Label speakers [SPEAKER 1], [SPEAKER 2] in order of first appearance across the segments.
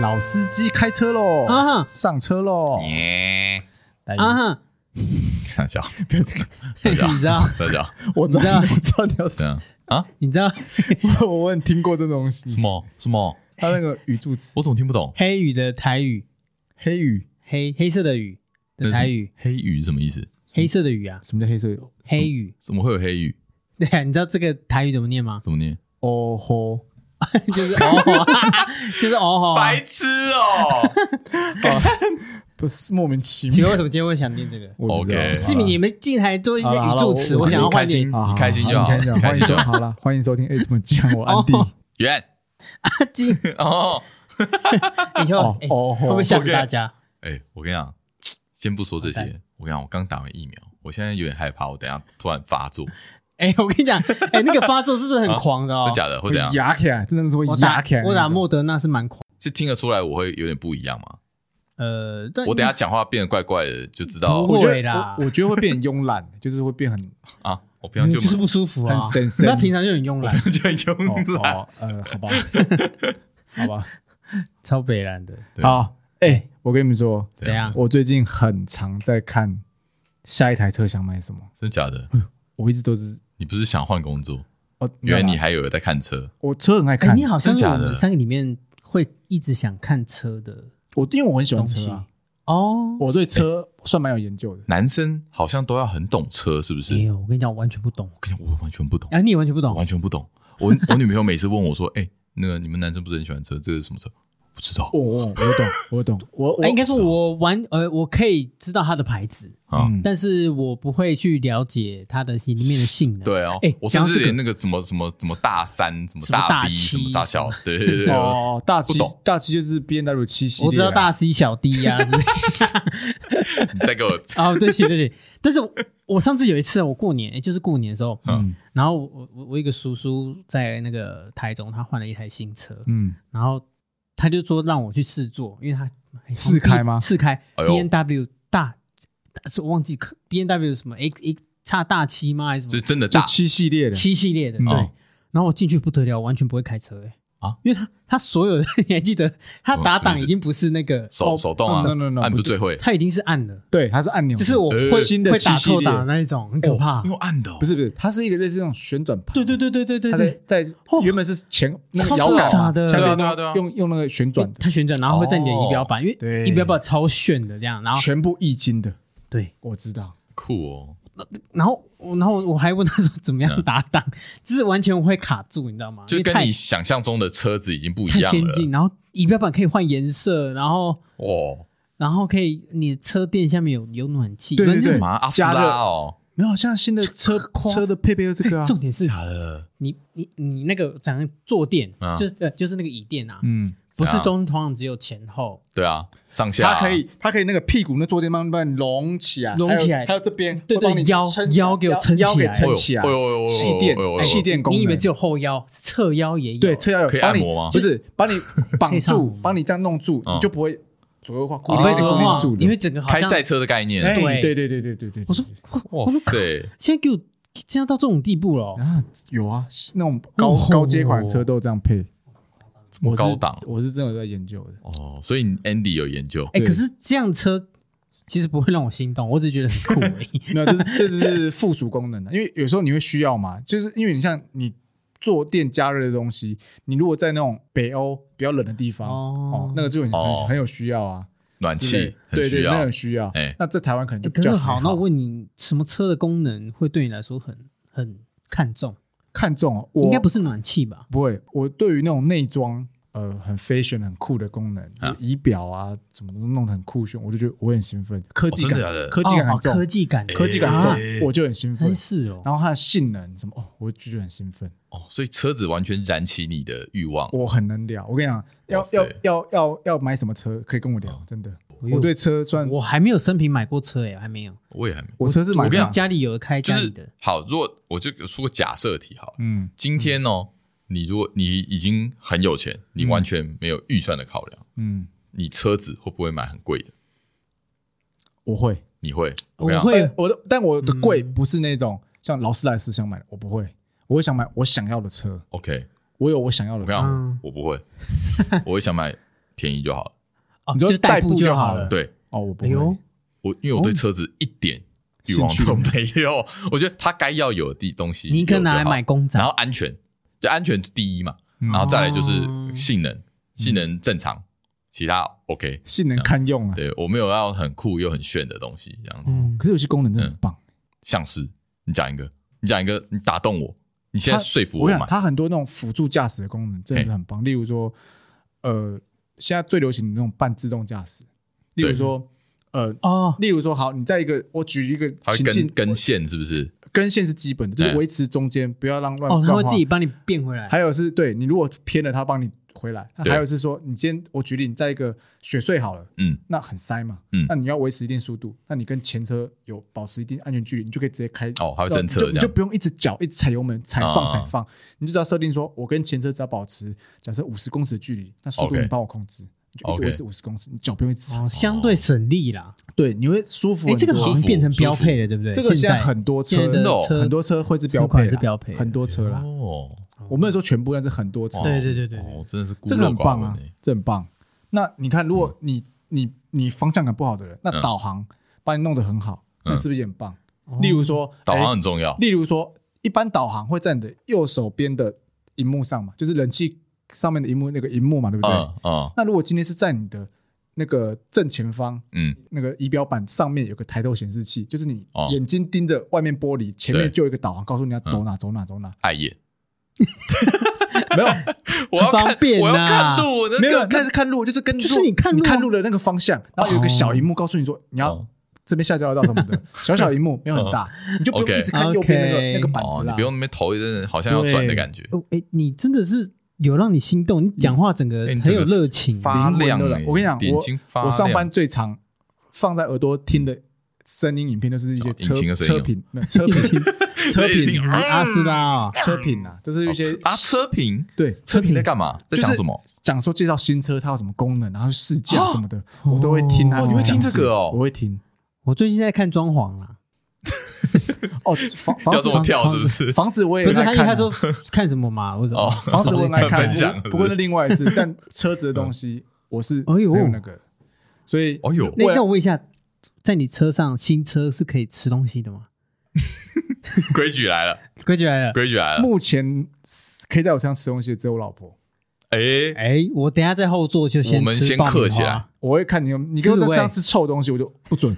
[SPEAKER 1] 老司机开车喽，
[SPEAKER 2] 啊哈
[SPEAKER 1] 上车哎喽，
[SPEAKER 3] 耶，
[SPEAKER 1] 来
[SPEAKER 2] 啊哈，
[SPEAKER 3] 想笑，
[SPEAKER 1] 不要这个，
[SPEAKER 2] 你知道，
[SPEAKER 3] 大家
[SPEAKER 1] 我知道，我知道你要
[SPEAKER 3] 这样
[SPEAKER 1] 说，
[SPEAKER 3] 啊？
[SPEAKER 2] 你知道
[SPEAKER 1] 我我很听过这东
[SPEAKER 3] 什
[SPEAKER 1] 西，
[SPEAKER 3] 么什么？
[SPEAKER 1] 他那个语助词，
[SPEAKER 3] 我怎么听不懂？
[SPEAKER 2] 黑雨的台语，
[SPEAKER 1] 黑语，
[SPEAKER 2] 黑黑色的雨的台语，
[SPEAKER 3] 黑雨是什么意思？
[SPEAKER 2] 黑色的雨啊，
[SPEAKER 1] 什么叫黑色油？
[SPEAKER 2] 黑雨。
[SPEAKER 3] 怎么会有黑雨？
[SPEAKER 2] 对啊，你知道这个台语怎么念吗？
[SPEAKER 3] 怎么念？
[SPEAKER 1] 哦吼，
[SPEAKER 2] 就是哦吼啊， 就是哦吼啊。
[SPEAKER 3] 痴哦！
[SPEAKER 1] 不是莫名其
[SPEAKER 2] 请
[SPEAKER 1] 妙
[SPEAKER 2] 问为什么今天会想念这个？
[SPEAKER 1] 我不知道
[SPEAKER 3] OK
[SPEAKER 2] 是你们进来多一些
[SPEAKER 1] 好啦好
[SPEAKER 2] 语
[SPEAKER 1] 啦
[SPEAKER 2] 助词，
[SPEAKER 1] 我
[SPEAKER 2] 我想要
[SPEAKER 3] 你开
[SPEAKER 2] 换 点
[SPEAKER 3] 心，
[SPEAKER 1] 好好
[SPEAKER 3] 你开心就好，
[SPEAKER 1] 你开心
[SPEAKER 3] 你开心
[SPEAKER 1] 欢迎收
[SPEAKER 3] 就好。
[SPEAKER 1] 好了，欢迎收听。哎，怎么讲？我安迪
[SPEAKER 2] 哦
[SPEAKER 3] 圆
[SPEAKER 2] 阿基，
[SPEAKER 3] 哦，
[SPEAKER 2] 啊以后
[SPEAKER 1] 哦
[SPEAKER 2] 哎
[SPEAKER 1] 哦
[SPEAKER 2] 会不
[SPEAKER 1] 吼
[SPEAKER 2] 会，吓死
[SPEAKER 3] OK
[SPEAKER 2] 大家？
[SPEAKER 3] 哎，我跟你讲，先不说这些
[SPEAKER 2] OK，
[SPEAKER 3] 我跟你讲，我刚打完疫苗，我现在有点害怕，我等一下突然发作，
[SPEAKER 2] 哎，我跟你讲，哎，那个发作是不是很狂的哦
[SPEAKER 3] 真？假的会
[SPEAKER 1] 会
[SPEAKER 3] 怎样？
[SPEAKER 1] 压起来，真的是会
[SPEAKER 2] 我
[SPEAKER 1] 压
[SPEAKER 2] 打
[SPEAKER 1] 起来那种。
[SPEAKER 2] 我打莫德纳是蛮狂，
[SPEAKER 3] 是听得出来我会有点不一样吗？
[SPEAKER 2] 呃，但
[SPEAKER 3] 我等一下讲话变得怪怪的，就知道
[SPEAKER 2] 不
[SPEAKER 1] 我觉
[SPEAKER 2] 会
[SPEAKER 1] 得
[SPEAKER 2] 啦
[SPEAKER 1] 我，我觉得会变慵懒，就是会变很
[SPEAKER 3] 啊，我平常就
[SPEAKER 2] 就是不舒服啊
[SPEAKER 1] 很神。圣
[SPEAKER 2] 那平常就很慵懒，
[SPEAKER 3] 就
[SPEAKER 1] 哦
[SPEAKER 3] 慵懒。
[SPEAKER 1] 哦呃，好 吧，好吧，
[SPEAKER 2] 超北蓝的，
[SPEAKER 3] 对啊
[SPEAKER 1] 好，哎，我跟你们说，
[SPEAKER 2] 怎样？
[SPEAKER 1] 我最近很常在看下一台车想买什么，
[SPEAKER 3] 真假的？
[SPEAKER 1] 我一直都是
[SPEAKER 3] 你不是想换工作？
[SPEAKER 1] 哦，
[SPEAKER 3] 原来
[SPEAKER 1] 没有
[SPEAKER 3] 你
[SPEAKER 1] 啦
[SPEAKER 3] 还有在看车？
[SPEAKER 1] 我车很爱
[SPEAKER 2] 哎，
[SPEAKER 1] 看
[SPEAKER 2] 你，好像
[SPEAKER 3] 真
[SPEAKER 2] 是
[SPEAKER 3] 假
[SPEAKER 2] 我
[SPEAKER 3] 的
[SPEAKER 2] 们三个里面会一直想看车的
[SPEAKER 1] 我因为我很喜欢
[SPEAKER 2] 东
[SPEAKER 1] 车
[SPEAKER 2] 西
[SPEAKER 1] 啊，
[SPEAKER 2] 哦。
[SPEAKER 1] 我对车算蛮有研究的。
[SPEAKER 3] 男生好像都要很懂车，是不是？
[SPEAKER 2] 没有，我跟你讲，我完全不懂。
[SPEAKER 3] 我跟你讲，我完全不懂，
[SPEAKER 2] 啊，你也完全不
[SPEAKER 3] 我
[SPEAKER 2] 懂
[SPEAKER 3] 完全不懂。我我女朋友每次问我说：“哎，那个你们男生不是很喜欢车？这个是什么车？”不知道
[SPEAKER 1] 哦，我懂，我懂，我我
[SPEAKER 2] 哎，应该说我完呃，我可以知道它的牌子，
[SPEAKER 3] 啊。
[SPEAKER 1] 嗯
[SPEAKER 2] 但是我不会去了解它的里面的性能。，
[SPEAKER 3] 对哦
[SPEAKER 2] 哎，
[SPEAKER 3] 我甚
[SPEAKER 2] 讲到
[SPEAKER 3] 至
[SPEAKER 2] 这个
[SPEAKER 3] 连那个什么什么什么大三、什么
[SPEAKER 2] 什么大
[SPEAKER 3] B、什
[SPEAKER 2] 七
[SPEAKER 3] 么大小，对对对对，
[SPEAKER 1] 哦，大
[SPEAKER 3] 不
[SPEAKER 1] 七
[SPEAKER 3] 懂
[SPEAKER 1] 大七就是 B N W 七系列啊，
[SPEAKER 2] 我知道大 C 小 D 呀、啊。
[SPEAKER 3] 你再给我
[SPEAKER 2] 哦，对不起，对不起。但是我我上次有一次，我过年，哎，就是过年的时候，
[SPEAKER 1] 嗯
[SPEAKER 2] 然后我我我一个叔叔在那个台中，他换了一台新车，
[SPEAKER 1] 嗯，
[SPEAKER 2] 然后他就说让我去试坐，因为他哎
[SPEAKER 1] 试开吗
[SPEAKER 2] 试开
[SPEAKER 3] 哎呦
[SPEAKER 2] B N W 大，大是我忘记 B N W 什么 X X 差大七吗？还是什
[SPEAKER 3] 就是
[SPEAKER 2] 么
[SPEAKER 3] 真的
[SPEAKER 1] 就
[SPEAKER 3] 大
[SPEAKER 1] 七系列的，
[SPEAKER 2] 七系列的？
[SPEAKER 1] 嗯
[SPEAKER 2] 对。
[SPEAKER 3] 哦
[SPEAKER 2] 然后我进去不得了，完全不会开车哎、
[SPEAKER 3] 啊
[SPEAKER 2] 因为他他所有的 你还记得他
[SPEAKER 3] 什么
[SPEAKER 2] 打
[SPEAKER 3] 什么意
[SPEAKER 2] 档
[SPEAKER 3] 思
[SPEAKER 2] 已经不是那个
[SPEAKER 3] 手手动啊
[SPEAKER 1] 哦，no, no, no，
[SPEAKER 3] 按不
[SPEAKER 1] 不
[SPEAKER 3] 是
[SPEAKER 1] 是
[SPEAKER 3] 最会，
[SPEAKER 2] 他已经是按了，
[SPEAKER 1] 对，它是按钮的，
[SPEAKER 2] 就是我
[SPEAKER 3] 呃
[SPEAKER 2] 会
[SPEAKER 1] 新的
[SPEAKER 2] 会打
[SPEAKER 1] 七系
[SPEAKER 2] 错
[SPEAKER 1] 列
[SPEAKER 2] 打那一种，很可怕。
[SPEAKER 3] 用按的哦，
[SPEAKER 1] 不是不是，它是一个类似那种旋转盘，啊
[SPEAKER 2] 对对，对对对对
[SPEAKER 1] 它
[SPEAKER 2] 对，
[SPEAKER 1] 在在
[SPEAKER 2] 哦
[SPEAKER 1] 原本是前那个
[SPEAKER 2] 超
[SPEAKER 1] 摇杆
[SPEAKER 2] 复
[SPEAKER 1] 嘛
[SPEAKER 2] 杂的
[SPEAKER 1] 下面
[SPEAKER 3] 对啊对啊对啊
[SPEAKER 1] 用用那个旋转的，
[SPEAKER 2] 它旋转，然后会在你的
[SPEAKER 3] 哦
[SPEAKER 2] 仪表板，因
[SPEAKER 1] 对
[SPEAKER 2] 为仪表板超炫的这样，然后
[SPEAKER 1] 全部易经的，
[SPEAKER 2] 对，
[SPEAKER 1] 我知道，
[SPEAKER 3] 酷哦。
[SPEAKER 2] 然后我然后我还问他说怎么样打档，就是完全会卡住，你知道吗？
[SPEAKER 3] 就
[SPEAKER 2] 因为
[SPEAKER 3] 跟
[SPEAKER 2] 太
[SPEAKER 3] 你想象中的车子已经不一
[SPEAKER 2] 太
[SPEAKER 3] 样
[SPEAKER 2] 先
[SPEAKER 3] 了
[SPEAKER 2] 进，然后仪表板可以换颜色，然后
[SPEAKER 3] 哦。
[SPEAKER 2] 然后可以你的车垫下面有有暖气，
[SPEAKER 1] 对对
[SPEAKER 2] 反正
[SPEAKER 1] 对
[SPEAKER 3] 嘛，阿斯
[SPEAKER 1] 加热
[SPEAKER 3] 拉哦，
[SPEAKER 1] 没有，像新的车
[SPEAKER 2] 夸哎
[SPEAKER 1] 车的配备就是这个啊，
[SPEAKER 2] 重点是
[SPEAKER 3] 假的，
[SPEAKER 2] 你你你那个怎样坐垫
[SPEAKER 3] 嗯，
[SPEAKER 2] 就是呃就是那个椅垫啊，
[SPEAKER 1] 嗯，
[SPEAKER 2] 不
[SPEAKER 3] 怎
[SPEAKER 2] 是
[SPEAKER 3] 样
[SPEAKER 2] 通通常只有前后，
[SPEAKER 3] 对啊，上下
[SPEAKER 1] 它可以它可以那个屁股那坐垫慢慢隆起来，
[SPEAKER 2] 隆起来
[SPEAKER 1] 还有还有这边
[SPEAKER 2] 对对
[SPEAKER 1] 会帮你
[SPEAKER 2] 腰
[SPEAKER 1] 撑起来
[SPEAKER 2] 腰给我
[SPEAKER 1] 腰
[SPEAKER 2] 撑起来
[SPEAKER 1] 腰给撑起来
[SPEAKER 3] 哎，呦哎呦哎呦
[SPEAKER 1] 气垫
[SPEAKER 3] 哎呦哎呦
[SPEAKER 1] 气垫功能，
[SPEAKER 2] 你以为只有后腰，侧腰也有，
[SPEAKER 1] 对，车腰有
[SPEAKER 3] 可以
[SPEAKER 1] 帮你
[SPEAKER 3] 按摩吗
[SPEAKER 1] 不是，把 你绑
[SPEAKER 2] 可以上
[SPEAKER 1] 住
[SPEAKER 2] 摩，
[SPEAKER 1] 帮你这样弄住，
[SPEAKER 3] 嗯
[SPEAKER 1] 你就不会左右化，固
[SPEAKER 2] 你
[SPEAKER 1] 定
[SPEAKER 2] 会
[SPEAKER 1] 在
[SPEAKER 2] 整
[SPEAKER 1] 固
[SPEAKER 2] 个
[SPEAKER 1] 定
[SPEAKER 2] 晃
[SPEAKER 1] 住，
[SPEAKER 2] 你会
[SPEAKER 1] 的。
[SPEAKER 2] 整个好
[SPEAKER 3] 开
[SPEAKER 2] 像
[SPEAKER 3] 赛车的概
[SPEAKER 1] 哎，
[SPEAKER 3] 念，
[SPEAKER 1] 对
[SPEAKER 2] 对
[SPEAKER 1] 对对对对对对。
[SPEAKER 2] 我说
[SPEAKER 3] 哇塞，
[SPEAKER 2] 现在给我现在到这种地步了哦、
[SPEAKER 1] 啊，有啊，那种高
[SPEAKER 2] 哦
[SPEAKER 1] 高阶款车都这样配，
[SPEAKER 3] 这
[SPEAKER 1] 我
[SPEAKER 3] 么
[SPEAKER 1] 是
[SPEAKER 3] 高档
[SPEAKER 1] 我是真的有在研究的。
[SPEAKER 3] 哦，所以你 Andy 有研究
[SPEAKER 2] 哎、
[SPEAKER 1] 对
[SPEAKER 2] 可是这辆车其实不会让我心动，我只是觉得很酷而已。
[SPEAKER 1] 没有，这是这就是附属功能的，啊因为有时候你会需要嘛，就是因为你像你坐垫加热的东西，你如果在那种北欧比较冷的地方，
[SPEAKER 2] 哦
[SPEAKER 1] 哦，那个就很
[SPEAKER 3] 哦
[SPEAKER 1] 很很有需要啊，
[SPEAKER 3] 暖
[SPEAKER 1] 之类
[SPEAKER 3] 气
[SPEAKER 1] 的，
[SPEAKER 3] 很
[SPEAKER 1] 对
[SPEAKER 3] 需
[SPEAKER 1] 对，那
[SPEAKER 3] 要
[SPEAKER 1] 很，需要
[SPEAKER 3] 哎。
[SPEAKER 1] 那在台湾可能就
[SPEAKER 2] 欸
[SPEAKER 1] 比
[SPEAKER 2] 可是
[SPEAKER 1] 较
[SPEAKER 2] 好，
[SPEAKER 1] 还
[SPEAKER 2] 那我问你，什么车的功能会对你来说很很看重？
[SPEAKER 1] 看中哦，我
[SPEAKER 2] 应该不是暖气吧？
[SPEAKER 1] 不会，我对于那种内装，呃，很 fashion 很酷的功能，
[SPEAKER 3] 啊
[SPEAKER 1] 仪表啊什么都弄得很酷炫，我就觉得我很兴奋，科技
[SPEAKER 3] 哦真
[SPEAKER 1] 感，
[SPEAKER 3] 的假的
[SPEAKER 1] 科技感很
[SPEAKER 2] 哦，
[SPEAKER 1] 重，
[SPEAKER 2] 科技感，啊
[SPEAKER 1] 科技感很
[SPEAKER 3] 哎
[SPEAKER 1] 重，我就很兴奋
[SPEAKER 2] 真。是哦。
[SPEAKER 1] 然后它的性能什么哦，我就觉得很兴奋，
[SPEAKER 3] 哦，所以车子完全燃起你的欲望，
[SPEAKER 1] 我很能聊。我跟你讲，
[SPEAKER 3] 哇
[SPEAKER 1] 要
[SPEAKER 3] 塞哦
[SPEAKER 1] 要要要要买什么车，可以跟我聊，真的。
[SPEAKER 2] 有
[SPEAKER 1] 我对车算，
[SPEAKER 2] 哎我还没有生平买过车哎、还没有。
[SPEAKER 3] 我也还没，
[SPEAKER 1] 我车是
[SPEAKER 2] 我
[SPEAKER 1] 买
[SPEAKER 2] 是
[SPEAKER 1] 的，啊
[SPEAKER 2] 家里有的开，
[SPEAKER 3] 就
[SPEAKER 2] 家里
[SPEAKER 3] 是
[SPEAKER 2] 的。
[SPEAKER 3] 好，如果我就出个假设题好了，
[SPEAKER 1] 嗯，
[SPEAKER 3] 今天哦，你如果你已经很有钱，你完全没有预算的考量，
[SPEAKER 1] 嗯，
[SPEAKER 3] 你车子会不会买很贵的？
[SPEAKER 1] 我会，
[SPEAKER 3] 你会？
[SPEAKER 2] 我
[SPEAKER 3] 跟你讲
[SPEAKER 2] 会
[SPEAKER 1] 呃我的，但我的贵
[SPEAKER 2] 嗯
[SPEAKER 1] 不是那种像劳斯莱斯想买的，我不会，我会想买我想要的车，
[SPEAKER 3] ，OK，
[SPEAKER 1] 我有我想要
[SPEAKER 3] 我
[SPEAKER 1] 的
[SPEAKER 3] 跟你
[SPEAKER 1] 车，
[SPEAKER 3] 讲
[SPEAKER 2] 嗯，
[SPEAKER 3] 我不会，我会想买便宜就好了。
[SPEAKER 2] 哦，
[SPEAKER 1] 你说
[SPEAKER 2] 就
[SPEAKER 1] 代
[SPEAKER 2] 代
[SPEAKER 1] 步
[SPEAKER 2] 步
[SPEAKER 1] 就
[SPEAKER 2] 就
[SPEAKER 1] 好
[SPEAKER 2] 好
[SPEAKER 1] 了
[SPEAKER 2] 了。
[SPEAKER 3] 对
[SPEAKER 1] 哦，我不
[SPEAKER 2] 哎
[SPEAKER 1] 会，
[SPEAKER 2] 呦，
[SPEAKER 3] 我，因为我对车子一点欲望
[SPEAKER 1] 兴趣
[SPEAKER 3] 都没有， 我觉得它该要有的东西，
[SPEAKER 2] 你可以拿来买，公仔
[SPEAKER 3] 然，后安全，就安全第一嘛，
[SPEAKER 1] 嗯
[SPEAKER 3] 然后再来就是
[SPEAKER 2] 哦
[SPEAKER 3] 性能，性能正常，其他 OK。
[SPEAKER 1] 性能堪用啊。
[SPEAKER 3] 对我没有要很酷又很炫的东西，这样子。
[SPEAKER 2] 嗯
[SPEAKER 1] 可，是有些功能真的很棒，
[SPEAKER 3] 像是你讲一个，你讲一个，你打动我，你现在
[SPEAKER 1] 它
[SPEAKER 3] 说服
[SPEAKER 1] 我
[SPEAKER 3] 我
[SPEAKER 1] 想
[SPEAKER 3] 买，
[SPEAKER 1] 它很多那种辅助驾驶的功能真的是很棒，例如说，呃，现在最流行的那种半自动驾驶，例如
[SPEAKER 3] 对
[SPEAKER 1] 说，呃，
[SPEAKER 2] 哦，
[SPEAKER 1] 例如说，好，你在一个我举一个
[SPEAKER 3] 它会
[SPEAKER 1] 情境
[SPEAKER 3] 跟，跟线是不是？
[SPEAKER 1] 跟线是基本的，就是
[SPEAKER 3] 对
[SPEAKER 1] 维持中间，不要让乱
[SPEAKER 2] 哦，他
[SPEAKER 1] 乱
[SPEAKER 2] 会
[SPEAKER 1] 画
[SPEAKER 2] 自己帮你变回来。
[SPEAKER 1] 还有是对你如果偏了，他帮你回来。那
[SPEAKER 3] 对
[SPEAKER 1] 还有是说，你今天我举例，你在一个雪隧好了，
[SPEAKER 3] 嗯，
[SPEAKER 1] 那很塞嘛，
[SPEAKER 3] 嗯
[SPEAKER 1] 那你要维持一定速度，那你跟前车有保持一定安全距离，你就可以直接开。
[SPEAKER 3] 哦，还有
[SPEAKER 1] 对啊
[SPEAKER 3] 侦测这
[SPEAKER 1] 你就你就
[SPEAKER 3] 样
[SPEAKER 1] 不用一直脚一直踩油门，踩放
[SPEAKER 3] 啊
[SPEAKER 1] 踩放，你就只要设定说，我跟前车只要保持假设五十公尺的距离，那速度
[SPEAKER 3] OK
[SPEAKER 1] 你帮我控制，你就一直
[SPEAKER 3] OK
[SPEAKER 1] 维持五十公尺，你脚不用一直踩
[SPEAKER 2] 哦，，相对省力啦。
[SPEAKER 1] 对，你会舒服
[SPEAKER 2] 哎，
[SPEAKER 1] 很
[SPEAKER 2] 这个好
[SPEAKER 1] 多。
[SPEAKER 2] 像变成标
[SPEAKER 3] 舒服
[SPEAKER 2] 配了，对不对？
[SPEAKER 1] 哦这个现在
[SPEAKER 2] 在
[SPEAKER 1] 很多车
[SPEAKER 2] 现在
[SPEAKER 3] 真的哦
[SPEAKER 2] 车
[SPEAKER 1] 很多车会是标
[SPEAKER 2] 车款
[SPEAKER 1] 配啦，
[SPEAKER 2] 是标配的
[SPEAKER 1] 很多车啦。
[SPEAKER 3] 哦，
[SPEAKER 1] 我没有说全部，但是很多车
[SPEAKER 3] 哇
[SPEAKER 2] 对
[SPEAKER 1] 是
[SPEAKER 2] 对对对对
[SPEAKER 3] 哦，真的是孤
[SPEAKER 1] 这个
[SPEAKER 3] 陋
[SPEAKER 1] 很
[SPEAKER 3] 寡
[SPEAKER 1] 棒
[SPEAKER 3] 闻
[SPEAKER 1] 啊
[SPEAKER 3] 欸，
[SPEAKER 1] 这很棒。那你看，如果你、你你方向感不好的人，那
[SPEAKER 3] 嗯
[SPEAKER 1] 导航把你弄得很好，那
[SPEAKER 3] 嗯
[SPEAKER 1] 是不是也很棒？
[SPEAKER 2] 哦
[SPEAKER 1] 例如说，
[SPEAKER 3] 导航
[SPEAKER 1] 诶，
[SPEAKER 3] 很重要，
[SPEAKER 1] 例如说，一般导航会在你的右手边的荧幕上嘛，就是冷气上面的荧幕那个荧幕嘛，对不对？
[SPEAKER 3] 嗯嗯
[SPEAKER 1] 那如果今天是在你的那个正前方
[SPEAKER 3] 嗯，
[SPEAKER 1] 那个仪表板上面有个抬头显示器，就是你
[SPEAKER 3] 哦
[SPEAKER 1] 眼睛盯着外面玻璃，前面
[SPEAKER 3] 对
[SPEAKER 1] 就有一个导航告诉你要走哪走哪 走哪，
[SPEAKER 3] 碍眼，
[SPEAKER 1] 没有。
[SPEAKER 3] 我要
[SPEAKER 2] 方
[SPEAKER 3] 看，
[SPEAKER 2] 便啊
[SPEAKER 3] 我要看路，我那个
[SPEAKER 1] 没有，
[SPEAKER 3] 看
[SPEAKER 1] 那是看路，就是跟
[SPEAKER 2] 就是你看路
[SPEAKER 1] 你
[SPEAKER 2] 啊
[SPEAKER 1] 看路的那个方向，然后有一个小荧幕告诉你说你要哦
[SPEAKER 3] 哦
[SPEAKER 1] 这边下交流道什么 的，小小荧幕没有很大，你就不用
[SPEAKER 3] OK
[SPEAKER 1] 一直看右边那个
[SPEAKER 2] OK
[SPEAKER 1] 那个板
[SPEAKER 3] 哦，
[SPEAKER 1] 子
[SPEAKER 3] 你
[SPEAKER 1] 啦
[SPEAKER 3] 不。用那边头一阵好像要转的感觉，
[SPEAKER 2] 哦，哎，你真的是有让你心动，你
[SPEAKER 1] 嗯
[SPEAKER 2] 讲话整个
[SPEAKER 3] 哎你
[SPEAKER 2] 很有
[SPEAKER 3] 整个
[SPEAKER 2] 热情，
[SPEAKER 3] 发
[SPEAKER 1] 灵魂
[SPEAKER 3] 亮
[SPEAKER 1] 的
[SPEAKER 3] 欸
[SPEAKER 1] 了，我跟你讲，
[SPEAKER 3] 眼睛发
[SPEAKER 1] 我我上班
[SPEAKER 3] 亮
[SPEAKER 1] 最常放在耳朵听的声音影片，就是一些
[SPEAKER 3] 哦
[SPEAKER 1] 车
[SPEAKER 3] 引擎的声音
[SPEAKER 1] 车
[SPEAKER 3] 哦
[SPEAKER 1] 评，没有 车评车
[SPEAKER 3] 一
[SPEAKER 1] 评
[SPEAKER 3] 定
[SPEAKER 2] 啊阿斯拉哦，
[SPEAKER 1] 车评啊，就是一些
[SPEAKER 3] 哦啊车评，
[SPEAKER 1] 对
[SPEAKER 3] 车评在干嘛？在
[SPEAKER 1] 就是
[SPEAKER 3] 讲什么？
[SPEAKER 1] 讲说介绍新车它有什么功能，然后试驾什么的，
[SPEAKER 2] 哦
[SPEAKER 1] 我都会听它
[SPEAKER 2] 哦
[SPEAKER 1] 讲解。
[SPEAKER 2] 你会听
[SPEAKER 3] 这个哦
[SPEAKER 1] 我会听。
[SPEAKER 2] 我最近在看装潢啦，
[SPEAKER 1] 哦，房 房
[SPEAKER 3] 要
[SPEAKER 1] 子
[SPEAKER 3] 这么跳是不是？
[SPEAKER 1] 房子我也
[SPEAKER 2] 不是
[SPEAKER 1] 在
[SPEAKER 2] 他
[SPEAKER 1] 看啊
[SPEAKER 2] 他说看什么嘛？我说
[SPEAKER 3] 哦
[SPEAKER 1] 房子我很爱看啊
[SPEAKER 3] 分享，
[SPEAKER 1] 不不过那另外一次，但车子的东西我是
[SPEAKER 2] 哎
[SPEAKER 1] 没
[SPEAKER 2] 呦
[SPEAKER 1] 有那个，所以
[SPEAKER 3] 哦哟，
[SPEAKER 2] 那
[SPEAKER 1] 未来
[SPEAKER 2] 那我问一下，在你车上新车是可以吃东西的吗？
[SPEAKER 3] 规矩来了，
[SPEAKER 2] 规矩来了，
[SPEAKER 3] 规矩来了，
[SPEAKER 1] 目前可以在我身上吃东西的只有我老婆。
[SPEAKER 3] 哎，
[SPEAKER 2] 哎，我等一下在后座就
[SPEAKER 3] 我
[SPEAKER 2] 先
[SPEAKER 3] 们
[SPEAKER 2] 吃
[SPEAKER 3] 先
[SPEAKER 2] 爆
[SPEAKER 3] 客
[SPEAKER 2] 米
[SPEAKER 3] 起来
[SPEAKER 2] 花。
[SPEAKER 1] 我会看你有，你给我
[SPEAKER 2] 吃
[SPEAKER 1] 在
[SPEAKER 2] 卤味
[SPEAKER 1] 这样吃臭东西，我就不准。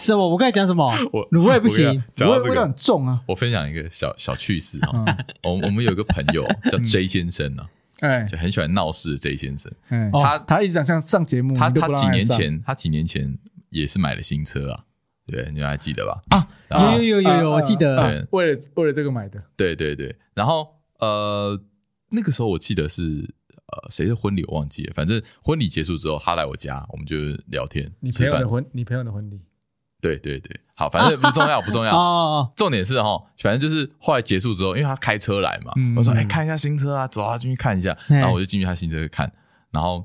[SPEAKER 2] 什么？我刚才讲什么？
[SPEAKER 3] 我
[SPEAKER 2] 卤味不
[SPEAKER 3] 我跟你
[SPEAKER 2] 行，
[SPEAKER 3] 讲讲
[SPEAKER 1] 味
[SPEAKER 3] 到这
[SPEAKER 1] 味道
[SPEAKER 3] 个
[SPEAKER 1] 很，重啊。
[SPEAKER 3] 我分享一个小小趣事哈。
[SPEAKER 2] 哦
[SPEAKER 1] 嗯，
[SPEAKER 3] 我我们有个朋 友叫 J 先生啊，
[SPEAKER 1] 哎
[SPEAKER 3] 就很喜欢闹事的 J 先生。
[SPEAKER 1] 哎，
[SPEAKER 2] 哦
[SPEAKER 3] 他
[SPEAKER 1] 他一直想上上节目，
[SPEAKER 3] 他
[SPEAKER 1] 嗯你都
[SPEAKER 3] 他
[SPEAKER 1] 不让
[SPEAKER 3] 几年
[SPEAKER 1] 上，
[SPEAKER 3] 前，他几年前也是买了新车啊，对，你们还记得吧？
[SPEAKER 2] 啊，
[SPEAKER 3] 然后
[SPEAKER 2] 有有有有有，
[SPEAKER 1] 啊
[SPEAKER 2] 我记
[SPEAKER 1] 啊
[SPEAKER 2] 得
[SPEAKER 3] 对
[SPEAKER 1] 为了为了这个买的，
[SPEAKER 3] 对对对，然后呃，那个时候我记得是呃谁的婚礼我忘记了，反正婚礼结束之后，他来我家，我们就聊天
[SPEAKER 1] 你朋
[SPEAKER 3] 吃
[SPEAKER 1] 友
[SPEAKER 3] 饭
[SPEAKER 1] 的。婚，你朋友的婚礼，
[SPEAKER 3] 对对对，好，反正不重要不重
[SPEAKER 2] 哦
[SPEAKER 3] 要。
[SPEAKER 2] 哦，
[SPEAKER 3] 重点是哈，反正就是后来结束之后，因为他开车来嘛，
[SPEAKER 1] 嗯
[SPEAKER 3] 我说哎、看一下新车啊，走啊进去看一下，
[SPEAKER 2] 嘿
[SPEAKER 3] 然后我就进去他新车看，然后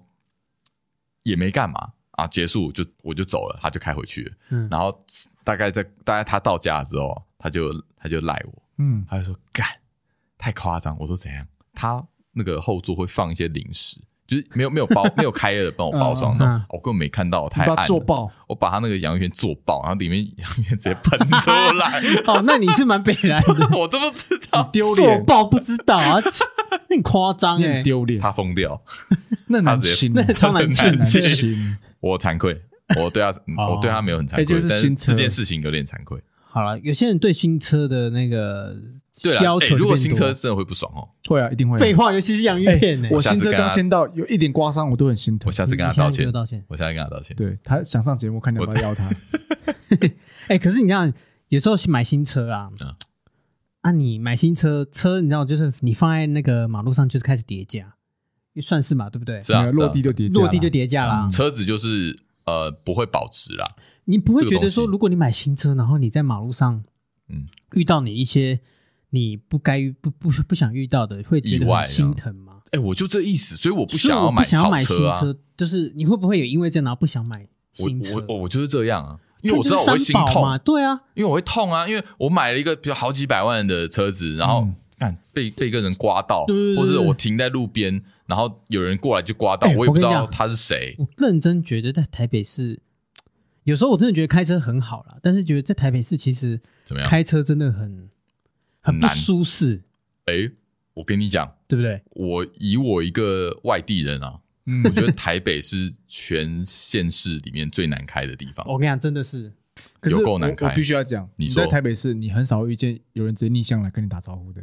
[SPEAKER 3] 也没干嘛啊，结束就我就走了，他就开回去了，
[SPEAKER 2] 嗯
[SPEAKER 3] 然后大概在大概他到家之后，他就他就赖我，
[SPEAKER 1] 嗯，
[SPEAKER 3] 他就说干太夸张，我说怎样？他那个后座会放一些零食，就是没有没有 包没有开的帮我包装的哦
[SPEAKER 2] 嗯嗯嗯，
[SPEAKER 3] 我根本没看到，太
[SPEAKER 1] 你把它
[SPEAKER 3] 暗
[SPEAKER 1] 做
[SPEAKER 3] 了。
[SPEAKER 1] 爆，
[SPEAKER 3] 我把他那个洋芋片做爆，然后里面洋芋片直接喷出 来，
[SPEAKER 2] 哦，那你是蛮北然的，
[SPEAKER 3] 我都不知
[SPEAKER 1] 你
[SPEAKER 3] 道，
[SPEAKER 1] 丢
[SPEAKER 2] 做
[SPEAKER 1] 脸，
[SPEAKER 2] 爆不知道啊，那很夸张
[SPEAKER 1] 你很
[SPEAKER 2] 哎，
[SPEAKER 1] 丢脸，
[SPEAKER 3] 他疯掉，
[SPEAKER 1] 那
[SPEAKER 3] 他
[SPEAKER 1] 难
[SPEAKER 3] 直接
[SPEAKER 1] 清啊，
[SPEAKER 2] 那超难
[SPEAKER 3] 很
[SPEAKER 2] 进
[SPEAKER 3] 难
[SPEAKER 1] 难
[SPEAKER 3] 进
[SPEAKER 2] 的。
[SPEAKER 1] 清。
[SPEAKER 3] 我惭愧，我对他，嗯
[SPEAKER 2] 哦
[SPEAKER 3] 我对他没有很
[SPEAKER 1] 哎
[SPEAKER 3] 惭
[SPEAKER 1] 就
[SPEAKER 3] 愧，
[SPEAKER 1] 是
[SPEAKER 3] 但
[SPEAKER 1] 新车
[SPEAKER 3] 这件事情有点惭愧。
[SPEAKER 2] 好了，有些人对新车的那个
[SPEAKER 3] 对
[SPEAKER 2] 要
[SPEAKER 3] 了，哎，
[SPEAKER 2] 求就变多，嗯
[SPEAKER 3] 如果新车真的会不爽哦，
[SPEAKER 1] 会啊，一定会啊。
[SPEAKER 2] 废话，尤其是洋芋
[SPEAKER 1] 哎
[SPEAKER 2] 片呢，
[SPEAKER 1] 我
[SPEAKER 3] 下次
[SPEAKER 1] 新车
[SPEAKER 3] 跟他
[SPEAKER 1] 刚签到，有一点刮伤我都很心疼
[SPEAKER 3] 我。下次跟他
[SPEAKER 2] 你现在
[SPEAKER 3] 道
[SPEAKER 2] 就
[SPEAKER 3] 歉，
[SPEAKER 2] 道歉。
[SPEAKER 3] 我下次跟他道歉。
[SPEAKER 1] 对他想上节目，看你要不要 邀他。
[SPEAKER 2] 哎、可是你看，有时候买新车啊，
[SPEAKER 3] 嗯
[SPEAKER 2] 啊，你买新车车，你知道，就是你放在那个马路上，就是开始叠价，也算是嘛，对不对？
[SPEAKER 3] 是啊，
[SPEAKER 1] 没有
[SPEAKER 3] 是啊
[SPEAKER 1] 落地就叠价啦，
[SPEAKER 2] 落地就叠价啦，
[SPEAKER 3] 车子就是呃不会保值啦，
[SPEAKER 2] 你不会
[SPEAKER 3] 这个
[SPEAKER 2] 觉
[SPEAKER 3] 东
[SPEAKER 2] 得
[SPEAKER 3] 西
[SPEAKER 2] 说，如果你买新车，然后你在马路上，
[SPEAKER 3] 嗯
[SPEAKER 2] 遇到你一些你不该不不不想遇到的，会觉
[SPEAKER 3] 意
[SPEAKER 2] 得
[SPEAKER 3] 外啊
[SPEAKER 2] 很心疼吗？
[SPEAKER 3] 哎、我就这意思，所以我不
[SPEAKER 2] 所以
[SPEAKER 3] 想要
[SPEAKER 2] 我不
[SPEAKER 3] 买
[SPEAKER 2] 想要
[SPEAKER 3] 好
[SPEAKER 2] 买新
[SPEAKER 3] 车啊。
[SPEAKER 2] 车，就是你会不会也因为这样，然后不想买
[SPEAKER 3] 我
[SPEAKER 2] 新车
[SPEAKER 3] 我？我我就是这样啊，因为
[SPEAKER 2] 看
[SPEAKER 3] 我知道我会
[SPEAKER 2] 就是
[SPEAKER 3] 心
[SPEAKER 2] 三宝
[SPEAKER 3] 痛
[SPEAKER 2] 嘛，，对啊，
[SPEAKER 3] 因为我会痛啊，因为我买了一个比如好几百万的车子，然后
[SPEAKER 1] 嗯
[SPEAKER 3] 看、干被被一个人刮到，
[SPEAKER 2] 对对对
[SPEAKER 3] 或者
[SPEAKER 2] 对
[SPEAKER 3] 我停在路边，然后有人过来就刮到，
[SPEAKER 2] 哎
[SPEAKER 3] 我也不知
[SPEAKER 2] 我跟
[SPEAKER 3] 道
[SPEAKER 2] 你讲
[SPEAKER 3] 他是谁。
[SPEAKER 2] 我认真觉得在台北市，有时候我真的觉得开车很好啦，但是觉得在台北市其实
[SPEAKER 3] 怎么样？
[SPEAKER 2] 开车真的很很不
[SPEAKER 3] 难
[SPEAKER 2] 舒适，
[SPEAKER 3] 哎，我跟你讲，
[SPEAKER 2] 对不对？
[SPEAKER 3] 我以我一个外地人啊，
[SPEAKER 1] 嗯
[SPEAKER 3] 我， 觉得台北是全县市里面最难开的地方。
[SPEAKER 2] 我跟你讲，真的是
[SPEAKER 1] 可是
[SPEAKER 3] 有够
[SPEAKER 1] 我
[SPEAKER 3] 难开
[SPEAKER 1] 我必须要讲，
[SPEAKER 3] 你
[SPEAKER 1] 你
[SPEAKER 3] 说
[SPEAKER 1] 在台北市，你很少遇见有人直接逆向来跟你打招呼的，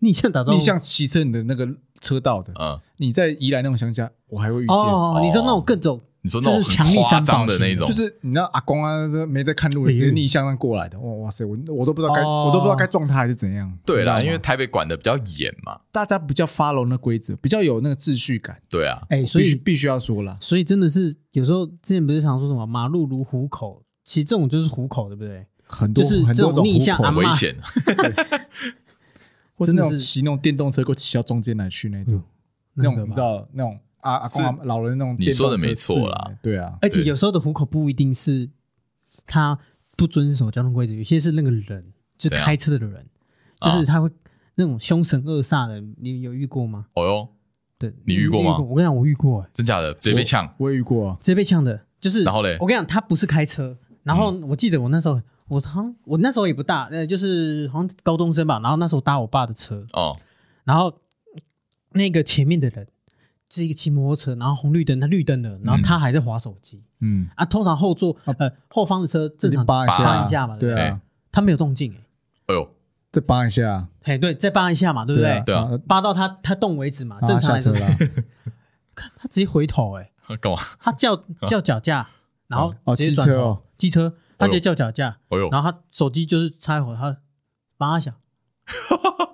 [SPEAKER 2] 逆向打招呼，
[SPEAKER 1] 逆向骑车你的那个车道的。
[SPEAKER 3] 嗯，
[SPEAKER 1] 你在宜兰那种乡下，我还会遇见，
[SPEAKER 2] 哦，你说那
[SPEAKER 3] 哦
[SPEAKER 2] 种各种
[SPEAKER 3] 你说那种
[SPEAKER 2] 就是强
[SPEAKER 3] 很
[SPEAKER 2] 力
[SPEAKER 3] 夸
[SPEAKER 2] 三宝
[SPEAKER 3] 张的那
[SPEAKER 2] 型的
[SPEAKER 3] 种，
[SPEAKER 1] 就是你知道阿公啊，这没在看路的，直接逆向过来的。哇哇塞，我我都不知道该，
[SPEAKER 2] 哦
[SPEAKER 1] 我都不知道该撞他还是怎样。
[SPEAKER 3] 对
[SPEAKER 1] 你
[SPEAKER 3] 啦，
[SPEAKER 1] 知道吗
[SPEAKER 3] 因为台北管的比较严嘛。
[SPEAKER 1] 大家比较 follow 那规则，比较有那个秩序感。
[SPEAKER 3] 对啊，
[SPEAKER 2] 哎，
[SPEAKER 1] 所
[SPEAKER 2] 所
[SPEAKER 1] 以
[SPEAKER 2] 以
[SPEAKER 1] 必须要说啦，
[SPEAKER 2] 所以真的是有时候之前不是常说什么马路如虎口，其实这种就是虎口，对不对？
[SPEAKER 1] 很多
[SPEAKER 2] 就是
[SPEAKER 1] 很
[SPEAKER 2] 这
[SPEAKER 1] 多种
[SPEAKER 2] 种逆向
[SPEAKER 1] 虎口
[SPEAKER 2] 阿
[SPEAKER 3] 很
[SPEAKER 2] 嬷
[SPEAKER 3] 危险。
[SPEAKER 1] 或是那
[SPEAKER 2] 真
[SPEAKER 1] 种
[SPEAKER 2] 的是
[SPEAKER 1] 骑那种电动车，给我骑到中间来去那种，那
[SPEAKER 2] 很可
[SPEAKER 1] 种
[SPEAKER 2] 怕
[SPEAKER 1] 你知道那种阿阿公
[SPEAKER 3] 是
[SPEAKER 1] 阿嬷老人那种
[SPEAKER 3] 你
[SPEAKER 1] 电动
[SPEAKER 3] 说的
[SPEAKER 1] 车
[SPEAKER 3] 没错
[SPEAKER 1] 刺
[SPEAKER 3] 啦
[SPEAKER 1] 的，对啊，
[SPEAKER 2] 而且
[SPEAKER 3] 对
[SPEAKER 2] 有时候的虎口不一定是他不遵守交通规则，有些是那个人，就是
[SPEAKER 3] 怎样
[SPEAKER 2] 开车的人，
[SPEAKER 3] 啊
[SPEAKER 2] 就是他会那种凶神恶煞的，你有遇过吗？
[SPEAKER 3] 哦哟，
[SPEAKER 2] 对，
[SPEAKER 3] 你遇过吗
[SPEAKER 2] 我跟你讲，我遇过、欸，
[SPEAKER 3] 真假的，直接被呛。
[SPEAKER 1] 我也遇过啊，
[SPEAKER 2] 直接被呛的，就是
[SPEAKER 3] 然后嘞嗯
[SPEAKER 2] 我跟你讲，他不是开车，然后我记得我那时候，我好像我那时候也不大，呃，就是好像高中生吧，然后那时候搭我爸的车，
[SPEAKER 3] 哦，
[SPEAKER 2] 然后那个前面的人是一个骑摩托车，然后红绿灯，他绿灯了，
[SPEAKER 3] 嗯
[SPEAKER 2] 然后他还在划手机。
[SPEAKER 1] 嗯，
[SPEAKER 2] 啊，通常后座呃后方的车正常
[SPEAKER 1] 扒一下，
[SPEAKER 2] 扒一下嘛，对
[SPEAKER 1] 对
[SPEAKER 2] 不对？
[SPEAKER 1] 啊，
[SPEAKER 2] 他没有动静、欸，
[SPEAKER 3] 哎呦，
[SPEAKER 1] 再扒一下，
[SPEAKER 2] 哎，对，再扒一下嘛，对不对？
[SPEAKER 3] 对啊
[SPEAKER 1] 然
[SPEAKER 2] 扒到他他动为止嘛，
[SPEAKER 1] 后
[SPEAKER 2] 正常
[SPEAKER 1] 下车
[SPEAKER 2] 来说，
[SPEAKER 1] 啦，
[SPEAKER 2] 看他直接回头、欸，哎，
[SPEAKER 3] 干嘛？
[SPEAKER 2] 他叫叫脚架，然后
[SPEAKER 1] 啊哦，
[SPEAKER 2] 直接
[SPEAKER 1] 机
[SPEAKER 2] 转
[SPEAKER 1] 车
[SPEAKER 2] 头
[SPEAKER 1] 哦，
[SPEAKER 2] 机车，他直接叫脚架，
[SPEAKER 3] 哎呦，
[SPEAKER 2] 然后他手机就是插一会儿，他扒 一下，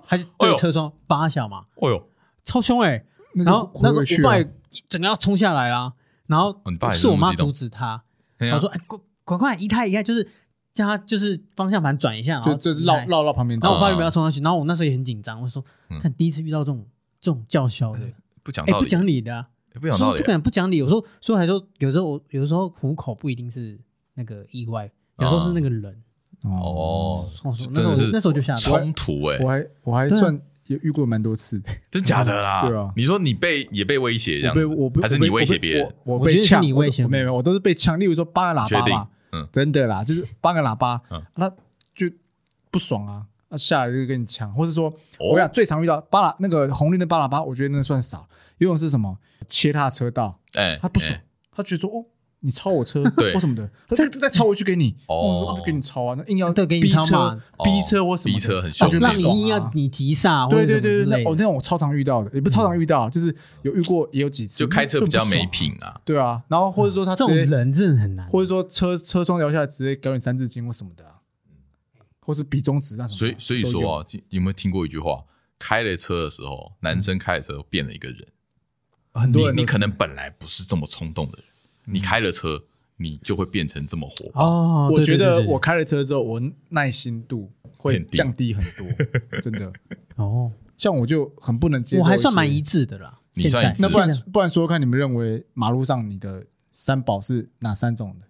[SPEAKER 2] 他就
[SPEAKER 3] 哎
[SPEAKER 2] 对
[SPEAKER 3] 呦
[SPEAKER 2] 车窗扒一下嘛，
[SPEAKER 3] 哎呦，
[SPEAKER 2] 超凶哎、欸
[SPEAKER 1] 那就
[SPEAKER 2] 然后那时候
[SPEAKER 1] 回去啊
[SPEAKER 2] 我
[SPEAKER 1] 了
[SPEAKER 2] 爸也整个要冲下来啦，然后
[SPEAKER 3] 哦你爸也是
[SPEAKER 2] 是我
[SPEAKER 3] 那么
[SPEAKER 2] 妈
[SPEAKER 3] 激动
[SPEAKER 2] 阻止他，
[SPEAKER 3] 哎呀
[SPEAKER 2] 他说：“哎，快快快，一太一太，就是叫他就是方向盘转一下，然后
[SPEAKER 1] 就就是
[SPEAKER 2] 移
[SPEAKER 1] 绕
[SPEAKER 2] 开。
[SPEAKER 1] 绕到旁边
[SPEAKER 2] 然后我
[SPEAKER 1] 走，
[SPEAKER 2] 爸就不要冲上去，然后我那时候也很紧张，我说
[SPEAKER 3] 啊嗯：
[SPEAKER 2] 看第一次遇到这种这种叫嚣的，
[SPEAKER 3] 不讲
[SPEAKER 2] 哎，
[SPEAKER 3] 道
[SPEAKER 2] 不
[SPEAKER 3] 理，
[SPEAKER 2] 讲理的啊，
[SPEAKER 3] 哎不讲道
[SPEAKER 2] 说
[SPEAKER 3] 理
[SPEAKER 2] 不，敢不讲理。有时候所以我还说，有时候我有时候虎口不一定是那个意外，有时候是那个人。
[SPEAKER 3] 哦，
[SPEAKER 2] 我
[SPEAKER 3] 这
[SPEAKER 2] 说那
[SPEAKER 3] 啊真
[SPEAKER 2] 时候
[SPEAKER 3] 的
[SPEAKER 2] 我
[SPEAKER 3] 是
[SPEAKER 2] 那时候就吓到了，
[SPEAKER 3] 冲突哎，
[SPEAKER 1] 我还我还
[SPEAKER 2] 对啊
[SPEAKER 1] 算有遇过蛮多次的，
[SPEAKER 3] 真假的啦？
[SPEAKER 1] 对啊
[SPEAKER 3] 你说你被也被威胁这
[SPEAKER 1] 我
[SPEAKER 3] 样子
[SPEAKER 1] 被我被
[SPEAKER 3] 还是你威胁别人？？
[SPEAKER 1] 我被我
[SPEAKER 2] 我
[SPEAKER 1] 被我
[SPEAKER 2] 觉得
[SPEAKER 1] 被
[SPEAKER 2] 是
[SPEAKER 1] 呛，
[SPEAKER 2] 你
[SPEAKER 1] 我
[SPEAKER 2] 威
[SPEAKER 1] 都
[SPEAKER 2] 胁别人
[SPEAKER 1] 没有没有，我都是被呛。例如说八个喇
[SPEAKER 3] 确
[SPEAKER 1] 叭
[SPEAKER 3] 定
[SPEAKER 1] 嘛，？
[SPEAKER 3] 嗯，
[SPEAKER 1] 真的啦，就是八个喇叭啊
[SPEAKER 3] 嗯，
[SPEAKER 1] 那就不爽啊，那下来就跟你抢，或是说我想
[SPEAKER 3] 哦，
[SPEAKER 1] 最常遇到八喇那个红绿灯八喇叭，我觉得那算少。有一种是什么？切他车道，
[SPEAKER 3] 哎，
[SPEAKER 1] 他不爽
[SPEAKER 3] 哎，，
[SPEAKER 1] 他觉得说哦，你超我车
[SPEAKER 3] 对
[SPEAKER 1] 或什么的，他再再超回去给你，
[SPEAKER 3] 哦
[SPEAKER 1] 我说哦就给你超啊，那硬要
[SPEAKER 2] 对给你
[SPEAKER 1] 逼
[SPEAKER 2] 超
[SPEAKER 1] 车
[SPEAKER 2] 嘛
[SPEAKER 3] 哦
[SPEAKER 1] 逼车或什么
[SPEAKER 3] 逼
[SPEAKER 1] 的，
[SPEAKER 3] 车很
[SPEAKER 1] 他
[SPEAKER 3] 凶
[SPEAKER 1] 觉得
[SPEAKER 3] 那种
[SPEAKER 1] 不
[SPEAKER 2] 让你
[SPEAKER 1] 爽啊
[SPEAKER 2] 硬要你急刹或
[SPEAKER 1] 对对
[SPEAKER 2] 者什么
[SPEAKER 1] 对
[SPEAKER 2] 之
[SPEAKER 1] 对，
[SPEAKER 2] 类
[SPEAKER 1] 那哦
[SPEAKER 2] 的。嗯
[SPEAKER 1] 那种我超常遇到的，也不是超常遇到，就是有遇过也有几次，
[SPEAKER 3] 就开车比较没品
[SPEAKER 1] 嗯。
[SPEAKER 3] 啊。
[SPEAKER 1] 对啊，然后或者说他
[SPEAKER 2] 这
[SPEAKER 1] 直
[SPEAKER 2] 种
[SPEAKER 1] 接
[SPEAKER 2] 人真的很难。
[SPEAKER 1] 或者说车车窗摇下来直接搞你三字经或什么的、啊，或是比中指那什么的
[SPEAKER 3] 所以所以
[SPEAKER 1] 都有
[SPEAKER 3] 说啊，你有没有听过一句话？开了车的时候，男生开的时候变了一个人。
[SPEAKER 1] 很多人
[SPEAKER 3] 你
[SPEAKER 1] 都
[SPEAKER 3] 你
[SPEAKER 1] 是
[SPEAKER 3] 可能本来不是这么冲动的人，你开了车，你就会变成这么火爆。
[SPEAKER 2] 哦，
[SPEAKER 1] 我
[SPEAKER 2] 对
[SPEAKER 1] 觉
[SPEAKER 2] 对
[SPEAKER 1] 得
[SPEAKER 2] 对对
[SPEAKER 1] 我开了车之后，我耐心度会降低很多，真的。
[SPEAKER 2] 哦，
[SPEAKER 1] 像我就很不能接受，
[SPEAKER 2] 我还算蛮一。致的啦。
[SPEAKER 3] 你
[SPEAKER 2] 现
[SPEAKER 3] 算
[SPEAKER 2] 在
[SPEAKER 3] 一致
[SPEAKER 1] 那不然
[SPEAKER 2] 现在
[SPEAKER 1] 不然说说看，你们认为马路上你的三宝是哪三种的？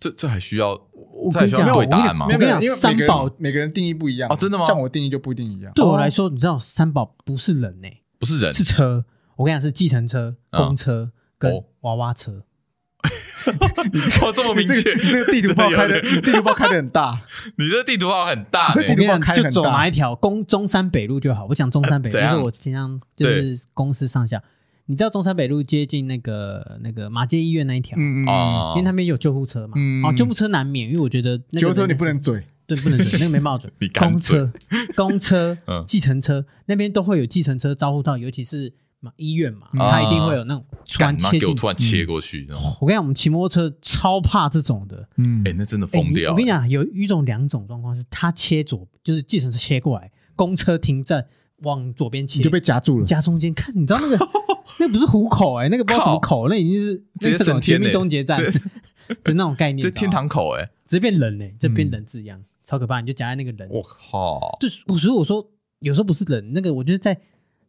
[SPEAKER 3] 这这还需要
[SPEAKER 2] 我
[SPEAKER 3] 这
[SPEAKER 2] 跟
[SPEAKER 3] 还
[SPEAKER 2] 你
[SPEAKER 3] 需要
[SPEAKER 2] 讲，
[SPEAKER 3] 对答案吗？
[SPEAKER 2] 我跟你讲
[SPEAKER 1] 因为每
[SPEAKER 2] 三
[SPEAKER 1] 个人
[SPEAKER 2] 宝
[SPEAKER 1] 每个人定义不一样啊
[SPEAKER 3] 哦真的吗
[SPEAKER 1] 像我定义就不一定一样。
[SPEAKER 2] 对我来说，你知道三宝不是人呢、欸
[SPEAKER 3] 不是
[SPEAKER 1] 呃
[SPEAKER 3] 人
[SPEAKER 2] 是车。我跟你讲，是计程车、
[SPEAKER 1] 啊
[SPEAKER 3] 嗯
[SPEAKER 2] 公车
[SPEAKER 3] 哦
[SPEAKER 2] 跟娃娃车。
[SPEAKER 3] 哦， 这么明确
[SPEAKER 1] 这个，你这个地图炮开的，你地图炮开的很大，
[SPEAKER 3] 你这地图炮很大
[SPEAKER 1] 这
[SPEAKER 2] 我
[SPEAKER 1] 地
[SPEAKER 3] 呢。
[SPEAKER 1] 图
[SPEAKER 2] 跟你
[SPEAKER 1] 炮
[SPEAKER 2] 讲，
[SPEAKER 1] 开
[SPEAKER 2] 就
[SPEAKER 1] 很
[SPEAKER 2] 走哪
[SPEAKER 1] 大
[SPEAKER 2] 一。条？公中山北路就好。我讲中山 北路，
[SPEAKER 3] 呃
[SPEAKER 2] 就
[SPEAKER 3] 怎
[SPEAKER 1] 啊
[SPEAKER 2] 是
[SPEAKER 3] 样
[SPEAKER 2] 我平常就是公司上下。你知道中山北路接近那个那个马街医院那一条，
[SPEAKER 1] 嗯嗯嗯，
[SPEAKER 3] 啊
[SPEAKER 2] 因为那边有救护车嘛。
[SPEAKER 1] 嗯
[SPEAKER 2] 哦，救护车难免，因为我觉得那个
[SPEAKER 1] 救护车你
[SPEAKER 2] 人
[SPEAKER 1] 不能嘴，
[SPEAKER 2] 对，不能准，那个没冒准
[SPEAKER 3] 你。敢
[SPEAKER 2] 公
[SPEAKER 3] 准
[SPEAKER 2] 车、公车
[SPEAKER 3] 嗯、
[SPEAKER 2] 计程车那边都会有计程车招呼到，尤其是嘛医院嘛，
[SPEAKER 1] 嗯
[SPEAKER 2] 它一定会有那种突然
[SPEAKER 3] 啊干嘛
[SPEAKER 2] 切
[SPEAKER 3] 给我
[SPEAKER 2] 进。
[SPEAKER 3] 突然切过去？这种
[SPEAKER 2] 我跟你讲，我们骑摩托车超怕这种的。
[SPEAKER 1] 嗯
[SPEAKER 3] 哎，那真的
[SPEAKER 2] 哎
[SPEAKER 3] 疯
[SPEAKER 2] 你
[SPEAKER 3] 掉。
[SPEAKER 2] 我跟你，讲，有一种两种状况是，他切左，就是计程车切过 来，公车停站往左边切，
[SPEAKER 1] 你就被夹住了。
[SPEAKER 2] 夹中间。看，你知 道那个那不是虎口哎，那个不知道什么口，那已经是
[SPEAKER 3] 直接
[SPEAKER 2] 那个什
[SPEAKER 3] 升
[SPEAKER 2] 么
[SPEAKER 3] 天
[SPEAKER 2] 绝命
[SPEAKER 3] 欸
[SPEAKER 2] 终结站
[SPEAKER 3] 这
[SPEAKER 2] 的那种概念。
[SPEAKER 3] 这
[SPEAKER 2] 你知道
[SPEAKER 3] 天
[SPEAKER 2] 吗
[SPEAKER 3] 堂嗯口哎，
[SPEAKER 2] 直接变人嘞，这变人字样，超可怕。你就夹在那个人
[SPEAKER 3] 我靠！
[SPEAKER 2] 就是我所以我说，有时候不是人，那个我觉得在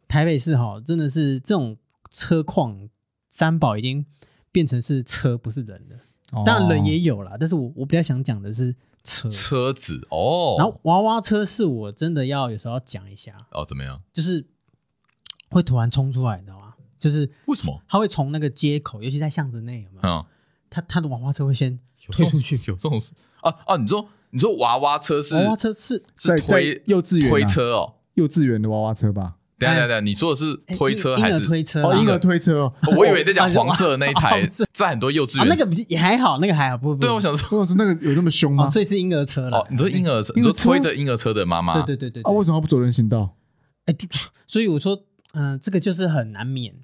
[SPEAKER 2] 台北市哈，真的是这种车况，三宝已经变成是车不是人了。
[SPEAKER 1] 哦
[SPEAKER 2] 当然人也有啦，但是我我比较想讲的是车。
[SPEAKER 3] 车子哦，
[SPEAKER 2] 嗯然后娃娃车是我真的要有时候要讲一下，
[SPEAKER 3] 哦怎么样？
[SPEAKER 2] 就是会突然冲出来，你知道吗？就是
[SPEAKER 3] 为什么？
[SPEAKER 2] 它会从那个街口，尤其在巷子内，有没有？
[SPEAKER 3] 嗯，
[SPEAKER 2] 它它的娃娃车会先
[SPEAKER 3] 有这
[SPEAKER 2] 推
[SPEAKER 3] 种
[SPEAKER 2] 出去，
[SPEAKER 3] 有这种事啊啊！你说你说娃娃车是
[SPEAKER 2] 娃娃车是
[SPEAKER 1] 在
[SPEAKER 3] 是推
[SPEAKER 1] 在幼稚园啊
[SPEAKER 3] 推车哦？
[SPEAKER 1] 幼稚园的娃娃车吧？
[SPEAKER 3] 等一下
[SPEAKER 2] 哎
[SPEAKER 3] 等一下等一下，你说的是
[SPEAKER 2] 哎
[SPEAKER 3] 推车
[SPEAKER 2] 婴
[SPEAKER 3] 还
[SPEAKER 2] 婴
[SPEAKER 3] 是
[SPEAKER 2] 儿？推车啦？
[SPEAKER 1] 哦，婴儿推车哦，
[SPEAKER 3] 我以为你在讲
[SPEAKER 2] 哦
[SPEAKER 3] 黄色那一台
[SPEAKER 2] 黄色，
[SPEAKER 3] 在很多幼稚
[SPEAKER 2] 啊，
[SPEAKER 3] 园
[SPEAKER 2] 那个比也还好，那个还好，不不不
[SPEAKER 3] 对，啊我想说
[SPEAKER 1] 我想说那个有那么凶吗
[SPEAKER 2] 哦，？所以是婴儿车了。
[SPEAKER 3] 哦，你说婴儿车，你
[SPEAKER 1] 婴儿
[SPEAKER 3] 说
[SPEAKER 1] 车
[SPEAKER 3] 推着婴儿车的妈妈，
[SPEAKER 2] 对对对对
[SPEAKER 1] 啊，
[SPEAKER 2] 对
[SPEAKER 1] 为什么不走人行道？
[SPEAKER 2] 哎，就所以我说，嗯，这个就是很难免，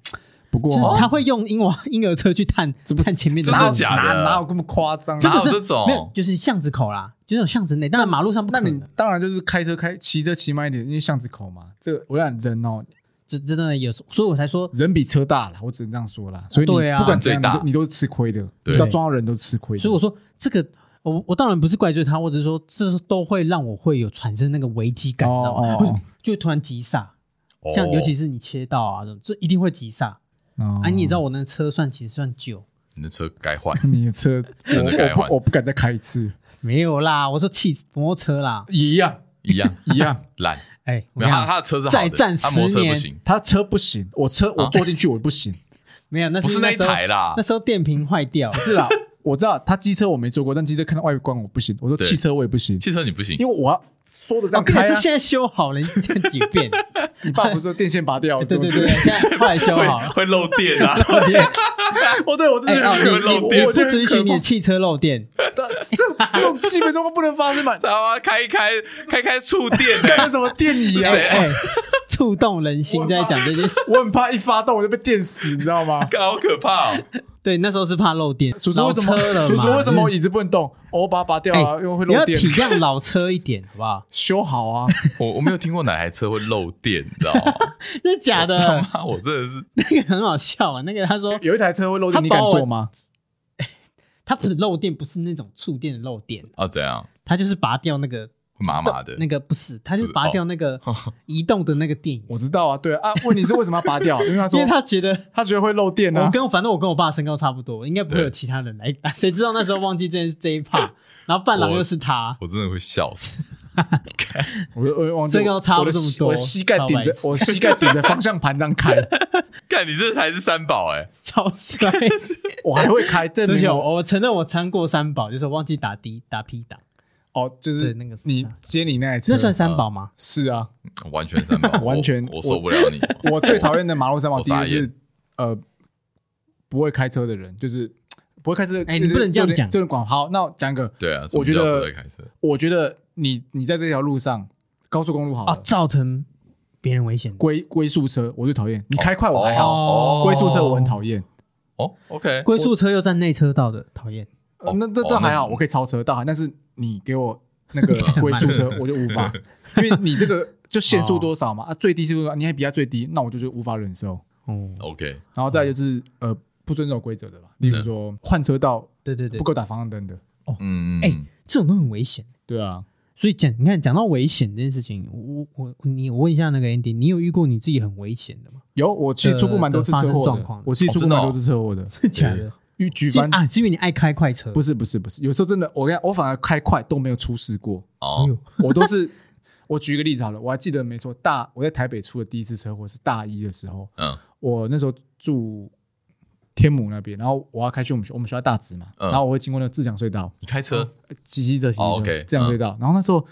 [SPEAKER 1] 不
[SPEAKER 2] 就
[SPEAKER 1] 过
[SPEAKER 2] 是
[SPEAKER 1] 哦
[SPEAKER 2] 他会用婴娃婴儿车去探
[SPEAKER 1] 这不
[SPEAKER 2] 探前面的
[SPEAKER 3] 真
[SPEAKER 2] 路，
[SPEAKER 3] 的假的
[SPEAKER 1] 哪哪有这么夸张啊？
[SPEAKER 3] 哪有
[SPEAKER 2] 这
[SPEAKER 3] 这种
[SPEAKER 2] 没有，就是巷子口啦，就是巷子内，当然马路上不
[SPEAKER 1] 那
[SPEAKER 2] 可
[SPEAKER 1] 你
[SPEAKER 2] 能，
[SPEAKER 1] 当然就是开车开骑车骑慢一点，因为巷子口嘛。这个我想人哦，
[SPEAKER 2] 这真的有，所以我才说，
[SPEAKER 1] 人比车大了，我只能这样说啦。所以你
[SPEAKER 2] 对啊
[SPEAKER 1] 不管怎
[SPEAKER 3] 人
[SPEAKER 1] 样，
[SPEAKER 3] 最
[SPEAKER 1] 你
[SPEAKER 3] 大
[SPEAKER 1] 都你都是吃亏的，
[SPEAKER 3] 对
[SPEAKER 1] 你只要撞到人都是吃亏的。
[SPEAKER 2] 所以我说这个。我我当然不是怪罪他，我只是说这都会让我会有产生那个危机感，你知道吗？
[SPEAKER 1] 哦哦哦
[SPEAKER 2] 为什么就会突然急刹，
[SPEAKER 3] 哦
[SPEAKER 2] 像尤其是你切到啊，这种这一定会急刹。
[SPEAKER 1] 哦
[SPEAKER 2] 哎，你也知道我那车算其实算旧，
[SPEAKER 3] 你的车该换
[SPEAKER 1] 你的车，
[SPEAKER 3] 真的该
[SPEAKER 1] 我我
[SPEAKER 3] 换
[SPEAKER 1] 不我不敢再开一次，
[SPEAKER 2] 没有啦，我说汽摩托车啦，
[SPEAKER 1] 一 样
[SPEAKER 3] 一 样
[SPEAKER 1] 一样。
[SPEAKER 3] 烂，
[SPEAKER 2] 哎，我
[SPEAKER 3] 没有
[SPEAKER 2] 跟你
[SPEAKER 3] 他
[SPEAKER 2] 讲
[SPEAKER 3] 他的车是好
[SPEAKER 2] 再
[SPEAKER 3] 的，
[SPEAKER 2] 战
[SPEAKER 3] 他摩托
[SPEAKER 2] 十
[SPEAKER 3] 车不
[SPEAKER 2] 年
[SPEAKER 3] 行，
[SPEAKER 1] 他车不行，我
[SPEAKER 2] 啊
[SPEAKER 1] 车我坐进去我不行。
[SPEAKER 2] 没有，那
[SPEAKER 3] 不是那一
[SPEAKER 2] 时候
[SPEAKER 3] 台
[SPEAKER 1] 啊
[SPEAKER 3] 啦
[SPEAKER 2] 那，时候电瓶 坏掉，
[SPEAKER 1] 是 啊，我知道他机车我没坐过，但机车看到外观我不行。我说
[SPEAKER 3] 对
[SPEAKER 1] 汽车我也不行，
[SPEAKER 3] 汽车你不行，
[SPEAKER 1] 因为我要说的这
[SPEAKER 2] 我
[SPEAKER 1] 样
[SPEAKER 2] 跟你
[SPEAKER 1] 开
[SPEAKER 2] 说
[SPEAKER 1] 啊。
[SPEAKER 2] 现在修好了，你讲几遍？ 哦
[SPEAKER 1] 你爸不是说电线拔掉？
[SPEAKER 2] 对对
[SPEAKER 1] 怎么
[SPEAKER 2] 对，现在后来修
[SPEAKER 3] 会
[SPEAKER 2] 好了。
[SPEAKER 3] 会漏电 啊，
[SPEAKER 1] 哦，对， 我真
[SPEAKER 2] 哎，
[SPEAKER 1] 的
[SPEAKER 2] 哦
[SPEAKER 1] 觉得
[SPEAKER 3] 会
[SPEAKER 1] 很可
[SPEAKER 3] 漏
[SPEAKER 2] 你
[SPEAKER 3] 电
[SPEAKER 2] 你
[SPEAKER 1] 我
[SPEAKER 2] 不
[SPEAKER 1] 觉得很
[SPEAKER 2] 准许
[SPEAKER 1] 可
[SPEAKER 2] 你
[SPEAKER 1] 怕
[SPEAKER 2] 的汽车漏电，
[SPEAKER 1] 这这种基本都不能发生 吧？
[SPEAKER 3] 他妈开一开开一开触 电欸
[SPEAKER 1] 干
[SPEAKER 3] 的
[SPEAKER 1] 的，什么电椅啊？
[SPEAKER 3] 对？
[SPEAKER 2] 哎，触动人心，在讲这件事。
[SPEAKER 1] 我很怕一发动我就被电死，你知道吗
[SPEAKER 3] 好可怕哦！
[SPEAKER 2] 对，那时候是怕漏电，
[SPEAKER 1] 叔叔
[SPEAKER 2] 老
[SPEAKER 1] 为什么
[SPEAKER 2] 车了？
[SPEAKER 1] 叔叔为什么？椅子不能动？哦我把它拔掉
[SPEAKER 2] 哎
[SPEAKER 1] 啊，因为会
[SPEAKER 2] 你
[SPEAKER 1] 漏
[SPEAKER 2] 要
[SPEAKER 1] 电。
[SPEAKER 2] 体谅老车一点，好不 好？
[SPEAKER 1] 修好啊，
[SPEAKER 3] 我我没有听过哪台车会漏电，你知道吗？
[SPEAKER 2] 真的假的？
[SPEAKER 3] 他妈，我真的是
[SPEAKER 2] 那个很好笑啊！那个他说
[SPEAKER 1] 有一台车会漏电，
[SPEAKER 2] 他
[SPEAKER 1] 你敢
[SPEAKER 2] 把我
[SPEAKER 1] 坐吗？
[SPEAKER 2] 他不是漏电，不是那种触电的漏电，
[SPEAKER 3] 啊，怎样？
[SPEAKER 2] 他就是拔掉那个
[SPEAKER 3] 会麻麻的
[SPEAKER 2] 那个不是，他就是
[SPEAKER 3] 不是
[SPEAKER 2] 拔
[SPEAKER 3] 哦
[SPEAKER 2] 掉那 个移动的那个电源，
[SPEAKER 1] 我知道啊，对啊。啊问题是为什么要拔 掉？因为他
[SPEAKER 2] 因
[SPEAKER 1] 说
[SPEAKER 2] 为他觉得
[SPEAKER 1] 他觉得会漏电
[SPEAKER 2] 我
[SPEAKER 1] 啊。
[SPEAKER 2] 跟反正我跟我爸身高差不多，应该不会有其他人来打。 谁知道那时候忘记这 件这一 part，然后伴郎又是他，
[SPEAKER 3] 我真的会笑死。
[SPEAKER 1] 我我忘记
[SPEAKER 2] 身高差不
[SPEAKER 1] 我的
[SPEAKER 2] 这么
[SPEAKER 1] 膝
[SPEAKER 2] 多
[SPEAKER 1] 我膝盖顶着
[SPEAKER 2] 超白痴
[SPEAKER 1] 我膝盖顶着方向盘这样 开，
[SPEAKER 3] 看你这才是三宝哎，
[SPEAKER 2] 超 帅。
[SPEAKER 1] 我还会开，证
[SPEAKER 2] 对不起，
[SPEAKER 1] 明我
[SPEAKER 2] 我我承认我参过三宝，就是我忘记打低打 P 档，
[SPEAKER 1] 哦，就
[SPEAKER 2] 对
[SPEAKER 1] 是
[SPEAKER 2] 那个是
[SPEAKER 1] 你
[SPEAKER 2] 啊
[SPEAKER 1] 接你那台车
[SPEAKER 2] 那算三宝吗？
[SPEAKER 1] 是啊。
[SPEAKER 3] 完全三 宝，
[SPEAKER 1] 完全
[SPEAKER 3] 我我受不了你。
[SPEAKER 1] 我最讨厌的马路三宝
[SPEAKER 3] 我
[SPEAKER 1] 第一
[SPEAKER 3] 傻
[SPEAKER 1] 个
[SPEAKER 3] 眼
[SPEAKER 1] 是呃不会开车的人，就是不会开车。
[SPEAKER 2] 哎你不能这样讲
[SPEAKER 1] 这种广好，那我讲一个，
[SPEAKER 3] 对啊，
[SPEAKER 1] 我觉得
[SPEAKER 3] 什么叫不会开车，
[SPEAKER 1] 我觉得你你在这条路上，高速公路好
[SPEAKER 2] 啊，
[SPEAKER 1] 了，
[SPEAKER 2] 造成别人危险。
[SPEAKER 1] 龟龟速车我最讨厌，你开快我还好，
[SPEAKER 3] 哦
[SPEAKER 1] 龟速车我很讨厌。
[SPEAKER 3] 哦，OK，
[SPEAKER 2] 龟速车又占内车道的，讨厌。
[SPEAKER 1] 呃
[SPEAKER 3] 哦
[SPEAKER 1] 那这
[SPEAKER 3] 哦
[SPEAKER 1] 这还好，
[SPEAKER 3] 那
[SPEAKER 1] 我可以超车，倒还，但是你给我那 个龟速车，我就无 法，因为你这个就限速多少嘛，啊，最低限速多少你还比他最低，那我就就无法忍受。
[SPEAKER 2] 哦，
[SPEAKER 3] OK，
[SPEAKER 1] 然后再来就是呃不遵守规则的吧，例如说换车道
[SPEAKER 2] 对对对
[SPEAKER 1] 不，够打方向灯的，
[SPEAKER 3] 嗯，
[SPEAKER 2] 哎这种都很危险。
[SPEAKER 1] 对啊，
[SPEAKER 2] 所以讲，你看讲到危险这件事情，我我我你我问一下那个 Andy，你有遇过你自己很危险的吗？
[SPEAKER 1] 有我其实出过蛮多次车
[SPEAKER 2] 的发生
[SPEAKER 1] 祸
[SPEAKER 2] 状
[SPEAKER 1] 的
[SPEAKER 2] 况，
[SPEAKER 1] 啊我其实出过蛮多次车祸的，哦
[SPEAKER 2] 真的假的？
[SPEAKER 1] 因为举
[SPEAKER 2] 是
[SPEAKER 1] 凡
[SPEAKER 2] 啊，是因为你爱开快车。
[SPEAKER 1] 不是不是不是，有时候真的我跟你讲我反而开快都没有出事过，
[SPEAKER 2] 哎
[SPEAKER 3] 哦
[SPEAKER 2] 呦，
[SPEAKER 1] 我都是我举一个例子好了，我还记得没错，大我在台北出的第一次车祸是大一的时候，
[SPEAKER 3] 嗯
[SPEAKER 1] 我那时候住天母那边，然后我要开去我们学我们学校大直嘛，
[SPEAKER 3] 嗯
[SPEAKER 1] 然后我会经过那个自强隧道，呃
[SPEAKER 3] 你开车
[SPEAKER 1] 骑机车骑机
[SPEAKER 3] 哦
[SPEAKER 1] 车
[SPEAKER 3] ，OK，
[SPEAKER 1] 自强隧道，然后那时候。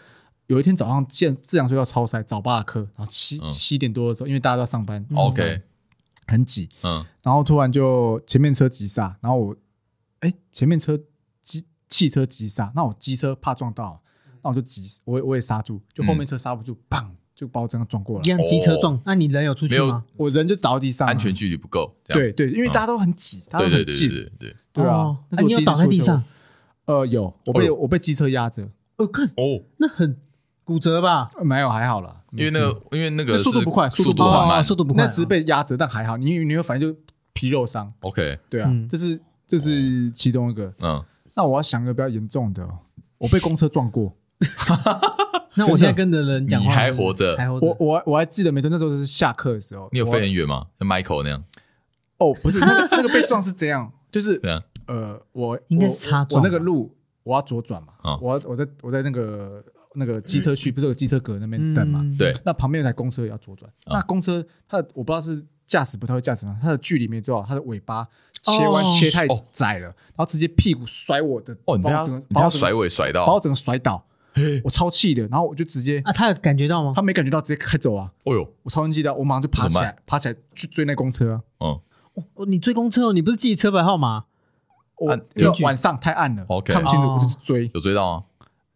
[SPEAKER 1] 有一天早上，见自强隧道超塞，早八的课，然后七
[SPEAKER 3] 嗯
[SPEAKER 1] 七点多的时候，因为大家都要上班超塞
[SPEAKER 3] ，OK，
[SPEAKER 1] 很挤，
[SPEAKER 3] 嗯，
[SPEAKER 1] 然后突然就前面车急刹，然后我，哎，前面车机汽车急刹，那我机车怕撞到，那我就急，我也我也刹住，
[SPEAKER 3] 嗯
[SPEAKER 1] 就后面车刹不住，砰、就把我这样撞过
[SPEAKER 2] 一
[SPEAKER 1] 来，
[SPEAKER 2] 样机车撞，那你人哦有出
[SPEAKER 3] 没
[SPEAKER 2] 去
[SPEAKER 3] 有
[SPEAKER 2] 吗？
[SPEAKER 1] 我人就倒在地上啊、
[SPEAKER 3] 安全距离不够，这样
[SPEAKER 1] 对对，因为
[SPEAKER 3] 嗯
[SPEAKER 1] 大家都很挤，大家
[SPEAKER 3] 对
[SPEAKER 1] 都
[SPEAKER 3] 对
[SPEAKER 1] 很
[SPEAKER 3] 对
[SPEAKER 1] 近，
[SPEAKER 3] 对对对，
[SPEAKER 1] 对啊
[SPEAKER 2] 哦，
[SPEAKER 1] 那是我
[SPEAKER 2] 你有
[SPEAKER 1] 第一次
[SPEAKER 2] 倒在
[SPEAKER 1] 出
[SPEAKER 2] 地
[SPEAKER 1] 车
[SPEAKER 2] 上？
[SPEAKER 1] 呃，有我被、
[SPEAKER 3] 哎呦
[SPEAKER 1] 我被机车压着，
[SPEAKER 2] 我看
[SPEAKER 3] 哦，
[SPEAKER 2] 那很骨折吧？
[SPEAKER 1] 呃没有还好啦，
[SPEAKER 3] 因为那
[SPEAKER 1] 没事
[SPEAKER 3] 个因为那个
[SPEAKER 1] 那速度
[SPEAKER 3] 是
[SPEAKER 1] 不快
[SPEAKER 3] 速
[SPEAKER 1] 速度不
[SPEAKER 3] 很
[SPEAKER 1] 快
[SPEAKER 3] 慢
[SPEAKER 2] 哦，速度不快，
[SPEAKER 1] 那只是被压着，但还好，你你有反正就皮肉伤，
[SPEAKER 3] OK，
[SPEAKER 1] 对啊，
[SPEAKER 2] 嗯
[SPEAKER 1] 这是这是其中一个，
[SPEAKER 3] 嗯，
[SPEAKER 1] 那我要想个比较严重的哦，我被公车撞过。
[SPEAKER 2] 那我现在跟着人讲话，
[SPEAKER 3] 你还活着
[SPEAKER 2] 还活
[SPEAKER 1] 我
[SPEAKER 2] 着。
[SPEAKER 1] 我我还记得没错，那时候是下课的时候。
[SPEAKER 3] 你有
[SPEAKER 1] 我
[SPEAKER 3] 飞很远吗？像 Michael 那样，
[SPEAKER 1] 哦，不是那个那个被撞是这样，就是
[SPEAKER 3] 对啊，
[SPEAKER 1] 呃，我
[SPEAKER 2] 应该
[SPEAKER 1] 我
[SPEAKER 2] 是擦
[SPEAKER 1] 我我
[SPEAKER 2] 撞
[SPEAKER 1] 那个
[SPEAKER 2] 吧
[SPEAKER 1] 路我要左转嘛，
[SPEAKER 3] 嗯
[SPEAKER 1] 我要我在我在那个那个机车区不是有机车格那边等嘛，
[SPEAKER 2] 嗯
[SPEAKER 3] 对，
[SPEAKER 1] 那旁边有台公车也要左转，
[SPEAKER 3] 嗯
[SPEAKER 1] 那公车它的我不知道是驾驶不太会驾驶嘛，它的距离没做好，它的尾巴切弯
[SPEAKER 2] 哦
[SPEAKER 1] 切太
[SPEAKER 3] 哦
[SPEAKER 1] 窄了，然后直接屁股甩我的，
[SPEAKER 3] 哦，你被
[SPEAKER 1] 把
[SPEAKER 3] 他
[SPEAKER 1] 我整个
[SPEAKER 3] 你被
[SPEAKER 1] 把
[SPEAKER 3] 他
[SPEAKER 1] 我整个
[SPEAKER 3] 甩尾甩
[SPEAKER 1] 把我
[SPEAKER 3] 到，
[SPEAKER 1] 整个甩倒，我超气的，然后我就直接
[SPEAKER 2] 啊，他有感觉到吗
[SPEAKER 1] 他？没感觉到，直接开走啊，
[SPEAKER 3] 哦呦，
[SPEAKER 1] 我超生气的，我马上就爬起
[SPEAKER 3] 怎么
[SPEAKER 1] 来，爬起来去追那公车啊，
[SPEAKER 3] 嗯，
[SPEAKER 2] 哦你追公车哦，你不是记车牌号码？
[SPEAKER 1] 我
[SPEAKER 3] 啊
[SPEAKER 1] 就
[SPEAKER 3] 进去
[SPEAKER 1] 晚上太暗了
[SPEAKER 3] OK
[SPEAKER 1] 看不清楚，
[SPEAKER 2] 哦
[SPEAKER 1] 我就追，
[SPEAKER 3] 有追到啊吗？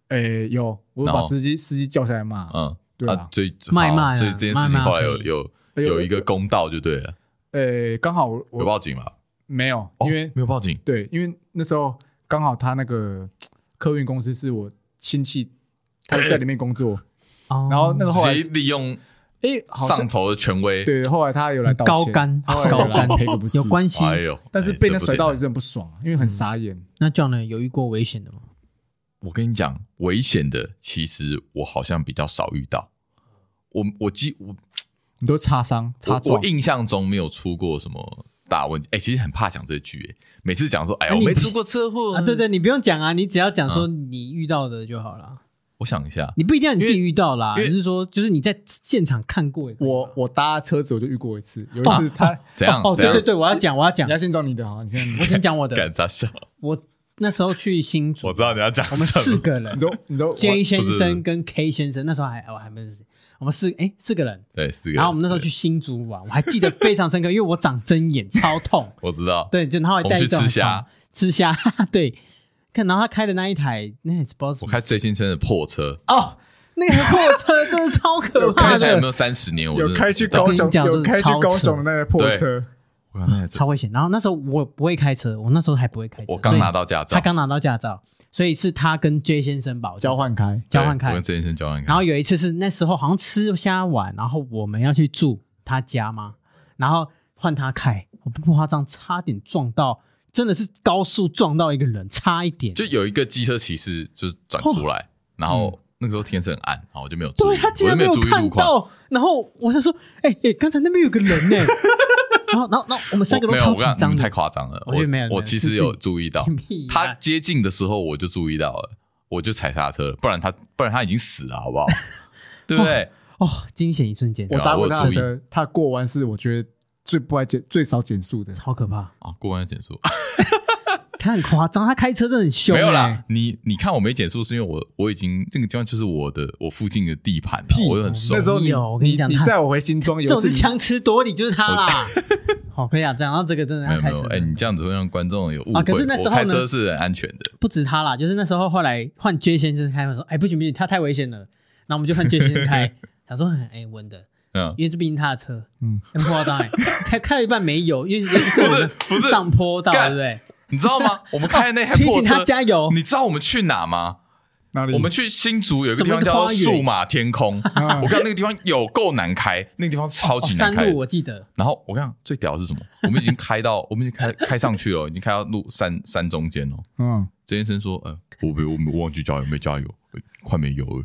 [SPEAKER 1] 诶，哎有，我
[SPEAKER 3] 然后
[SPEAKER 1] 把司机司机叫下来骂，
[SPEAKER 3] 嗯，
[SPEAKER 1] 对啊
[SPEAKER 3] 啊，所以
[SPEAKER 2] 卖
[SPEAKER 3] 好
[SPEAKER 2] 卖啊
[SPEAKER 3] 所以这件事
[SPEAKER 2] 卖
[SPEAKER 3] 情
[SPEAKER 2] 卖
[SPEAKER 3] 后来
[SPEAKER 2] 可
[SPEAKER 3] 有
[SPEAKER 2] 以
[SPEAKER 3] 有
[SPEAKER 1] 哎有
[SPEAKER 3] 有一个公道就对了，
[SPEAKER 1] 诶，哎刚好我
[SPEAKER 3] 有
[SPEAKER 1] 我
[SPEAKER 3] 报警吗？
[SPEAKER 1] 没有，
[SPEAKER 3] 哦
[SPEAKER 1] 因为
[SPEAKER 3] 没有报警，
[SPEAKER 1] 对，因为那时候刚好他那个客运公司是我亲戚，他在里面工作，
[SPEAKER 2] 哦，
[SPEAKER 1] 然后那个后来
[SPEAKER 3] 直接利用
[SPEAKER 1] 诶，好像
[SPEAKER 3] 上头的权威，
[SPEAKER 1] 对，后来他有来道
[SPEAKER 2] 高
[SPEAKER 1] 歉，
[SPEAKER 2] 干
[SPEAKER 1] 后来有
[SPEAKER 2] 高
[SPEAKER 1] 来
[SPEAKER 2] 干
[SPEAKER 1] 赔个不是
[SPEAKER 2] 有，关系。
[SPEAKER 3] 哎呦，
[SPEAKER 1] 但是
[SPEAKER 3] 哎
[SPEAKER 1] 被那甩，
[SPEAKER 3] 这
[SPEAKER 1] 到
[SPEAKER 3] 不简单
[SPEAKER 1] 也是很不嗯爽，啊因为很傻眼，
[SPEAKER 2] 那 John 呢？有遇过危险的吗？
[SPEAKER 3] 我跟你讲，危险的其实我好像比较少遇到，我我记我
[SPEAKER 1] 你都擦伤擦
[SPEAKER 3] 我
[SPEAKER 1] 撞
[SPEAKER 3] 我，印象中没有出过什么大问题。哎、其实很怕讲这句、哎，每次讲说，哎呀，
[SPEAKER 2] 啊
[SPEAKER 3] 我
[SPEAKER 2] 你
[SPEAKER 3] 没出过车
[SPEAKER 1] 呃
[SPEAKER 3] 祸
[SPEAKER 2] 啊，对，对，你不用讲啊，你只要讲说你遇到的就好了。
[SPEAKER 3] 我想一下，
[SPEAKER 2] 你不一定要你自己遇到啦，
[SPEAKER 3] 嗯因为
[SPEAKER 2] 你是说就是你在现场看过也可以
[SPEAKER 1] 我我搭车子我就遇过一次，有一次他，
[SPEAKER 3] 怎样？
[SPEAKER 2] 哦，
[SPEAKER 3] 怎
[SPEAKER 2] 对
[SPEAKER 3] 样？
[SPEAKER 2] 对对，我要讲，我要讲
[SPEAKER 1] 你要，先讲你的哈，你先
[SPEAKER 2] 我先讲我的。
[SPEAKER 3] 干啥笑？
[SPEAKER 2] 我那时候去新竹，
[SPEAKER 3] 我知道你要讲
[SPEAKER 2] 我们
[SPEAKER 3] 什
[SPEAKER 2] 四
[SPEAKER 3] 么。
[SPEAKER 2] 个 人
[SPEAKER 1] 你说你 说我
[SPEAKER 2] ，J 先
[SPEAKER 3] 不是
[SPEAKER 2] 生跟 K 先生，那时候还我还没认识，我们四哎四个人，
[SPEAKER 3] 对，四个人。
[SPEAKER 2] 然后我们那时候去
[SPEAKER 3] 对，
[SPEAKER 2] 新竹玩，我还记得非常深刻，因为我长针眼超痛，
[SPEAKER 3] 我知道。
[SPEAKER 2] 对，就然后还
[SPEAKER 3] 我们
[SPEAKER 2] 带
[SPEAKER 3] 去
[SPEAKER 2] 一种
[SPEAKER 3] 吃虾，
[SPEAKER 2] 吃虾， 哈哈对，看，然后他开的那一台，那也不知道什
[SPEAKER 3] 我
[SPEAKER 2] 么
[SPEAKER 3] 开 J 先生的破车，
[SPEAKER 2] 哦，那个货车真的超可
[SPEAKER 1] 有
[SPEAKER 2] 怕
[SPEAKER 3] 看起来有没
[SPEAKER 2] 的，
[SPEAKER 3] 有三十年？我真
[SPEAKER 1] 有
[SPEAKER 3] 的
[SPEAKER 1] 开
[SPEAKER 3] 不
[SPEAKER 1] 去
[SPEAKER 3] 知道
[SPEAKER 1] 高
[SPEAKER 2] 我跟
[SPEAKER 1] 雄
[SPEAKER 2] 你，讲
[SPEAKER 1] 有开去
[SPEAKER 2] 这是超
[SPEAKER 1] 高雄的
[SPEAKER 2] 扯
[SPEAKER 1] 那台破
[SPEAKER 3] 对
[SPEAKER 1] 车，
[SPEAKER 3] 我刚才
[SPEAKER 2] 超危险。然后那时候我不会开车，我那时候还不会开车，
[SPEAKER 3] 我刚
[SPEAKER 2] 所以
[SPEAKER 3] 拿到驾照，
[SPEAKER 2] 他刚拿到驾照，所以是他跟 J 先生吧我记得
[SPEAKER 1] 交换开，
[SPEAKER 2] 交换
[SPEAKER 3] 对我
[SPEAKER 2] 开
[SPEAKER 3] 跟，J 先生交换开，
[SPEAKER 2] 然后有一次是那时候好像吃虾丸，然后我们要去住他家嘛，然后换他开，我不夸张，差点撞到，真的是高速撞到一个人，差一点。
[SPEAKER 3] 就有一个机车骑士就是转出来，然后那个时候天色很暗，然后我就没有注
[SPEAKER 2] 哦嗯对
[SPEAKER 3] 意，
[SPEAKER 2] 他
[SPEAKER 3] 我
[SPEAKER 2] 竟
[SPEAKER 3] 就
[SPEAKER 2] 然
[SPEAKER 3] 没
[SPEAKER 2] 有
[SPEAKER 3] 注意
[SPEAKER 2] 看
[SPEAKER 3] 路况。
[SPEAKER 2] 到，然后我就说：“哎、哎，刚才那边有个人呢、 然后，然后，然后我们三个
[SPEAKER 3] 我哦没
[SPEAKER 2] 都
[SPEAKER 3] 有，
[SPEAKER 2] 超
[SPEAKER 3] 我
[SPEAKER 2] 紧
[SPEAKER 3] 跟你讲
[SPEAKER 2] 张
[SPEAKER 3] 你们
[SPEAKER 2] 的
[SPEAKER 3] 太。夸张了。
[SPEAKER 2] 我觉得没有没有
[SPEAKER 3] 我其实有注意到
[SPEAKER 2] 是自 己屁，呀
[SPEAKER 3] 他接近的时候我就注意到了，我就踩刹车了，不然他不然他已经死了， 好不好？对不对？
[SPEAKER 2] 哦，惊险一瞬间，
[SPEAKER 1] 我
[SPEAKER 3] 有啊
[SPEAKER 1] 搭
[SPEAKER 3] 我
[SPEAKER 1] 过
[SPEAKER 3] 有
[SPEAKER 1] 他的
[SPEAKER 3] 注意
[SPEAKER 1] 车，他过弯是我觉得最不爱减、最少减速的。
[SPEAKER 2] 超可怕。
[SPEAKER 3] 啊，过弯要 减速，
[SPEAKER 2] 他很夸张，他开车真的很凶、
[SPEAKER 3] 没有
[SPEAKER 2] 哎
[SPEAKER 3] 啦。你你看我没减速，是因为我我已经这个地方就是我的我附近的地盘了，我又很熟
[SPEAKER 1] 那。时候你
[SPEAKER 2] 有我跟你讲
[SPEAKER 1] 你
[SPEAKER 2] 他
[SPEAKER 1] 载我回新庄
[SPEAKER 2] 这
[SPEAKER 1] 有一
[SPEAKER 2] 种
[SPEAKER 1] 次
[SPEAKER 2] 是
[SPEAKER 1] 你，
[SPEAKER 2] 强词夺理，就是 他啦。好，可以啊，讲到这个真的
[SPEAKER 3] 没
[SPEAKER 2] 要
[SPEAKER 3] 有没
[SPEAKER 2] 开
[SPEAKER 3] 有
[SPEAKER 2] 车，，
[SPEAKER 3] 哎，你这样子会让观众有误
[SPEAKER 2] 啊可
[SPEAKER 3] 会。
[SPEAKER 2] 是那时候
[SPEAKER 3] 我开
[SPEAKER 2] 呢
[SPEAKER 3] 车是很安全的，
[SPEAKER 2] 不止他啦，就是那时候后来换 J 先生开，我说：“哎，不行不行，他太危险了。”然后我们就换 J 先 生开，想说：“哎，稳的，
[SPEAKER 3] 嗯，
[SPEAKER 2] 因为这毕竟他的车，
[SPEAKER 1] 嗯，
[SPEAKER 2] 很 夸张哎，开开到一半没油，因为因为是我们
[SPEAKER 3] 不是不是
[SPEAKER 2] 上坡道，对
[SPEAKER 3] 干
[SPEAKER 2] 不对？
[SPEAKER 3] 你知道 吗？我们开的那台
[SPEAKER 2] 提
[SPEAKER 3] 破
[SPEAKER 2] 醒他
[SPEAKER 3] 车，
[SPEAKER 2] 加油。嗯
[SPEAKER 3] 你知道我们去哪吗？
[SPEAKER 1] 哪里？
[SPEAKER 3] 我们去新竹有一个地方
[SPEAKER 2] 什么
[SPEAKER 3] 叫
[SPEAKER 2] 花园
[SPEAKER 3] 数码天空，
[SPEAKER 1] 啊
[SPEAKER 3] 我看那个地方有够难开，那个地方超
[SPEAKER 2] 哦，
[SPEAKER 3] 级难
[SPEAKER 2] 山
[SPEAKER 3] 开
[SPEAKER 2] 路。我记得，
[SPEAKER 3] 然后我跟你讲，最屌的是什么？我们已经开到， 我们已经开开上去了，已经开到路山山中间了。
[SPEAKER 1] 嗯，
[SPEAKER 3] 陈先生说：“呃，我没我没忘记加油，没加油，呃快没油了。”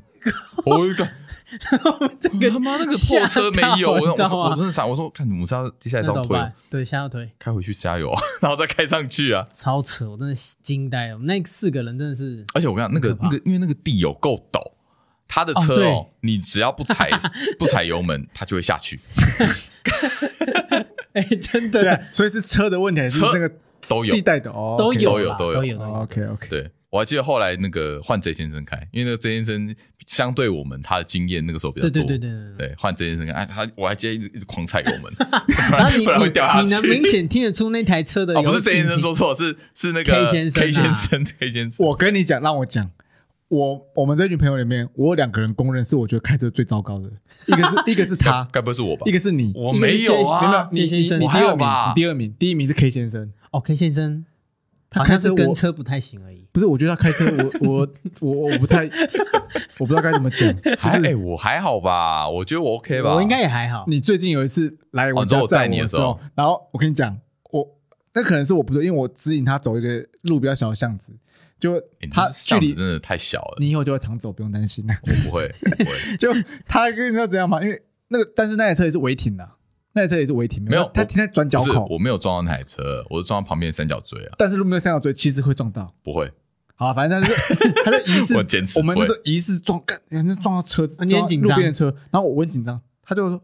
[SPEAKER 3] 我就干，
[SPEAKER 2] 我们这个
[SPEAKER 3] 他妈那个破车没油，我
[SPEAKER 2] 吓到你
[SPEAKER 3] 我
[SPEAKER 2] 知道
[SPEAKER 3] 说
[SPEAKER 2] 吗
[SPEAKER 3] 我真的傻，我说看我们是要接下来是
[SPEAKER 2] 那
[SPEAKER 3] 要
[SPEAKER 2] 怎么
[SPEAKER 3] 推
[SPEAKER 2] 办？对，下要推，
[SPEAKER 3] 开回去加油，啊 然后再开上去啊。
[SPEAKER 2] 超扯，我真的惊呆了。我们那四个人真的是，
[SPEAKER 3] 而且我跟你讲，那个
[SPEAKER 2] 很可
[SPEAKER 3] 那
[SPEAKER 2] 怕
[SPEAKER 3] 个，因为那个地有够陡，他的
[SPEAKER 2] 哦
[SPEAKER 3] 车
[SPEAKER 2] 对
[SPEAKER 3] 哦，你只要不 踩不踩油门，它就会下去。
[SPEAKER 2] 哎，真
[SPEAKER 1] 对
[SPEAKER 2] 的
[SPEAKER 1] 啊，所以是车的问题还是
[SPEAKER 3] 车
[SPEAKER 1] 那个
[SPEAKER 3] 都有
[SPEAKER 1] 地带的哦，
[SPEAKER 2] 都有
[SPEAKER 3] 都有
[SPEAKER 2] 啦
[SPEAKER 3] 都有啊
[SPEAKER 2] 都有都有
[SPEAKER 1] OK OK，
[SPEAKER 3] 对，我还记得后来那个换 J 先生开，因为那个 J 先生相对我们他的经验那个时候比较
[SPEAKER 2] 对
[SPEAKER 3] 多，
[SPEAKER 2] 对对对对对。
[SPEAKER 3] 对换 J 先生开，哎，他我还记得一直一直狂踩油 门，
[SPEAKER 2] 然后 你
[SPEAKER 3] 不然会掉下
[SPEAKER 2] 你能
[SPEAKER 3] 去
[SPEAKER 2] 明显听得出那台车的
[SPEAKER 3] 哦，不
[SPEAKER 2] 有
[SPEAKER 3] 是 J
[SPEAKER 2] 引
[SPEAKER 3] 先生
[SPEAKER 2] 擎
[SPEAKER 3] 说错，是是那个
[SPEAKER 2] K 先生啊
[SPEAKER 3] K 先生 K 先生，
[SPEAKER 1] 我跟你讲，让我讲，我我们这群朋友里面，我有两个人公认是我觉得开车最糟糕的，一个 是一个是 他，
[SPEAKER 3] 该不会是我吧
[SPEAKER 1] 一？个是你，
[SPEAKER 3] 我啊没有
[SPEAKER 1] 没有没有
[SPEAKER 3] 啊，
[SPEAKER 1] 你你
[SPEAKER 2] 先生
[SPEAKER 1] 你
[SPEAKER 3] 我
[SPEAKER 1] 第
[SPEAKER 3] 还
[SPEAKER 1] 二
[SPEAKER 3] 有
[SPEAKER 1] 名，
[SPEAKER 3] 吧
[SPEAKER 1] 你第二名，第一名是 K 先生，
[SPEAKER 2] 哦，K 先生，
[SPEAKER 1] 他
[SPEAKER 2] 好
[SPEAKER 1] 开
[SPEAKER 2] 像
[SPEAKER 1] 车
[SPEAKER 2] 是
[SPEAKER 1] 我
[SPEAKER 2] 跟车不太行而已。
[SPEAKER 1] 不是，我觉得他开车， 我我我我不太，我不知道该怎么讲，就
[SPEAKER 3] 还哎，
[SPEAKER 1] 是
[SPEAKER 3] 我还好吧，我觉得我 OK 吧，哎
[SPEAKER 2] 我应该也还好。
[SPEAKER 1] 你最近有一次来
[SPEAKER 3] 哦
[SPEAKER 1] 我
[SPEAKER 3] 你知道
[SPEAKER 1] 家
[SPEAKER 3] 我载
[SPEAKER 1] 载
[SPEAKER 3] 你
[SPEAKER 1] 我
[SPEAKER 3] 的
[SPEAKER 1] 的
[SPEAKER 3] 时
[SPEAKER 1] 时
[SPEAKER 3] 候
[SPEAKER 1] 候，然后我跟你讲，我那可能是我不对，因为我指引他走一个路比较小的巷子，就
[SPEAKER 3] 哎。
[SPEAKER 1] 他
[SPEAKER 3] 你这
[SPEAKER 1] 距
[SPEAKER 3] 巷子
[SPEAKER 1] 离
[SPEAKER 3] 真的太小了，
[SPEAKER 1] 你以后就会常走，不用担心啦。
[SPEAKER 3] 我不会，我不会。
[SPEAKER 1] 就他跟你知道怎样吗？因为那个，但是那台车也是违停的、那台车也是违停，
[SPEAKER 3] 没有
[SPEAKER 1] 它停在转角
[SPEAKER 3] 不是
[SPEAKER 1] 口，
[SPEAKER 3] 我没有撞到那台车，我是撞到旁边的三角锥啊，
[SPEAKER 1] 但是如果没有三角锥，其实会撞到。
[SPEAKER 3] 不会，
[SPEAKER 1] 好，啊反正他就是，他就疑 似，
[SPEAKER 3] 我坚持
[SPEAKER 1] 我们
[SPEAKER 3] 不
[SPEAKER 1] 那
[SPEAKER 3] 会
[SPEAKER 1] 时候疑似撞，干，人家撞到车子，
[SPEAKER 2] 啊你很
[SPEAKER 1] 撞到
[SPEAKER 2] 紧
[SPEAKER 1] 路
[SPEAKER 2] 张
[SPEAKER 1] 边的车，然后我很紧张，他就说，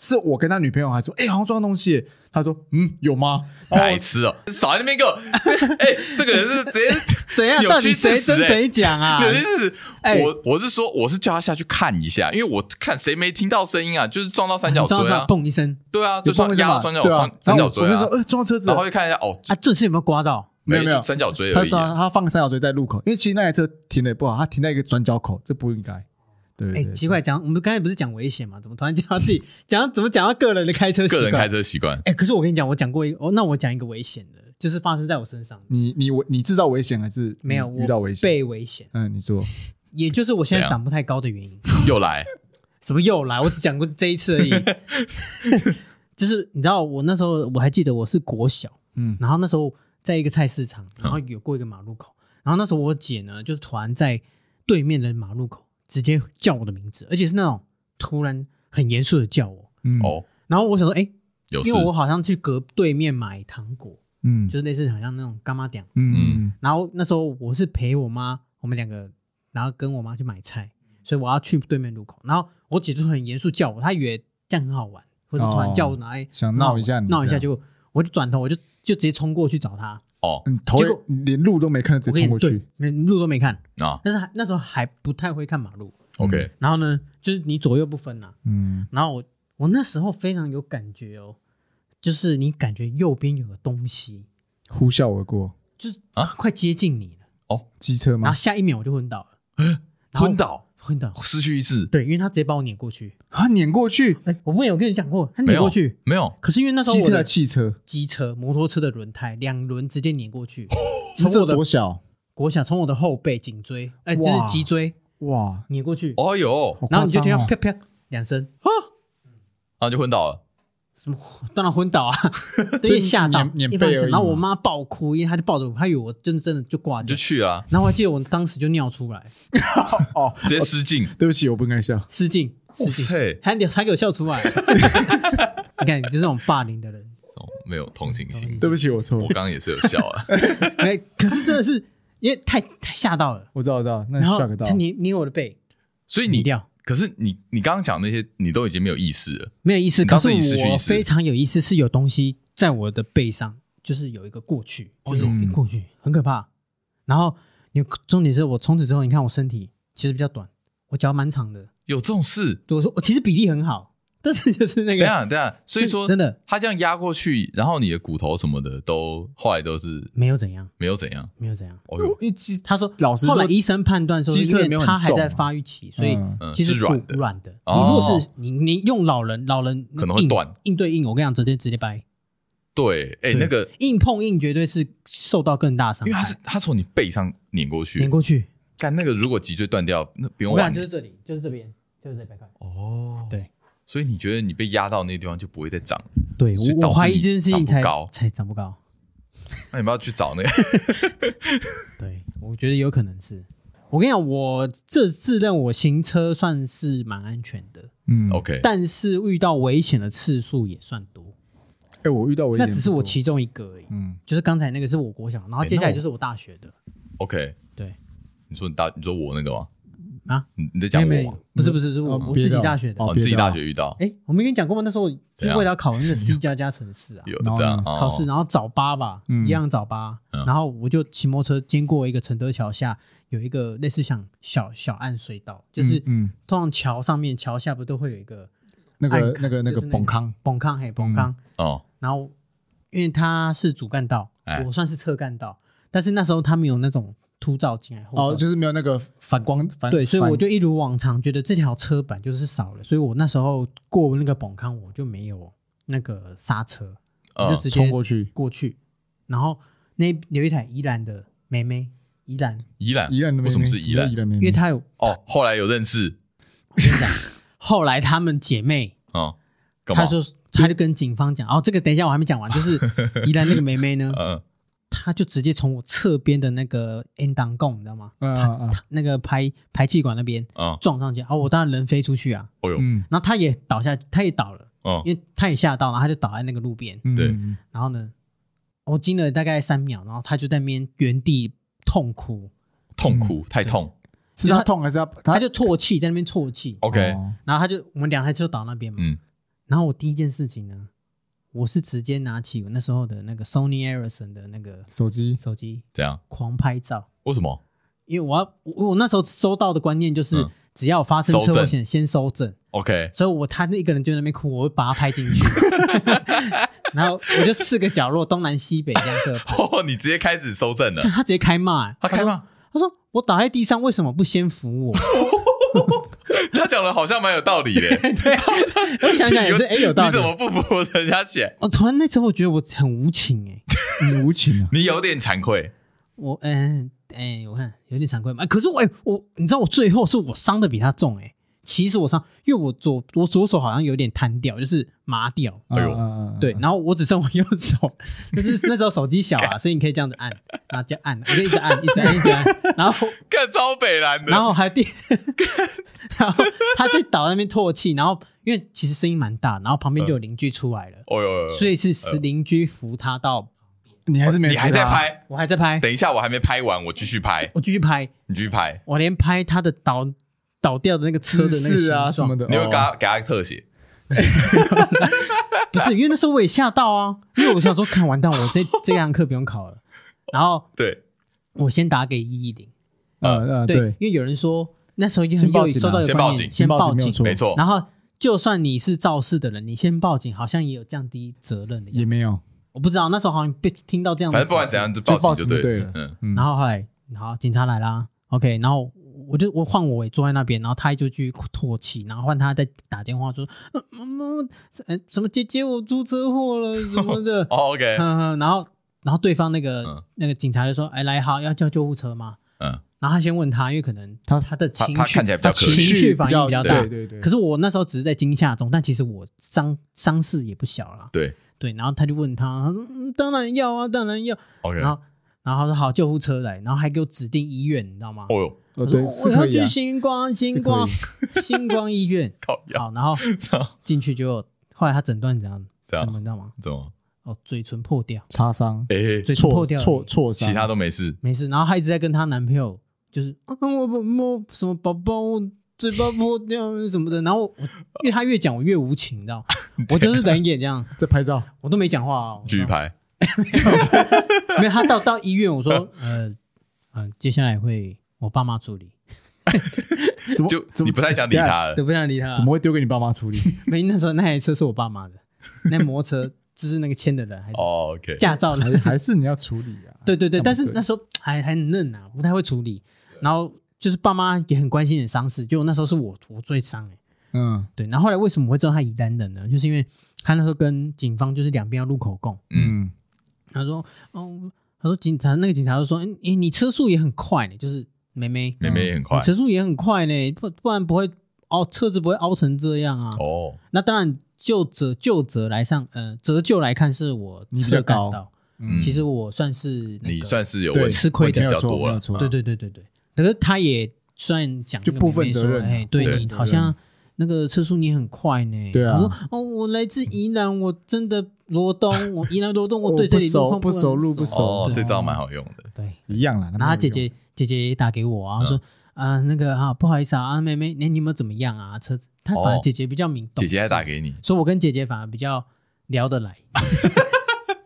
[SPEAKER 1] 是我跟他女朋友还说，哎、好像撞到东西耶，他说，嗯，有吗？然后
[SPEAKER 3] 白痴哦，少在那边给我， 哎，这个人是直接
[SPEAKER 2] 怎样？
[SPEAKER 3] 扭
[SPEAKER 2] 到
[SPEAKER 3] 曲
[SPEAKER 2] 底谁
[SPEAKER 3] 事实
[SPEAKER 2] 真
[SPEAKER 3] 欸
[SPEAKER 2] 谁假啊？
[SPEAKER 3] 有些是，
[SPEAKER 2] 哎
[SPEAKER 3] 我我是说，我是叫他下去看一下，因为我看谁没听到声音啊，就是撞到三
[SPEAKER 1] 哎
[SPEAKER 3] 角锥
[SPEAKER 2] 撞
[SPEAKER 3] 啊
[SPEAKER 2] 到，砰一声
[SPEAKER 3] 对啊，
[SPEAKER 1] 有
[SPEAKER 3] 就撞
[SPEAKER 1] 碰一下
[SPEAKER 3] 压到
[SPEAKER 1] 嘛
[SPEAKER 3] 三角
[SPEAKER 1] 对啊
[SPEAKER 3] 三三角
[SPEAKER 1] 然
[SPEAKER 3] 锥
[SPEAKER 1] 后我
[SPEAKER 3] 啊
[SPEAKER 1] 我就，说，呃，撞到车子了，
[SPEAKER 3] 然后就看一下哦，
[SPEAKER 2] 啊，这次有没有刮到？
[SPEAKER 1] 没有没有
[SPEAKER 3] 就三角锥
[SPEAKER 1] 他
[SPEAKER 3] 而已
[SPEAKER 1] 说
[SPEAKER 3] 啊，
[SPEAKER 1] 他放三角锥在路口，因为其实那台车停的也不好，他停在一个转角口，这不应该。对对
[SPEAKER 2] 哎，
[SPEAKER 1] 对
[SPEAKER 2] 奇怪，讲我们刚才不是讲危险嘛？怎么突然讲到自己 讲怎么讲到个人的开车习
[SPEAKER 3] 个人开
[SPEAKER 2] 惯？
[SPEAKER 3] 车习惯，
[SPEAKER 2] 哎，可是我跟你讲，我讲过一个，哦，那我讲一个危险的，就是发生在我身上的，
[SPEAKER 1] 你你危你制造危险还是
[SPEAKER 2] 没有
[SPEAKER 1] 你嗯遇到
[SPEAKER 2] 我
[SPEAKER 1] 危险？
[SPEAKER 2] 被危险，
[SPEAKER 1] 嗯，你说
[SPEAKER 2] 也就是我现
[SPEAKER 3] 怎
[SPEAKER 2] 在
[SPEAKER 3] 样
[SPEAKER 2] 长不太高的原因。
[SPEAKER 3] 又 来，
[SPEAKER 2] 什么又来？我只讲过这一次而已。 就是你知道，我那时候我还记得我是国小，
[SPEAKER 1] 嗯
[SPEAKER 2] 然后那时候在一个菜市场，然后有过一个马路口，然后那时候我姐呢，就是突然在对面的马路口直接叫我的名字，而且是那种突然很严肃的叫我。
[SPEAKER 1] 嗯
[SPEAKER 3] 哦，
[SPEAKER 2] 然后我想说，哎、
[SPEAKER 3] 有事
[SPEAKER 2] 因为我好像去隔对面买糖果，
[SPEAKER 1] 嗯
[SPEAKER 2] 就是类似好像那种干妈店。
[SPEAKER 1] 嗯
[SPEAKER 2] 然后那时候我是陪我妈，我们两个，然后跟我妈去买菜，所以我要去对面路口。然后我姐就很严肃叫我，她以为这样很好玩，或者突然叫我拿来、
[SPEAKER 1] 哦想闹一下你
[SPEAKER 2] 闹一
[SPEAKER 1] 这
[SPEAKER 2] 下，
[SPEAKER 1] 样
[SPEAKER 2] 结果我就转头，我就就直接冲过去找她。
[SPEAKER 3] 哦
[SPEAKER 1] 嗯，头也
[SPEAKER 2] 结果
[SPEAKER 1] 连路都没看就直接冲过
[SPEAKER 2] 我跟你对
[SPEAKER 1] 去，，
[SPEAKER 2] 连路都没看，
[SPEAKER 3] 啊
[SPEAKER 1] 嗯
[SPEAKER 2] 但是还那时候还不太会看马路。
[SPEAKER 3] ，OK，
[SPEAKER 2] 然后呢，就是你左右不分呐、
[SPEAKER 1] 嗯
[SPEAKER 2] 然后我我那时候非常有感觉哦，就是你感觉右边有个东西，
[SPEAKER 1] 呼啸而过，
[SPEAKER 2] 就是
[SPEAKER 3] 啊
[SPEAKER 2] 快接近你了，
[SPEAKER 1] 机车
[SPEAKER 2] 然
[SPEAKER 1] 吗
[SPEAKER 2] 后？下一秒我就昏倒了，然
[SPEAKER 3] 哎
[SPEAKER 2] 后
[SPEAKER 3] 昏倒，
[SPEAKER 2] 昏倒。
[SPEAKER 3] 失去意识，
[SPEAKER 2] 对，因为他直接把我碾过去。
[SPEAKER 1] 啊，碾过去，
[SPEAKER 2] 哎、我不有跟你讲过，他
[SPEAKER 3] 没
[SPEAKER 2] 碾
[SPEAKER 3] 有
[SPEAKER 2] 过去，
[SPEAKER 3] 没有，
[SPEAKER 2] 可是因为那时候
[SPEAKER 1] 机
[SPEAKER 2] 我
[SPEAKER 1] 车还
[SPEAKER 2] 的
[SPEAKER 1] 是汽车，
[SPEAKER 2] 机车、摩托车的轮胎两轮直接碾过去，
[SPEAKER 1] 机
[SPEAKER 2] 从
[SPEAKER 1] 车
[SPEAKER 2] 我的
[SPEAKER 1] 多小
[SPEAKER 2] 国小从我的后背、颈椎，哎、就
[SPEAKER 1] 哇
[SPEAKER 2] 是脊椎
[SPEAKER 1] 哇！
[SPEAKER 2] 碾过去，
[SPEAKER 3] 哦有，
[SPEAKER 1] 好夸张哦
[SPEAKER 2] 然后你就听到啪啪两声，
[SPEAKER 3] 然后就昏倒了，
[SPEAKER 2] 什么当然昏倒 啊，对，吓到
[SPEAKER 1] 碾碾
[SPEAKER 2] 一翻
[SPEAKER 1] 背而
[SPEAKER 2] 身
[SPEAKER 1] 已
[SPEAKER 2] 然后我
[SPEAKER 1] 嘛
[SPEAKER 2] 妈爆哭，因为她就抱着我，她以为我真真的就挂
[SPEAKER 3] 你就
[SPEAKER 2] 掉。
[SPEAKER 3] 去啊，
[SPEAKER 2] 然后我还记得我当时就尿出来，
[SPEAKER 1] 哦，
[SPEAKER 3] 直接失 禁，
[SPEAKER 1] 对不起，我不应该笑。
[SPEAKER 2] 失禁，
[SPEAKER 3] 哇
[SPEAKER 2] 失禁，
[SPEAKER 3] 塞，
[SPEAKER 2] 还给还给我笑出来。 你看，你就是这种霸凌的人。
[SPEAKER 3] 哦没有同情心，
[SPEAKER 1] 对不起，我错
[SPEAKER 3] 我
[SPEAKER 1] 了。
[SPEAKER 3] 刚刚也是有笑 啊，
[SPEAKER 2] 哎，可是真的是因为太太吓到了，
[SPEAKER 1] 我知道，我知道，那
[SPEAKER 2] 然后
[SPEAKER 1] 吓个到哎
[SPEAKER 2] 他。捏捏我的背，
[SPEAKER 3] 所以
[SPEAKER 2] 捏
[SPEAKER 3] 你
[SPEAKER 2] 掉，
[SPEAKER 3] 可是你你刚刚讲那些，你都已经没有意识了，
[SPEAKER 2] 没有意思。
[SPEAKER 3] 你
[SPEAKER 2] 可
[SPEAKER 3] 当
[SPEAKER 2] 是
[SPEAKER 3] 时你失去意
[SPEAKER 2] 我
[SPEAKER 3] 识
[SPEAKER 2] 非常有意思，是有东西在我的背上，就是有一个过去，
[SPEAKER 3] 哦
[SPEAKER 2] 就是
[SPEAKER 1] 哟
[SPEAKER 2] 一过去很可怕。然后你重点是我从此之后，你看我身体其实比较短，我脚蛮长的，
[SPEAKER 3] 有这种事？
[SPEAKER 2] 我说我其实比例很好，但是就是那
[SPEAKER 3] 等一
[SPEAKER 2] 个
[SPEAKER 3] 下等一下，啊所以说
[SPEAKER 2] 啊真的
[SPEAKER 3] 他这样压过去，然后你的骨头什么的都后来都是
[SPEAKER 2] 没有怎样，
[SPEAKER 3] 没有怎样。
[SPEAKER 2] 没有怎样。
[SPEAKER 3] 哦哟，
[SPEAKER 1] 因为机
[SPEAKER 2] 他说，
[SPEAKER 1] 老师
[SPEAKER 2] 后来
[SPEAKER 1] 说，
[SPEAKER 2] 医生判断说，
[SPEAKER 1] 机
[SPEAKER 2] 因
[SPEAKER 1] 车也
[SPEAKER 2] 为
[SPEAKER 1] 没有很
[SPEAKER 2] 他还
[SPEAKER 1] 重
[SPEAKER 2] 在
[SPEAKER 1] 啊
[SPEAKER 2] 发育期，所以
[SPEAKER 1] 嗯
[SPEAKER 3] 嗯
[SPEAKER 2] 其实
[SPEAKER 3] 是
[SPEAKER 2] 骨
[SPEAKER 3] 软的
[SPEAKER 2] 软的。你
[SPEAKER 3] 哦
[SPEAKER 2] 如果是你你用老人老人
[SPEAKER 3] 可能会
[SPEAKER 2] 硬
[SPEAKER 3] 断
[SPEAKER 2] 硬对硬，我跟你讲，直接直接掰，
[SPEAKER 3] 对，哎，
[SPEAKER 1] 对
[SPEAKER 3] 那个，
[SPEAKER 2] 硬碰硬绝对是受到更大伤
[SPEAKER 3] 因为他
[SPEAKER 2] 害
[SPEAKER 3] 是。他从你背上碾过去
[SPEAKER 2] 啊碾，过去，
[SPEAKER 3] 干那个如果脊椎断掉，那不用
[SPEAKER 2] 我跟你
[SPEAKER 3] 玩
[SPEAKER 2] 讲就是这里，就是这边，就是这边块。
[SPEAKER 3] 哦。
[SPEAKER 2] 对，
[SPEAKER 3] 所以你觉得你被压到那地方就不会再长了？
[SPEAKER 2] 对
[SPEAKER 3] 所以导
[SPEAKER 2] 我我
[SPEAKER 3] 致
[SPEAKER 2] 怀疑
[SPEAKER 3] 你
[SPEAKER 2] 这件事情
[SPEAKER 3] 长
[SPEAKER 2] 才
[SPEAKER 3] 不高
[SPEAKER 2] 才长不高。
[SPEAKER 3] 那你不要去找那个
[SPEAKER 2] 对，我觉得有可能是。我跟你讲，我这自认我行车算是蛮安全的，
[SPEAKER 1] 嗯
[SPEAKER 3] OK，
[SPEAKER 2] 但是遇到危险的次数也算多，
[SPEAKER 1] 哎，我遇到危
[SPEAKER 2] 那
[SPEAKER 1] 险，
[SPEAKER 2] 只是我，其中一个而已。
[SPEAKER 1] 嗯，
[SPEAKER 2] 就是刚才那个是我国小，然后
[SPEAKER 3] 哎
[SPEAKER 2] 接下来
[SPEAKER 3] 那我
[SPEAKER 2] 就是我大学的。
[SPEAKER 3] OK，
[SPEAKER 2] 对
[SPEAKER 3] 你说你大，你说我那个吗？
[SPEAKER 2] 啊，
[SPEAKER 3] 你你在讲
[SPEAKER 2] 没
[SPEAKER 3] 我
[SPEAKER 2] 有没
[SPEAKER 3] 吗
[SPEAKER 2] 有？不是不是，是我
[SPEAKER 1] 哦
[SPEAKER 2] 我
[SPEAKER 1] 别
[SPEAKER 2] 自己
[SPEAKER 1] 的
[SPEAKER 2] 大学的
[SPEAKER 1] 哦。
[SPEAKER 3] 哦，你自己
[SPEAKER 1] 别的啊
[SPEAKER 3] 大学遇到
[SPEAKER 2] 哎，我没跟你讲过吗？那时候就
[SPEAKER 3] 怎
[SPEAKER 2] 是
[SPEAKER 3] 样
[SPEAKER 2] 为了要考那个 C 加加城市啊，
[SPEAKER 3] 有
[SPEAKER 1] 然后
[SPEAKER 3] 这样
[SPEAKER 1] 呢
[SPEAKER 3] 哦
[SPEAKER 2] 考试，然后早八吧，
[SPEAKER 1] 嗯
[SPEAKER 2] 一样早八
[SPEAKER 3] 嗯，
[SPEAKER 2] 然后我就骑摩托车经过一个承德桥下，有一个类似像小小暗隧道，就是
[SPEAKER 1] 嗯，嗯
[SPEAKER 2] 通常桥上面桥下不都会有一个
[SPEAKER 1] 那
[SPEAKER 2] 暗
[SPEAKER 1] 个
[SPEAKER 2] 坎
[SPEAKER 1] 那个那个
[SPEAKER 2] 就是
[SPEAKER 1] 崩康，
[SPEAKER 2] 崩康嘿
[SPEAKER 1] 嗯
[SPEAKER 2] 崩康，
[SPEAKER 3] 哦，
[SPEAKER 2] 然后因为它是主干道
[SPEAKER 3] 哎，
[SPEAKER 2] 我算是侧干道，但是那时候它没有那种凸照进来，后照
[SPEAKER 1] 哦，
[SPEAKER 2] 镜
[SPEAKER 1] 就是没有那个反光反，
[SPEAKER 2] 对，所以
[SPEAKER 1] 反
[SPEAKER 2] 我就一如往常觉得这条车本来就是少了，所以我那时候过那个崩康我就没有那个刹车，我
[SPEAKER 3] 嗯
[SPEAKER 2] 就直接
[SPEAKER 1] 呃冲过去，
[SPEAKER 2] 过去，然后那有一台宜兰的妹妹，宜兰，
[SPEAKER 3] 宜兰，
[SPEAKER 1] 宜兰的妹妹，
[SPEAKER 3] 为什么是宜兰
[SPEAKER 1] 宜？兰妹妹，
[SPEAKER 2] 因为她有
[SPEAKER 3] 哦，后来有认识，
[SPEAKER 2] 后来她们姐妹，
[SPEAKER 3] 哦，干嘛
[SPEAKER 2] 她？就她就跟警方讲，哦，这个等一下我还没讲完，就是宜兰那个妹妹 呢，
[SPEAKER 3] 嗯，
[SPEAKER 2] 她就直接从我侧边的那个 N 档供，你知道吗？
[SPEAKER 1] 嗯啊啊，
[SPEAKER 2] 她那个排排气管那边
[SPEAKER 3] 嗯，
[SPEAKER 2] 哦撞上去，啊、我当然人飞出去啊，
[SPEAKER 3] 哦呦，
[SPEAKER 1] 嗯
[SPEAKER 2] 然后她也倒下，她也倒了，
[SPEAKER 3] 哦，
[SPEAKER 2] 因为他也吓到，然后他就倒在那个路边。
[SPEAKER 1] 嗯
[SPEAKER 3] 对
[SPEAKER 2] 然后呢，我惊了大概三秒，然后他就在那边原地痛哭，
[SPEAKER 3] 痛
[SPEAKER 2] 嗯
[SPEAKER 3] 苦太痛
[SPEAKER 1] 是他痛还是他
[SPEAKER 2] 他
[SPEAKER 1] 他
[SPEAKER 2] 就啜泣，在那边啜泣。
[SPEAKER 3] ，OK，
[SPEAKER 1] 哦
[SPEAKER 2] 然后他就我们两台车倒那边嘛。
[SPEAKER 3] 嗯
[SPEAKER 2] 然后我第一件事情呢，我是直接拿起我那时候的那个 Sony Ericsson 的那个
[SPEAKER 1] 手机
[SPEAKER 2] 手机
[SPEAKER 3] 怎样？
[SPEAKER 2] 狂拍照，
[SPEAKER 3] 为什么？
[SPEAKER 2] 因为我要我我那时候收到的观念就是，
[SPEAKER 3] 嗯
[SPEAKER 2] 只要有发生
[SPEAKER 3] 收
[SPEAKER 2] 车祸
[SPEAKER 3] 证
[SPEAKER 2] 险先收证，
[SPEAKER 3] OK，
[SPEAKER 2] 所以我他那一个人就在那边哭，我会把他拍进去，然后我就四个角落东南西北这样 各拍，
[SPEAKER 3] 哦，你直接开始收证了
[SPEAKER 2] 看，他直接开骂、欸
[SPEAKER 3] 他开骂，
[SPEAKER 2] 他说我倒在地上为什么不先扶我？
[SPEAKER 3] 他讲的好像蛮有道理的。
[SPEAKER 2] 对，我 想想也是，哎、有道
[SPEAKER 3] 你怎。
[SPEAKER 2] 理
[SPEAKER 3] 么不服人家血？
[SPEAKER 2] 我突然那时候我觉得我很无情哎、
[SPEAKER 1] 你无情啊！
[SPEAKER 3] 你有点惭愧。
[SPEAKER 2] 我嗯哎、我看有点惭愧嘛。哎可是我哎、我你知道我最后是我伤的比他重哎、其实我伤，因为我左我左手好像有点瘫掉，就是麻掉。
[SPEAKER 3] 哎呦
[SPEAKER 1] 嗯，嗯嗯
[SPEAKER 2] 对，然后我只剩我右手， 但是那时候手机小啊，所以你可以这样子按，然后就按，我就一直按，一直按，一直按，然后
[SPEAKER 3] 看超北蓝的，
[SPEAKER 2] 然后还第，然后他在倒那边唾气，然后因为其实声音蛮大，然后旁边就有邻居出来了，
[SPEAKER 3] 哦呦，
[SPEAKER 2] 所以啊是是邻居扶他到，
[SPEAKER 1] 你还是没，
[SPEAKER 3] 你还在，拍。
[SPEAKER 2] 我还在拍，
[SPEAKER 3] 等一下，我还没拍完，我继续拍，
[SPEAKER 2] 我继续拍，
[SPEAKER 3] 你继续拍。
[SPEAKER 2] 我连拍他的倒倒掉的那个车的那个
[SPEAKER 1] 是啊
[SPEAKER 2] 形
[SPEAKER 1] 什
[SPEAKER 2] 状
[SPEAKER 1] 么的，
[SPEAKER 3] 你会给
[SPEAKER 1] 哦
[SPEAKER 3] 他给他特写，
[SPEAKER 2] 不是因为那时候我也吓到啊，因为我想说看完蛋，我这这堂课不用考了，然后
[SPEAKER 3] 对，
[SPEAKER 2] 我先打给一一零。
[SPEAKER 1] 嗯嗯
[SPEAKER 2] 对
[SPEAKER 1] 对，，
[SPEAKER 2] 因为有人说那时候又
[SPEAKER 1] 先报警啊
[SPEAKER 2] 收到有
[SPEAKER 3] 先
[SPEAKER 2] 观
[SPEAKER 3] 报
[SPEAKER 2] 念
[SPEAKER 3] 警
[SPEAKER 2] 先
[SPEAKER 1] 报
[SPEAKER 2] 报
[SPEAKER 1] 警没有
[SPEAKER 2] 警，
[SPEAKER 1] 错
[SPEAKER 3] 没错。
[SPEAKER 2] 然后就算你是肇事的人，你先报警，好像也有降低责任的样子。
[SPEAKER 1] 也没有，
[SPEAKER 2] 我不知道那时候好像被听到这样的
[SPEAKER 3] 反
[SPEAKER 2] 指示，
[SPEAKER 3] 正不管怎样，就
[SPEAKER 1] 就
[SPEAKER 3] 报
[SPEAKER 1] 报
[SPEAKER 3] 警
[SPEAKER 1] 警
[SPEAKER 3] 就
[SPEAKER 1] 就
[SPEAKER 3] 对
[SPEAKER 1] 对
[SPEAKER 3] 了
[SPEAKER 1] 了。
[SPEAKER 3] 嗯，，
[SPEAKER 1] 嗯
[SPEAKER 2] 然后后来好，警察来啦，OK，然后我就我换我也坐在那边，然后他就去唾弃，然后换他再打电话说，呃妈妈，呃什么姐姐我出车祸了什么的
[SPEAKER 3] 哦，OK，
[SPEAKER 2] 哼哼，然后然后对方那个、
[SPEAKER 3] 嗯
[SPEAKER 2] 那个警察就说，哎来好要叫救护车吗？
[SPEAKER 3] 嗯，
[SPEAKER 2] 然后他先问他，因为可能
[SPEAKER 1] 他
[SPEAKER 2] 他的
[SPEAKER 3] 他
[SPEAKER 2] 情绪
[SPEAKER 3] 他看起来比较
[SPEAKER 2] 他
[SPEAKER 3] 可
[SPEAKER 2] 情
[SPEAKER 3] 疑
[SPEAKER 2] 绪反应比较大，
[SPEAKER 1] 对对对。
[SPEAKER 2] 可
[SPEAKER 1] 是
[SPEAKER 2] 是我那时候只是在惊吓中，但其实我伤伤势也不小啦。
[SPEAKER 3] 对
[SPEAKER 2] 对，然后他就问他，他说、嗯、当然要啊，当然要。
[SPEAKER 3] ，OK。
[SPEAKER 2] 然后然后他说好，救护车来，然后还给我指定医院，你知道吗？
[SPEAKER 3] 哦呦，
[SPEAKER 1] 哦，
[SPEAKER 2] 他说
[SPEAKER 1] 对，是
[SPEAKER 2] 我要
[SPEAKER 1] 可以
[SPEAKER 2] 去
[SPEAKER 1] 啊，
[SPEAKER 2] 星光 星光星光医院。
[SPEAKER 3] 靠腰，
[SPEAKER 2] 好，然后
[SPEAKER 3] 然后
[SPEAKER 2] 进去就后来他诊断怎样？
[SPEAKER 3] 怎样
[SPEAKER 2] 什么你知道吗？
[SPEAKER 3] 怎么？
[SPEAKER 2] 哦，嘴唇破掉，
[SPEAKER 1] 擦伤、
[SPEAKER 3] 哎，
[SPEAKER 2] 嘴唇破
[SPEAKER 1] 挫
[SPEAKER 2] 掉而已，
[SPEAKER 1] 挫挫伤，
[SPEAKER 3] 其他都没事。
[SPEAKER 2] 没事。然后她一直在跟她男朋友，就是、啊、我不摸什么宝宝，我嘴巴破掉什么的。然后我越她越讲，我越无情，你知道吗？我就是冷眼这样，
[SPEAKER 1] 在拍照，
[SPEAKER 2] 我都没讲话、啊。我
[SPEAKER 3] 继续拍，
[SPEAKER 2] 没有她到到医院，我说呃嗯、呃接下来会我爸妈处理，
[SPEAKER 1] 怎么
[SPEAKER 3] 就
[SPEAKER 1] 怎么
[SPEAKER 3] 你不太想理？他了
[SPEAKER 2] 对，。不啊想理她。
[SPEAKER 1] 怎么会丢给你爸妈处理？
[SPEAKER 2] 没那时候那台车是我爸妈的，那摩托车就是那个签的人还是
[SPEAKER 3] 哦，OK，
[SPEAKER 2] 驾照的
[SPEAKER 1] 还 还是你要处理啊？
[SPEAKER 2] 对对对，
[SPEAKER 1] 看不
[SPEAKER 2] 但是
[SPEAKER 1] 对
[SPEAKER 2] 那时候还还很嫩啊，不太会处理。然后就是爸妈也很关心你的伤势，就那时候是我我最伤哎、
[SPEAKER 1] 嗯
[SPEAKER 2] 对，然后后来为什么会知道他宜兰人呢？就是因为他那时候跟警方就是两边要录口供，
[SPEAKER 3] 嗯
[SPEAKER 1] 嗯，
[SPEAKER 2] 他说哦，他说警察那个警察就说，哎、诶你车速也很快呢，就是妹妹，
[SPEAKER 3] 妹妹也很快
[SPEAKER 2] 你车速也很快呢，不不然不会凹车子不会凹成这样啊。
[SPEAKER 3] 哦，
[SPEAKER 2] 那当然就折就折来上，呃，折旧来看是我
[SPEAKER 1] 你比
[SPEAKER 2] 车
[SPEAKER 1] 较
[SPEAKER 2] 干
[SPEAKER 1] 高
[SPEAKER 2] 到，
[SPEAKER 1] 嗯
[SPEAKER 2] 其实我算是、那个、
[SPEAKER 3] 你算是有
[SPEAKER 1] 对
[SPEAKER 3] 问
[SPEAKER 2] 吃亏
[SPEAKER 3] 问题
[SPEAKER 2] 的
[SPEAKER 3] 比较
[SPEAKER 1] 没
[SPEAKER 3] 多
[SPEAKER 1] 有
[SPEAKER 3] 了。
[SPEAKER 1] 错，没有错
[SPEAKER 2] 对对对对对，可是他也算讲那个
[SPEAKER 1] 啊就部分
[SPEAKER 2] 妹妹说
[SPEAKER 1] 责任啊
[SPEAKER 2] 哎，对
[SPEAKER 3] 对
[SPEAKER 2] 你
[SPEAKER 1] 责任
[SPEAKER 2] 好像那个次数你很快呢。
[SPEAKER 1] 对啊
[SPEAKER 2] 我说哦，我来自宜兰，我真的罗东，我宜兰罗东，我对
[SPEAKER 1] 我不
[SPEAKER 2] 这里
[SPEAKER 1] 熟
[SPEAKER 2] 路况
[SPEAKER 1] 不熟
[SPEAKER 2] 很
[SPEAKER 1] 路不熟
[SPEAKER 3] 哦，
[SPEAKER 2] 对
[SPEAKER 3] 这招蛮好用的。
[SPEAKER 2] 对，
[SPEAKER 1] 一样啦。那
[SPEAKER 2] 然后
[SPEAKER 1] 没
[SPEAKER 2] 他
[SPEAKER 1] 有
[SPEAKER 2] 姐
[SPEAKER 1] 用
[SPEAKER 2] 姐姐姐也打给我啊，我说啊那个哈，不好意思啊，啊妹妹，你你有没有怎么样啊？车子，他反
[SPEAKER 3] 哦
[SPEAKER 2] 而姐姐比较明懂，
[SPEAKER 3] 姐姐还打，给你，
[SPEAKER 2] 所以我跟姐姐反而比较聊 得来。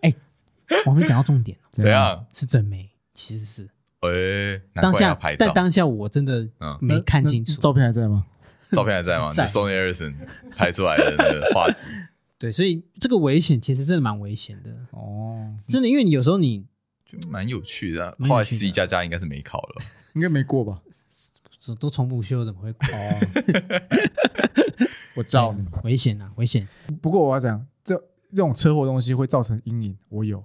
[SPEAKER 2] 哎，我还没讲到重点，哦
[SPEAKER 3] 怎样？
[SPEAKER 2] 是真没，其实是
[SPEAKER 3] 哎，难
[SPEAKER 2] 当
[SPEAKER 3] 怪要
[SPEAKER 2] 下
[SPEAKER 3] 拍照
[SPEAKER 2] 在。当下我真的
[SPEAKER 3] 嗯
[SPEAKER 2] 没看清楚
[SPEAKER 1] 那，照片还在吗？
[SPEAKER 3] 照片还在吗？你
[SPEAKER 2] 在
[SPEAKER 3] Sony Ericsson 拍出来的那个画 质，
[SPEAKER 2] 对，所以这个危险其实真的蛮危险的，
[SPEAKER 1] 哦，
[SPEAKER 2] 真的，因为你有时候你
[SPEAKER 3] 就蛮有趣的啊。
[SPEAKER 2] 蛮有趣的
[SPEAKER 3] 后来 C 加加应该是没考了，
[SPEAKER 1] 应该没过吧？
[SPEAKER 2] 都都重补修，怎么会哦？
[SPEAKER 1] 我照你。
[SPEAKER 2] 危险啊，危险！
[SPEAKER 1] 不过我要讲，这这种车祸东西会造成阴影，我有，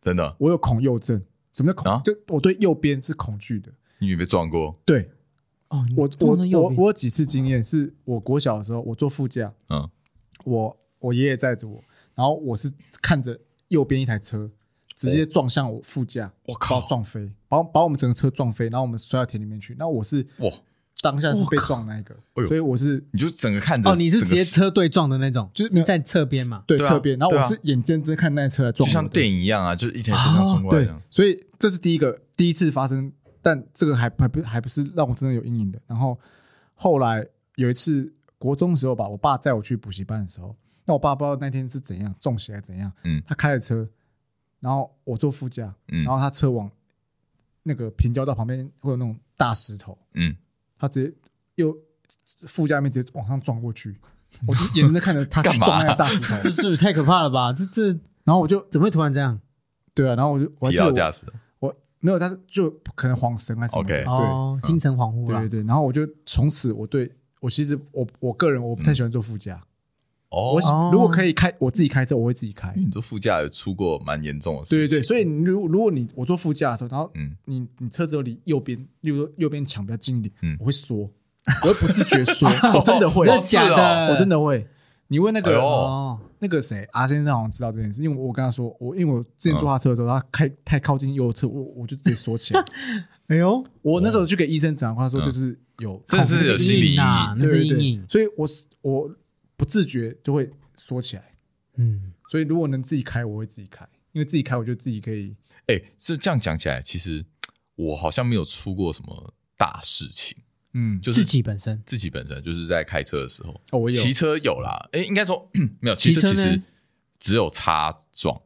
[SPEAKER 3] 真的。
[SPEAKER 1] 我有恐右症。什么叫
[SPEAKER 3] 啊
[SPEAKER 1] 恐？就我对右边是恐惧的。
[SPEAKER 3] 你有没有撞过？
[SPEAKER 1] 对
[SPEAKER 2] 哦，
[SPEAKER 3] 嗯
[SPEAKER 2] 你
[SPEAKER 1] 我，
[SPEAKER 2] 不
[SPEAKER 1] 我
[SPEAKER 2] 能
[SPEAKER 1] 我
[SPEAKER 2] 右边
[SPEAKER 1] 我有几次经验是，我国小的时候，我坐副驾，
[SPEAKER 3] 嗯，
[SPEAKER 1] 我我爷爷载着我，然后我是看着右边一台车直接撞向我副驾，
[SPEAKER 3] 我靠
[SPEAKER 1] 把我撞飞，把我把我们整个车撞飞，然后我们摔到田里面去。那我是
[SPEAKER 3] 哇，
[SPEAKER 1] 当下是被撞那一个
[SPEAKER 3] 哎，呦
[SPEAKER 1] 所以我是
[SPEAKER 3] 你就整个看着
[SPEAKER 2] 哦，你是直
[SPEAKER 3] 整个
[SPEAKER 2] 接车对撞的那种，
[SPEAKER 1] 就是没有
[SPEAKER 2] 在侧边嘛。
[SPEAKER 1] 对
[SPEAKER 3] 对啊
[SPEAKER 1] 侧边，然后
[SPEAKER 3] 对
[SPEAKER 1] 我
[SPEAKER 3] 啊
[SPEAKER 1] 是眼睁睁看那台车来
[SPEAKER 3] 就
[SPEAKER 1] 撞我的，
[SPEAKER 3] 像电影一样啊，就是一台车上冲过来
[SPEAKER 1] 对
[SPEAKER 2] 哦
[SPEAKER 3] 这样。，
[SPEAKER 1] 所以这是第一个第一次发生，但这个还还不还不是让我真的有阴影的。然后后来有一次国中的时候吧，我爸载我去补习班的时候，那我爸不知道那天是怎样中邪还是怎样，
[SPEAKER 3] 嗯
[SPEAKER 1] 他开着车，然后我坐副驾，
[SPEAKER 3] 嗯
[SPEAKER 1] 然后他车往那个平交道旁边会有那种大石头，
[SPEAKER 2] 哦
[SPEAKER 3] 嗯，
[SPEAKER 1] 他直接又副驾面直接往上撞过去，我 就眼睁睁看着他去
[SPEAKER 3] 干嘛啊
[SPEAKER 1] 撞那个大石头，
[SPEAKER 2] 这这太可怕了吧？这这
[SPEAKER 1] 然后我就
[SPEAKER 2] 怎么会突然这样？
[SPEAKER 1] 对啊，然后我就我还
[SPEAKER 3] 疲
[SPEAKER 1] 记得
[SPEAKER 3] 劳
[SPEAKER 1] 我
[SPEAKER 3] 驾驶，
[SPEAKER 1] 我没有，但是就可能晃神还啊是什么的
[SPEAKER 3] OK
[SPEAKER 1] 对
[SPEAKER 2] 哦，精神恍惚
[SPEAKER 1] 对对
[SPEAKER 2] 了。
[SPEAKER 1] 对。然后我就从此我对我其实我我个人我不太喜欢坐副驾，
[SPEAKER 3] 哦嗯
[SPEAKER 1] 我喜
[SPEAKER 2] 哦
[SPEAKER 1] 如果可以开我自己开车，我会自己开
[SPEAKER 3] 因。为你坐副驾有出过蛮严重的事
[SPEAKER 1] 对
[SPEAKER 3] 情。
[SPEAKER 1] 对对，所以你如如果你我坐副驾的时候，然后
[SPEAKER 3] 嗯，
[SPEAKER 1] 你你车子有离右边，例如说右边墙比较近一点，
[SPEAKER 3] 嗯哦
[SPEAKER 1] 我会缩，我会不自觉 缩，我真的会，
[SPEAKER 3] 真的
[SPEAKER 2] 真的
[SPEAKER 3] 假的
[SPEAKER 2] 假的？
[SPEAKER 1] 我真的会。你问那
[SPEAKER 3] 哎
[SPEAKER 1] 个、呃
[SPEAKER 3] 呦
[SPEAKER 2] 哦，
[SPEAKER 1] 那个谁阿先生好像知道这件事，因为我跟他说，我因为我
[SPEAKER 3] 嗯
[SPEAKER 1] 之前坐他车的时候，他开太靠近右侧，我我就直接缩起来。
[SPEAKER 2] 哎呦，
[SPEAKER 1] 我
[SPEAKER 3] 哦
[SPEAKER 1] 那时候去给医生诊断，他说就是有，
[SPEAKER 3] 这嗯是有心理阴
[SPEAKER 2] 阴影啊
[SPEAKER 3] 影，
[SPEAKER 2] 那是
[SPEAKER 1] 对对
[SPEAKER 2] 阴
[SPEAKER 1] 对
[SPEAKER 2] 影。
[SPEAKER 1] 所以我是我不自觉就会缩起来。
[SPEAKER 2] 嗯，
[SPEAKER 1] 所以如果能自己开，我会自己开，因为自己开我就自己可以。
[SPEAKER 3] 哎、这这样讲起来，其实我好像没有出过什么大事情，
[SPEAKER 1] 嗯，
[SPEAKER 3] 就是
[SPEAKER 2] 自己本身
[SPEAKER 3] 自己本身就是在开车的时候，
[SPEAKER 1] 哦，我有
[SPEAKER 3] 骑车有啦，哎、应该说 没有，骑
[SPEAKER 2] 骑
[SPEAKER 3] 车
[SPEAKER 2] 车
[SPEAKER 3] 其实
[SPEAKER 2] 呢
[SPEAKER 3] 只有擦撞，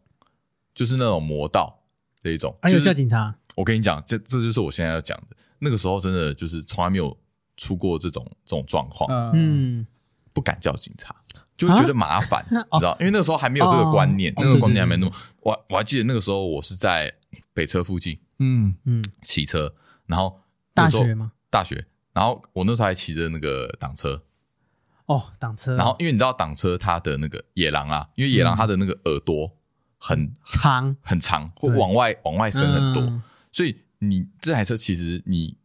[SPEAKER 3] 就是那种磨道这一种。
[SPEAKER 2] 哎
[SPEAKER 3] 就
[SPEAKER 2] 呦
[SPEAKER 3] 是
[SPEAKER 2] 叫警察，
[SPEAKER 3] 我跟你讲，这这就是我现在要讲的。那个时候真的就是从来没有出过这种这种状况，
[SPEAKER 1] 呃，
[SPEAKER 2] 嗯，
[SPEAKER 3] 不敢叫警察，就会觉得麻 烦，
[SPEAKER 2] 啊
[SPEAKER 3] 你知道？因为那个时候还没有这个观念，
[SPEAKER 2] 哦
[SPEAKER 3] 那个观念还没那么。我我还记得那个时候我是在北车附近
[SPEAKER 1] 嗯
[SPEAKER 2] 嗯，
[SPEAKER 3] 骑车，然后那
[SPEAKER 2] 大
[SPEAKER 3] 时候
[SPEAKER 2] 学吗？
[SPEAKER 3] 大学，然后我那时候还骑着那个挡车，
[SPEAKER 2] 哦，挡车，
[SPEAKER 3] 然后因为你知道挡车它的那个野狼啊，因为野
[SPEAKER 2] 嗯
[SPEAKER 3] 狼它的那个耳朵很
[SPEAKER 2] 长
[SPEAKER 3] 很长，会
[SPEAKER 2] 对
[SPEAKER 3] 往外往外伸很多，
[SPEAKER 2] 嗯
[SPEAKER 3] 所以你这台车其实你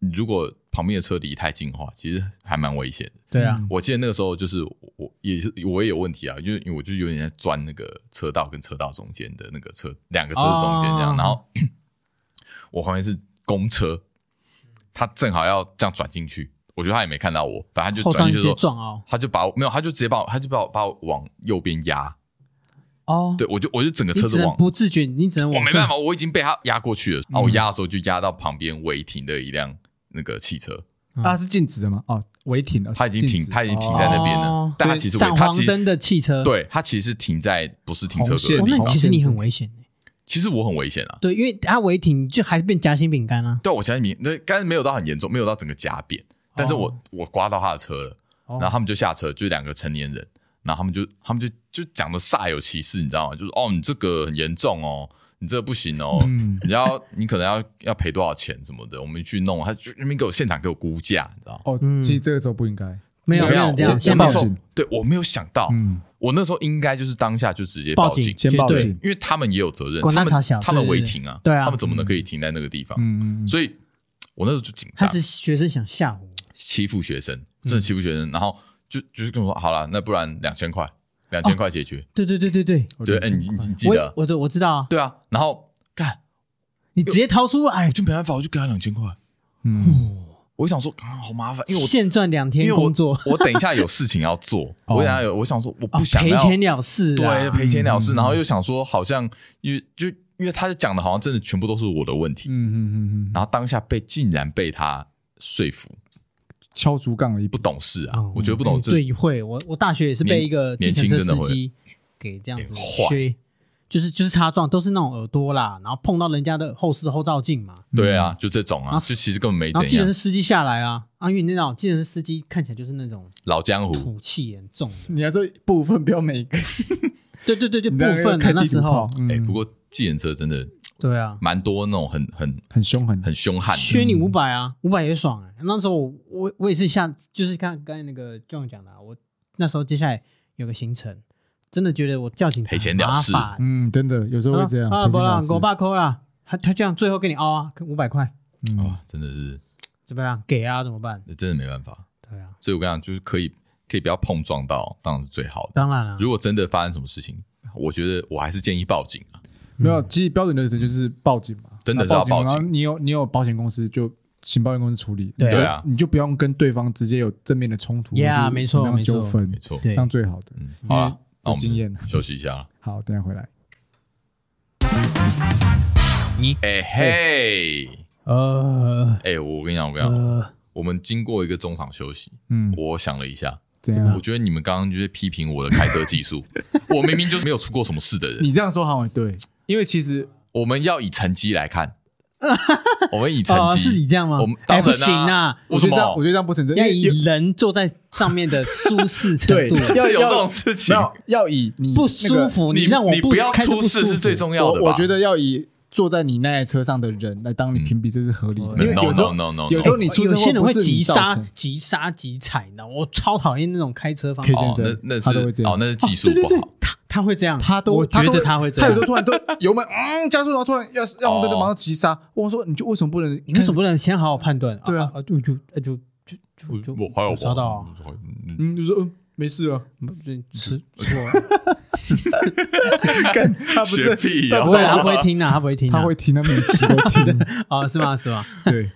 [SPEAKER 3] 你如果旁边的车离太近的话，其实还蛮危险的。
[SPEAKER 2] 对啊
[SPEAKER 1] 嗯，
[SPEAKER 3] 我记得那个时候就是我也是我也有问题啊，因为因为我就有点在钻那个车道跟车道中间的那个车两个车子中间这样，
[SPEAKER 2] 哦
[SPEAKER 3] 然后 我旁边是公车，他正好要这样转进去，我觉得他也没看到我，反正他就
[SPEAKER 2] 后
[SPEAKER 3] 转
[SPEAKER 2] 方
[SPEAKER 3] 进
[SPEAKER 2] 直
[SPEAKER 3] 去说
[SPEAKER 2] 接撞哦，
[SPEAKER 3] 他就把我没有，他就直接把我，他就把我把我往右边压，
[SPEAKER 2] 哦，
[SPEAKER 3] 对我就我就整个
[SPEAKER 2] 你
[SPEAKER 3] 车
[SPEAKER 2] 只
[SPEAKER 3] 子
[SPEAKER 2] 能
[SPEAKER 3] 往，
[SPEAKER 2] 不嗯自觉，你只能
[SPEAKER 3] 我
[SPEAKER 2] 往
[SPEAKER 3] 没办法，我已经被他压过去了。然后我压的时候就压到旁边违停的一辆那个汽车，
[SPEAKER 1] 啊是禁止的吗？哦，违停了，
[SPEAKER 3] 他已经停，
[SPEAKER 1] 禁止
[SPEAKER 3] 他已经停在那边了
[SPEAKER 2] 哦，
[SPEAKER 3] 但他其实违
[SPEAKER 2] 闪
[SPEAKER 3] 他
[SPEAKER 2] 黄
[SPEAKER 3] 其
[SPEAKER 2] 灯
[SPEAKER 3] 实
[SPEAKER 2] 的汽车，
[SPEAKER 3] 对他其实是停在不是停车格
[SPEAKER 1] 红
[SPEAKER 3] 的
[SPEAKER 1] 线
[SPEAKER 2] 哦，
[SPEAKER 3] 地
[SPEAKER 2] 那你
[SPEAKER 3] 方
[SPEAKER 2] 其，实你很危险欸
[SPEAKER 3] 其实我很危险啊。
[SPEAKER 2] 对，因为他违停就还是变夹心饼干啊，
[SPEAKER 3] 对，我相信你，那刚才没有到很严重，没有到整个夹扁，但是我我刮到他的车了，
[SPEAKER 2] 哦
[SPEAKER 3] 然后他们就下车，就是两个成年人，然后他们就他们就就讲的煞有其事，你知道吗？就是哦，你这个很严重哦，你这个不行哦，
[SPEAKER 1] 嗯
[SPEAKER 3] 你要你可能要要赔多少钱什么的，我们去弄，他就那边给我现场给我估价，你知道吗？
[SPEAKER 1] 哦，
[SPEAKER 2] 嗯
[SPEAKER 1] 其实这个时候不应该。
[SPEAKER 2] 没有
[SPEAKER 3] 我
[SPEAKER 2] 没
[SPEAKER 3] 跟你
[SPEAKER 2] 有这
[SPEAKER 3] 讲
[SPEAKER 2] 样，
[SPEAKER 1] 先
[SPEAKER 2] 现
[SPEAKER 3] 我我那
[SPEAKER 2] 在报
[SPEAKER 3] 时
[SPEAKER 1] 报
[SPEAKER 3] 候
[SPEAKER 1] 警
[SPEAKER 3] 对我没有想到，
[SPEAKER 1] 嗯，
[SPEAKER 3] 我那时候应该就是当下就直接
[SPEAKER 2] 报
[SPEAKER 3] 警
[SPEAKER 2] 警，，
[SPEAKER 1] 先
[SPEAKER 2] 绝
[SPEAKER 1] 报
[SPEAKER 2] 对
[SPEAKER 1] 警
[SPEAKER 3] 因为他们也有责任，
[SPEAKER 2] 管
[SPEAKER 3] 他
[SPEAKER 2] 他查
[SPEAKER 3] 们
[SPEAKER 2] 小
[SPEAKER 3] 他们
[SPEAKER 2] 对对
[SPEAKER 3] 违
[SPEAKER 2] 对
[SPEAKER 3] 停啊，
[SPEAKER 2] 对啊
[SPEAKER 3] 他们怎么能可以停在那个地方？
[SPEAKER 1] 嗯嗯，嗯
[SPEAKER 3] 所以我那时候就紧
[SPEAKER 2] 他
[SPEAKER 3] 张，
[SPEAKER 2] 是学生想吓唬我，
[SPEAKER 3] 欺负学生，
[SPEAKER 2] 嗯
[SPEAKER 3] 真的欺负学生，然后就就是跟我说，好了，那不然两千块，两千块解决。
[SPEAKER 2] 对对对对对，
[SPEAKER 1] 我
[SPEAKER 3] 对，
[SPEAKER 1] 觉
[SPEAKER 3] 哎、
[SPEAKER 1] 得
[SPEAKER 3] 你
[SPEAKER 1] 挺
[SPEAKER 3] 你
[SPEAKER 1] 快
[SPEAKER 3] 你记得？
[SPEAKER 2] 我我对我知道啊，
[SPEAKER 3] 对啊，然后干，
[SPEAKER 2] 你直接掏出哎来
[SPEAKER 3] 我，就没办法，我就给他两千块。
[SPEAKER 1] 嗯，
[SPEAKER 3] 我就想说，啊，好麻烦，因为我
[SPEAKER 2] 现赚两
[SPEAKER 3] 因为
[SPEAKER 2] 天
[SPEAKER 3] 我
[SPEAKER 2] 工作，
[SPEAKER 3] 我等一下有事情要做，
[SPEAKER 1] 哦
[SPEAKER 3] 我等一下有，我想说我
[SPEAKER 2] 哦
[SPEAKER 3] 不想
[SPEAKER 2] 赔
[SPEAKER 3] 要、
[SPEAKER 2] 钱了事啊，
[SPEAKER 3] 对，赔钱了事，
[SPEAKER 1] 嗯
[SPEAKER 3] 然后又想说好像因为就因为他讲的好像真的全部都是我的问题，
[SPEAKER 1] 嗯嗯嗯嗯嗯，
[SPEAKER 3] 然后当下被竟然被他说服，
[SPEAKER 1] 敲竹杠了一步
[SPEAKER 3] 不。懂事啊，
[SPEAKER 2] 哦
[SPEAKER 3] 我觉得不懂事，
[SPEAKER 2] 对，会我我大学也是被一个
[SPEAKER 3] 年
[SPEAKER 2] 计程车
[SPEAKER 3] 年轻真的
[SPEAKER 2] 司
[SPEAKER 3] 会
[SPEAKER 2] 机给这样子
[SPEAKER 3] 给坏
[SPEAKER 2] 削，就是就是擦撞，都是那种耳朵啦，然后碰到人家的后视后照镜嘛，
[SPEAKER 3] 对啊，就这种啊，
[SPEAKER 2] 然后
[SPEAKER 3] 就其实根本没
[SPEAKER 2] 然后
[SPEAKER 3] 怎
[SPEAKER 2] 计程
[SPEAKER 3] 样
[SPEAKER 2] 车，司机下来啊，啊，因为你那种计程车司机看起来就是那种
[SPEAKER 3] 老江湖，
[SPEAKER 2] 土气很重的，
[SPEAKER 1] 你还说部分不要每个，
[SPEAKER 2] 对对对对，
[SPEAKER 1] 你
[SPEAKER 2] 部
[SPEAKER 1] 在那
[SPEAKER 2] 分
[SPEAKER 1] 开
[SPEAKER 2] 啊
[SPEAKER 1] 地
[SPEAKER 2] 那时
[SPEAKER 1] 图
[SPEAKER 2] 候
[SPEAKER 1] 炮，，嗯
[SPEAKER 3] 哎、不过计程车真的
[SPEAKER 2] 对啊，
[SPEAKER 3] 蛮多那种很很
[SPEAKER 1] 很凶狠，
[SPEAKER 3] 很凶悍的，
[SPEAKER 2] 削你五百啊，五百也爽哎、那时候我我我也是下，就是刚刚才那个 John 讲的、啊，我那时候接下来有个行程，真的觉得我叫警察
[SPEAKER 3] 赔钱了事
[SPEAKER 2] 麻烦
[SPEAKER 1] 嗯，真的有时候会这样。
[SPEAKER 2] 啊，
[SPEAKER 1] 赔钱
[SPEAKER 2] 不啦
[SPEAKER 1] 了，事
[SPEAKER 2] 狗爸扣啦，他他这样最后给你凹啊，五百块
[SPEAKER 1] 嗯
[SPEAKER 3] 哇，哦真的是
[SPEAKER 2] 怎么样？给啊，怎么办？
[SPEAKER 3] 真的没办法。
[SPEAKER 2] 对啊，
[SPEAKER 3] 所以我跟你讲，就是可以可以不要碰撞到，当然是最好的。
[SPEAKER 2] 当然了、
[SPEAKER 3] 如果真的发生什么事情，我觉得我还是建议报警啊。
[SPEAKER 1] 没有，其实标准流程就是报警嘛，
[SPEAKER 3] 真的是
[SPEAKER 1] 然后
[SPEAKER 3] 要报警
[SPEAKER 1] 然后你有你有保险公司就情报员公司处理，
[SPEAKER 2] 对
[SPEAKER 1] 你就
[SPEAKER 3] 对啊
[SPEAKER 1] 你就不用跟对方直接有正面的冲突，
[SPEAKER 2] Yeah，
[SPEAKER 1] 或是
[SPEAKER 2] 没错
[SPEAKER 1] 什么样的纠纷
[SPEAKER 3] 没，错，
[SPEAKER 2] 对
[SPEAKER 1] 这样最好的。
[SPEAKER 3] 嗯，好了，那我
[SPEAKER 1] 有经验啊
[SPEAKER 3] 们休息一 下。
[SPEAKER 1] 好，等一下回来。
[SPEAKER 2] 你
[SPEAKER 3] 哎嘿，
[SPEAKER 2] 呃
[SPEAKER 3] 哎，我跟你讲，我跟你讲，
[SPEAKER 2] 呃，
[SPEAKER 3] 我们经过一个中场休息，
[SPEAKER 1] 嗯，
[SPEAKER 3] 我想了一下，
[SPEAKER 1] 怎样
[SPEAKER 3] 我？觉得你们刚刚就是批评我的开车技 术，我明明就是没有出过什么事的人。
[SPEAKER 1] 你这样说好像也对，因为其实
[SPEAKER 3] 我们要以成绩来 看，我们以成
[SPEAKER 2] 哦，是你
[SPEAKER 3] 绩，
[SPEAKER 2] 这样吗
[SPEAKER 3] 我们？
[SPEAKER 2] 哎
[SPEAKER 3] 当
[SPEAKER 2] 不
[SPEAKER 3] 然
[SPEAKER 2] 行啊，
[SPEAKER 1] 我
[SPEAKER 3] 为
[SPEAKER 1] 觉
[SPEAKER 3] 什
[SPEAKER 1] 得这样，我
[SPEAKER 3] 么
[SPEAKER 1] 觉得这样不成真，因
[SPEAKER 2] 要
[SPEAKER 1] 为
[SPEAKER 2] 以人坐在上面的舒适程
[SPEAKER 1] 对
[SPEAKER 2] 度。
[SPEAKER 1] 要
[SPEAKER 3] 有这
[SPEAKER 1] 要
[SPEAKER 3] 种事情
[SPEAKER 1] 没？ 有要以你
[SPEAKER 2] 不
[SPEAKER 1] 那
[SPEAKER 2] 舒
[SPEAKER 1] 个
[SPEAKER 2] 服，
[SPEAKER 3] 你
[SPEAKER 2] 让我
[SPEAKER 3] 你不要
[SPEAKER 2] 开车
[SPEAKER 3] 出
[SPEAKER 2] 不舒
[SPEAKER 3] 事
[SPEAKER 2] 服
[SPEAKER 3] 是最重要的吧？
[SPEAKER 1] 我我觉得要以坐在你那台车上的人来当你评比，这是合理的。
[SPEAKER 2] 嗯
[SPEAKER 1] 因为
[SPEAKER 3] No,
[SPEAKER 1] 有时候
[SPEAKER 3] no, no, no,
[SPEAKER 1] 有时候你出车
[SPEAKER 2] 有些
[SPEAKER 1] 祸
[SPEAKER 2] 人
[SPEAKER 1] 不
[SPEAKER 2] 会
[SPEAKER 1] 是
[SPEAKER 2] 急
[SPEAKER 1] 你造
[SPEAKER 2] 刹
[SPEAKER 1] 成，、
[SPEAKER 2] 急刹、急踩的，我超讨厌那种开车方
[SPEAKER 1] 可以
[SPEAKER 2] 式。
[SPEAKER 1] 这
[SPEAKER 3] 哦
[SPEAKER 1] 样，
[SPEAKER 3] 那那是
[SPEAKER 1] 他都会这样
[SPEAKER 3] 哦，那是技
[SPEAKER 2] 啊
[SPEAKER 3] 术
[SPEAKER 1] 哦对对
[SPEAKER 3] 不
[SPEAKER 1] 对
[SPEAKER 3] 好。
[SPEAKER 2] 他他会这样，
[SPEAKER 1] 他都
[SPEAKER 2] 我觉
[SPEAKER 1] 都
[SPEAKER 2] 得他会这
[SPEAKER 1] 他有
[SPEAKER 2] 样
[SPEAKER 1] 时候。突然都油门嗯加速，然后突然要要红灯就
[SPEAKER 3] 哦
[SPEAKER 1] 马上急刹。我说你就为什么不能？
[SPEAKER 2] 你为什么不能先好好判断？
[SPEAKER 1] 对啊
[SPEAKER 2] 啊，就就就就就就
[SPEAKER 3] 我还有
[SPEAKER 2] 刷到啊，
[SPEAKER 3] 嗯
[SPEAKER 1] 嗯，就说嗯没事 啊，
[SPEAKER 2] 就吃错。
[SPEAKER 1] 干他不
[SPEAKER 3] 学
[SPEAKER 1] 是
[SPEAKER 3] 屁啊
[SPEAKER 1] 他
[SPEAKER 3] 呀！
[SPEAKER 2] 不会，他不会听啊，他不会听啊，
[SPEAKER 1] 他会听，他每集都 听。
[SPEAKER 2] 啊，是吗？是吗？
[SPEAKER 1] 对，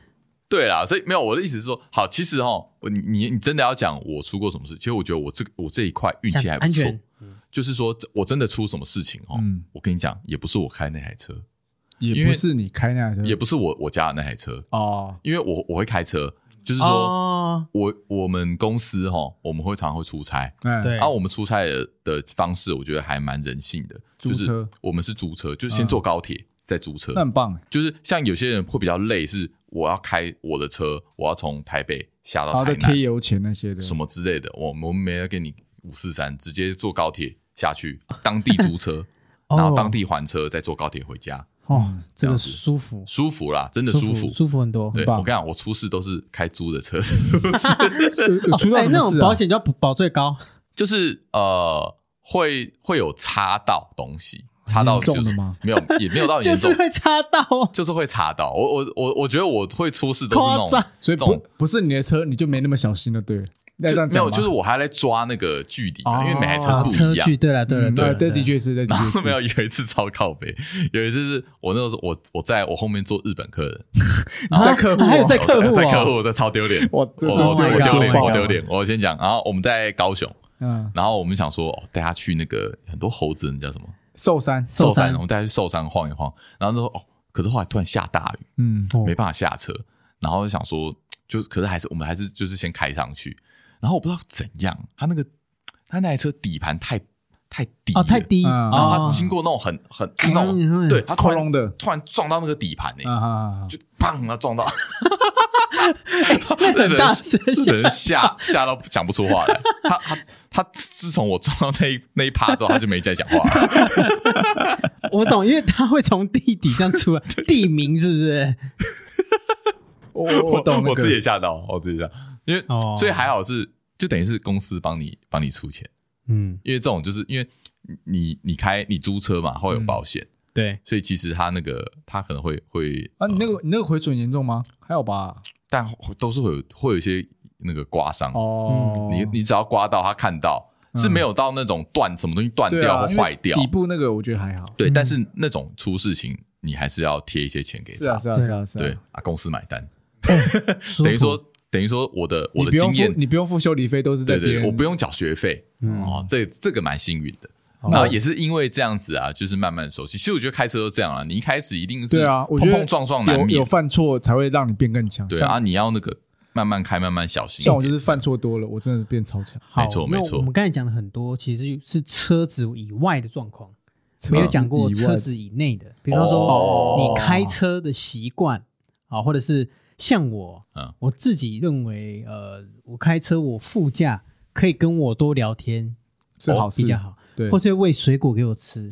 [SPEAKER 3] 对啦，所以没有我的意思是说，好，其实哈，我你你你真的要讲我出过什么事，其实我觉得我这我这一块运气还不
[SPEAKER 2] 安
[SPEAKER 3] 错嗯
[SPEAKER 2] 全，
[SPEAKER 3] 就是说这我真的出什么事情哦，
[SPEAKER 1] 嗯
[SPEAKER 3] 我跟你讲，也不是我开那台车，
[SPEAKER 1] 也
[SPEAKER 3] 因
[SPEAKER 1] 不
[SPEAKER 3] 为
[SPEAKER 1] 是你开那台车，
[SPEAKER 3] 也不是我我家的那台车，
[SPEAKER 1] 哦，
[SPEAKER 3] 因为我我会开车，就是说、
[SPEAKER 2] 哦，
[SPEAKER 3] 我我们公司哈，我们会常常会出差，
[SPEAKER 1] 嗯
[SPEAKER 2] 对
[SPEAKER 3] 然后、啊我们出差的的方式，我觉得还蛮人性的，
[SPEAKER 1] 租
[SPEAKER 3] 就是
[SPEAKER 1] 车
[SPEAKER 3] 我们是租车，就是先坐高铁、再租车，
[SPEAKER 1] 那很棒。
[SPEAKER 3] 就是像有些人会比较累，是我要开我的车，我要从台北下
[SPEAKER 1] 然
[SPEAKER 3] 到
[SPEAKER 1] 后
[SPEAKER 3] 哦台
[SPEAKER 1] 再哦贴
[SPEAKER 3] 南
[SPEAKER 1] 油钱那些的，
[SPEAKER 3] 什么之类的，我我们没有给你五四三，直接坐高铁下去，当地租车，
[SPEAKER 2] 哦
[SPEAKER 3] 然后当地还车，再坐高铁回家，
[SPEAKER 2] 哦，这
[SPEAKER 3] 样
[SPEAKER 2] 个
[SPEAKER 3] 子
[SPEAKER 2] 舒服，
[SPEAKER 3] 舒服啦，真的
[SPEAKER 2] 舒
[SPEAKER 3] 舒服。
[SPEAKER 2] 舒服很多。
[SPEAKER 3] 对
[SPEAKER 1] 棒
[SPEAKER 3] 我跟你讲，我出事都是开租的车，
[SPEAKER 1] 有有出到
[SPEAKER 2] 哎
[SPEAKER 1] 什，么
[SPEAKER 2] 那
[SPEAKER 1] 事啊
[SPEAKER 2] 种保险就要保保最高，
[SPEAKER 3] 就是呃会会有擦到东西，擦到
[SPEAKER 1] 严重
[SPEAKER 3] 就是
[SPEAKER 1] 的吗
[SPEAKER 3] 没有也没有到
[SPEAKER 2] 就
[SPEAKER 3] 严重
[SPEAKER 2] 是，会插到哦，
[SPEAKER 3] 就是会擦到。我我我我觉得我会出事都是那
[SPEAKER 2] 夸
[SPEAKER 3] 种
[SPEAKER 2] 张。
[SPEAKER 1] 所以
[SPEAKER 3] 这
[SPEAKER 1] 不
[SPEAKER 3] 种
[SPEAKER 1] 不是你的车，你就没那么小心了，对了。那这
[SPEAKER 3] 就
[SPEAKER 1] 样
[SPEAKER 3] 没
[SPEAKER 1] 讲
[SPEAKER 3] 有，
[SPEAKER 1] 吗
[SPEAKER 3] 就是我还在抓那个距离嘛，
[SPEAKER 1] 哦
[SPEAKER 3] 因为每台车
[SPEAKER 2] 啊，
[SPEAKER 3] 不
[SPEAKER 2] 车
[SPEAKER 3] 一样
[SPEAKER 2] 距。对了，对了，
[SPEAKER 1] 嗯
[SPEAKER 2] 对了，
[SPEAKER 1] 这的
[SPEAKER 2] 对了
[SPEAKER 1] 确是，这的
[SPEAKER 3] 然
[SPEAKER 1] 确
[SPEAKER 3] 后
[SPEAKER 1] 是
[SPEAKER 3] 没有有一次超靠背，有一次是我那时候我我在我后面坐日本客人，
[SPEAKER 1] 你在客户哦
[SPEAKER 2] 还有在客户哦
[SPEAKER 3] 在客户，我在超丢脸，
[SPEAKER 1] 哇
[SPEAKER 3] 我
[SPEAKER 1] 这
[SPEAKER 3] 我
[SPEAKER 2] 这
[SPEAKER 3] 我
[SPEAKER 2] 这
[SPEAKER 3] 哦丢脸，
[SPEAKER 2] 这
[SPEAKER 3] 我丢脸。我先讲，然后我们在高雄，
[SPEAKER 1] 嗯，
[SPEAKER 3] 然后我们想说哦带他去那个很多猴子，那叫什么
[SPEAKER 1] 寿山，
[SPEAKER 2] 寿
[SPEAKER 3] 寿
[SPEAKER 2] 山
[SPEAKER 3] 山，我们带他去寿山晃一晃，然后他说哦，可是后来突然下大雨，
[SPEAKER 1] 嗯，
[SPEAKER 2] 哦
[SPEAKER 3] 没办法下车，然后就想说，就是可是还是我们还是就是先开上去，然后我不知道怎样，他那个他那台车底盘太太低
[SPEAKER 2] 哦，太
[SPEAKER 3] 了，
[SPEAKER 2] 低，
[SPEAKER 1] 嗯
[SPEAKER 3] 然后
[SPEAKER 2] 哦
[SPEAKER 3] 他经过那种很很
[SPEAKER 2] 嗯
[SPEAKER 3] 那种，
[SPEAKER 2] 嗯
[SPEAKER 3] 对他突
[SPEAKER 1] 空
[SPEAKER 3] 然
[SPEAKER 1] 的
[SPEAKER 3] 突然撞到那个底盘诶、欸
[SPEAKER 1] 啊哈哈哈
[SPEAKER 3] 就砰，然后撞到，
[SPEAKER 2] 很大声
[SPEAKER 3] 那人吓吓到讲不出话来。他他他自从我撞到那一那一趴之后，他就没再讲话了。
[SPEAKER 2] 我懂，因为他会从地底这样 出来，地名是不是？
[SPEAKER 1] 我我我懂那
[SPEAKER 3] 我自己也
[SPEAKER 1] 个，
[SPEAKER 3] 吓到，我自己吓到，因为
[SPEAKER 2] 哦
[SPEAKER 3] 所以还好是就等于是公司帮你帮你出钱。
[SPEAKER 2] 嗯，
[SPEAKER 3] 因为这种就是因为你你开你租车嘛，会有保险，
[SPEAKER 1] 嗯
[SPEAKER 2] 对，
[SPEAKER 3] 所以其实他那个他可能会会
[SPEAKER 1] 啊，你那
[SPEAKER 3] 呃
[SPEAKER 1] 个你那个毁损严重吗？还好吧，
[SPEAKER 3] 但都是会有会有一些那个刮伤，
[SPEAKER 1] 哦，
[SPEAKER 3] 嗯
[SPEAKER 1] 嗯
[SPEAKER 3] 你你只要刮到他看到是没有到那种断什么东西断
[SPEAKER 1] 对
[SPEAKER 3] 掉
[SPEAKER 1] 啊
[SPEAKER 3] 或
[SPEAKER 1] 因为
[SPEAKER 3] 坏掉，
[SPEAKER 1] 底部那个我觉得还好，
[SPEAKER 3] 对，
[SPEAKER 2] 嗯
[SPEAKER 3] 但是那种出事情你还是要贴一些钱给他，
[SPEAKER 1] 是啊是啊
[SPEAKER 2] 对啊
[SPEAKER 1] 是啊是啊，
[SPEAKER 3] 对啊，公司买单，
[SPEAKER 2] 舒服
[SPEAKER 3] 等于说等于说我的我
[SPEAKER 1] 你
[SPEAKER 3] 的
[SPEAKER 1] 不用
[SPEAKER 3] 经
[SPEAKER 1] 付
[SPEAKER 3] 验，
[SPEAKER 1] 你不用付修理费，都是在
[SPEAKER 3] 对
[SPEAKER 1] 别
[SPEAKER 3] 对，
[SPEAKER 1] 人，
[SPEAKER 3] 我不用缴学费
[SPEAKER 2] 嗯
[SPEAKER 3] 哦，这这个蛮幸运的。
[SPEAKER 1] 哦
[SPEAKER 3] 然后也是因为这样子啊，就是慢慢熟悉。其实我觉得开车都这样啊，你一开始一定是
[SPEAKER 1] 对啊，我
[SPEAKER 3] 碰
[SPEAKER 1] 觉得
[SPEAKER 3] 碰撞撞难
[SPEAKER 1] 有
[SPEAKER 3] 免
[SPEAKER 1] 有，犯错才会让你变更强，
[SPEAKER 3] 对
[SPEAKER 1] 像
[SPEAKER 3] 啊，你要那个慢慢开，慢慢小心一
[SPEAKER 1] 像我就
[SPEAKER 3] 点。
[SPEAKER 1] 是犯错多了，我真的是变超强，
[SPEAKER 2] 好
[SPEAKER 3] 没错
[SPEAKER 2] 那
[SPEAKER 3] 没错
[SPEAKER 2] 我们刚才讲了很多，其实是车子以外的状况，没有讲过
[SPEAKER 1] 以
[SPEAKER 2] 车
[SPEAKER 1] 外
[SPEAKER 2] 子以内的，比方
[SPEAKER 3] 哦
[SPEAKER 2] 说你开车的习惯啊，或者是像我
[SPEAKER 3] 嗯，
[SPEAKER 2] 我自己认为，呃，我开车我副驾可以跟我多聊天
[SPEAKER 1] 哦
[SPEAKER 2] 哦
[SPEAKER 1] 是好事
[SPEAKER 2] 比较，好，
[SPEAKER 1] 对，
[SPEAKER 2] 或是喂水果给 我吃，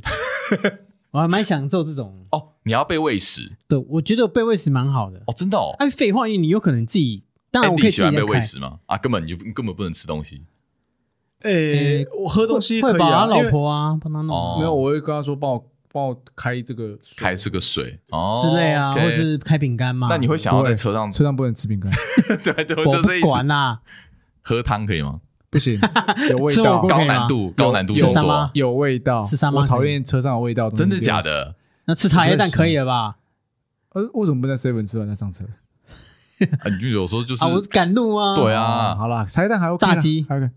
[SPEAKER 2] 我还蛮享受这种。
[SPEAKER 3] 哦，你要被喂食
[SPEAKER 2] 对，我觉得被喂食蛮好的。
[SPEAKER 3] 哦，真的哦。
[SPEAKER 2] 哎，废话，因为你有可能自己，当啊然我可
[SPEAKER 3] Andy
[SPEAKER 2] 以
[SPEAKER 3] 喜
[SPEAKER 2] 自己
[SPEAKER 3] 欢被
[SPEAKER 2] 在
[SPEAKER 3] 喂
[SPEAKER 2] 开。
[SPEAKER 3] 食吗？啊，根本你就你根本不能吃东西。
[SPEAKER 1] 诶
[SPEAKER 2] 诶，
[SPEAKER 1] 我喝东西
[SPEAKER 2] 会
[SPEAKER 1] 可以
[SPEAKER 2] 把
[SPEAKER 1] 啊，
[SPEAKER 2] 他
[SPEAKER 1] 因
[SPEAKER 2] 老
[SPEAKER 1] 为
[SPEAKER 2] 婆啊帮他弄
[SPEAKER 3] 哦
[SPEAKER 2] 啊
[SPEAKER 1] 没有，我会跟他说帮我帮我开这个水
[SPEAKER 3] 开这个水哦
[SPEAKER 2] 之类啊，
[SPEAKER 3] OK
[SPEAKER 2] 或是开饼干嘛。
[SPEAKER 3] 那你会想要在车上
[SPEAKER 1] 车上不能吃饼干，
[SPEAKER 3] 对对，
[SPEAKER 2] 我
[SPEAKER 3] 就这意
[SPEAKER 2] 不管
[SPEAKER 3] 思。
[SPEAKER 2] 啦，
[SPEAKER 3] 喝汤可以吗？
[SPEAKER 1] 不行，有味
[SPEAKER 2] 吃火
[SPEAKER 1] 道
[SPEAKER 2] 锅，
[SPEAKER 3] 高难度，高难度
[SPEAKER 1] 有
[SPEAKER 3] 动
[SPEAKER 2] 吃沙
[SPEAKER 3] 作
[SPEAKER 2] 吗，
[SPEAKER 1] 有味道，
[SPEAKER 2] 吃沙拉
[SPEAKER 1] 我
[SPEAKER 2] 可以
[SPEAKER 1] 讨厌车上的味道，
[SPEAKER 3] 真的假？的？
[SPEAKER 2] 那吃茶叶蛋可以了吧？
[SPEAKER 1] 呃，为什么不在 seven 啊吃完再上车？
[SPEAKER 3] 啊你就有时候就是
[SPEAKER 2] 啊，我赶路啊，
[SPEAKER 3] 对
[SPEAKER 1] 啊，
[SPEAKER 3] 啊，
[SPEAKER 1] 好啦，茶叶蛋还 OK，啦
[SPEAKER 2] 炸鸡
[SPEAKER 1] 还 OK。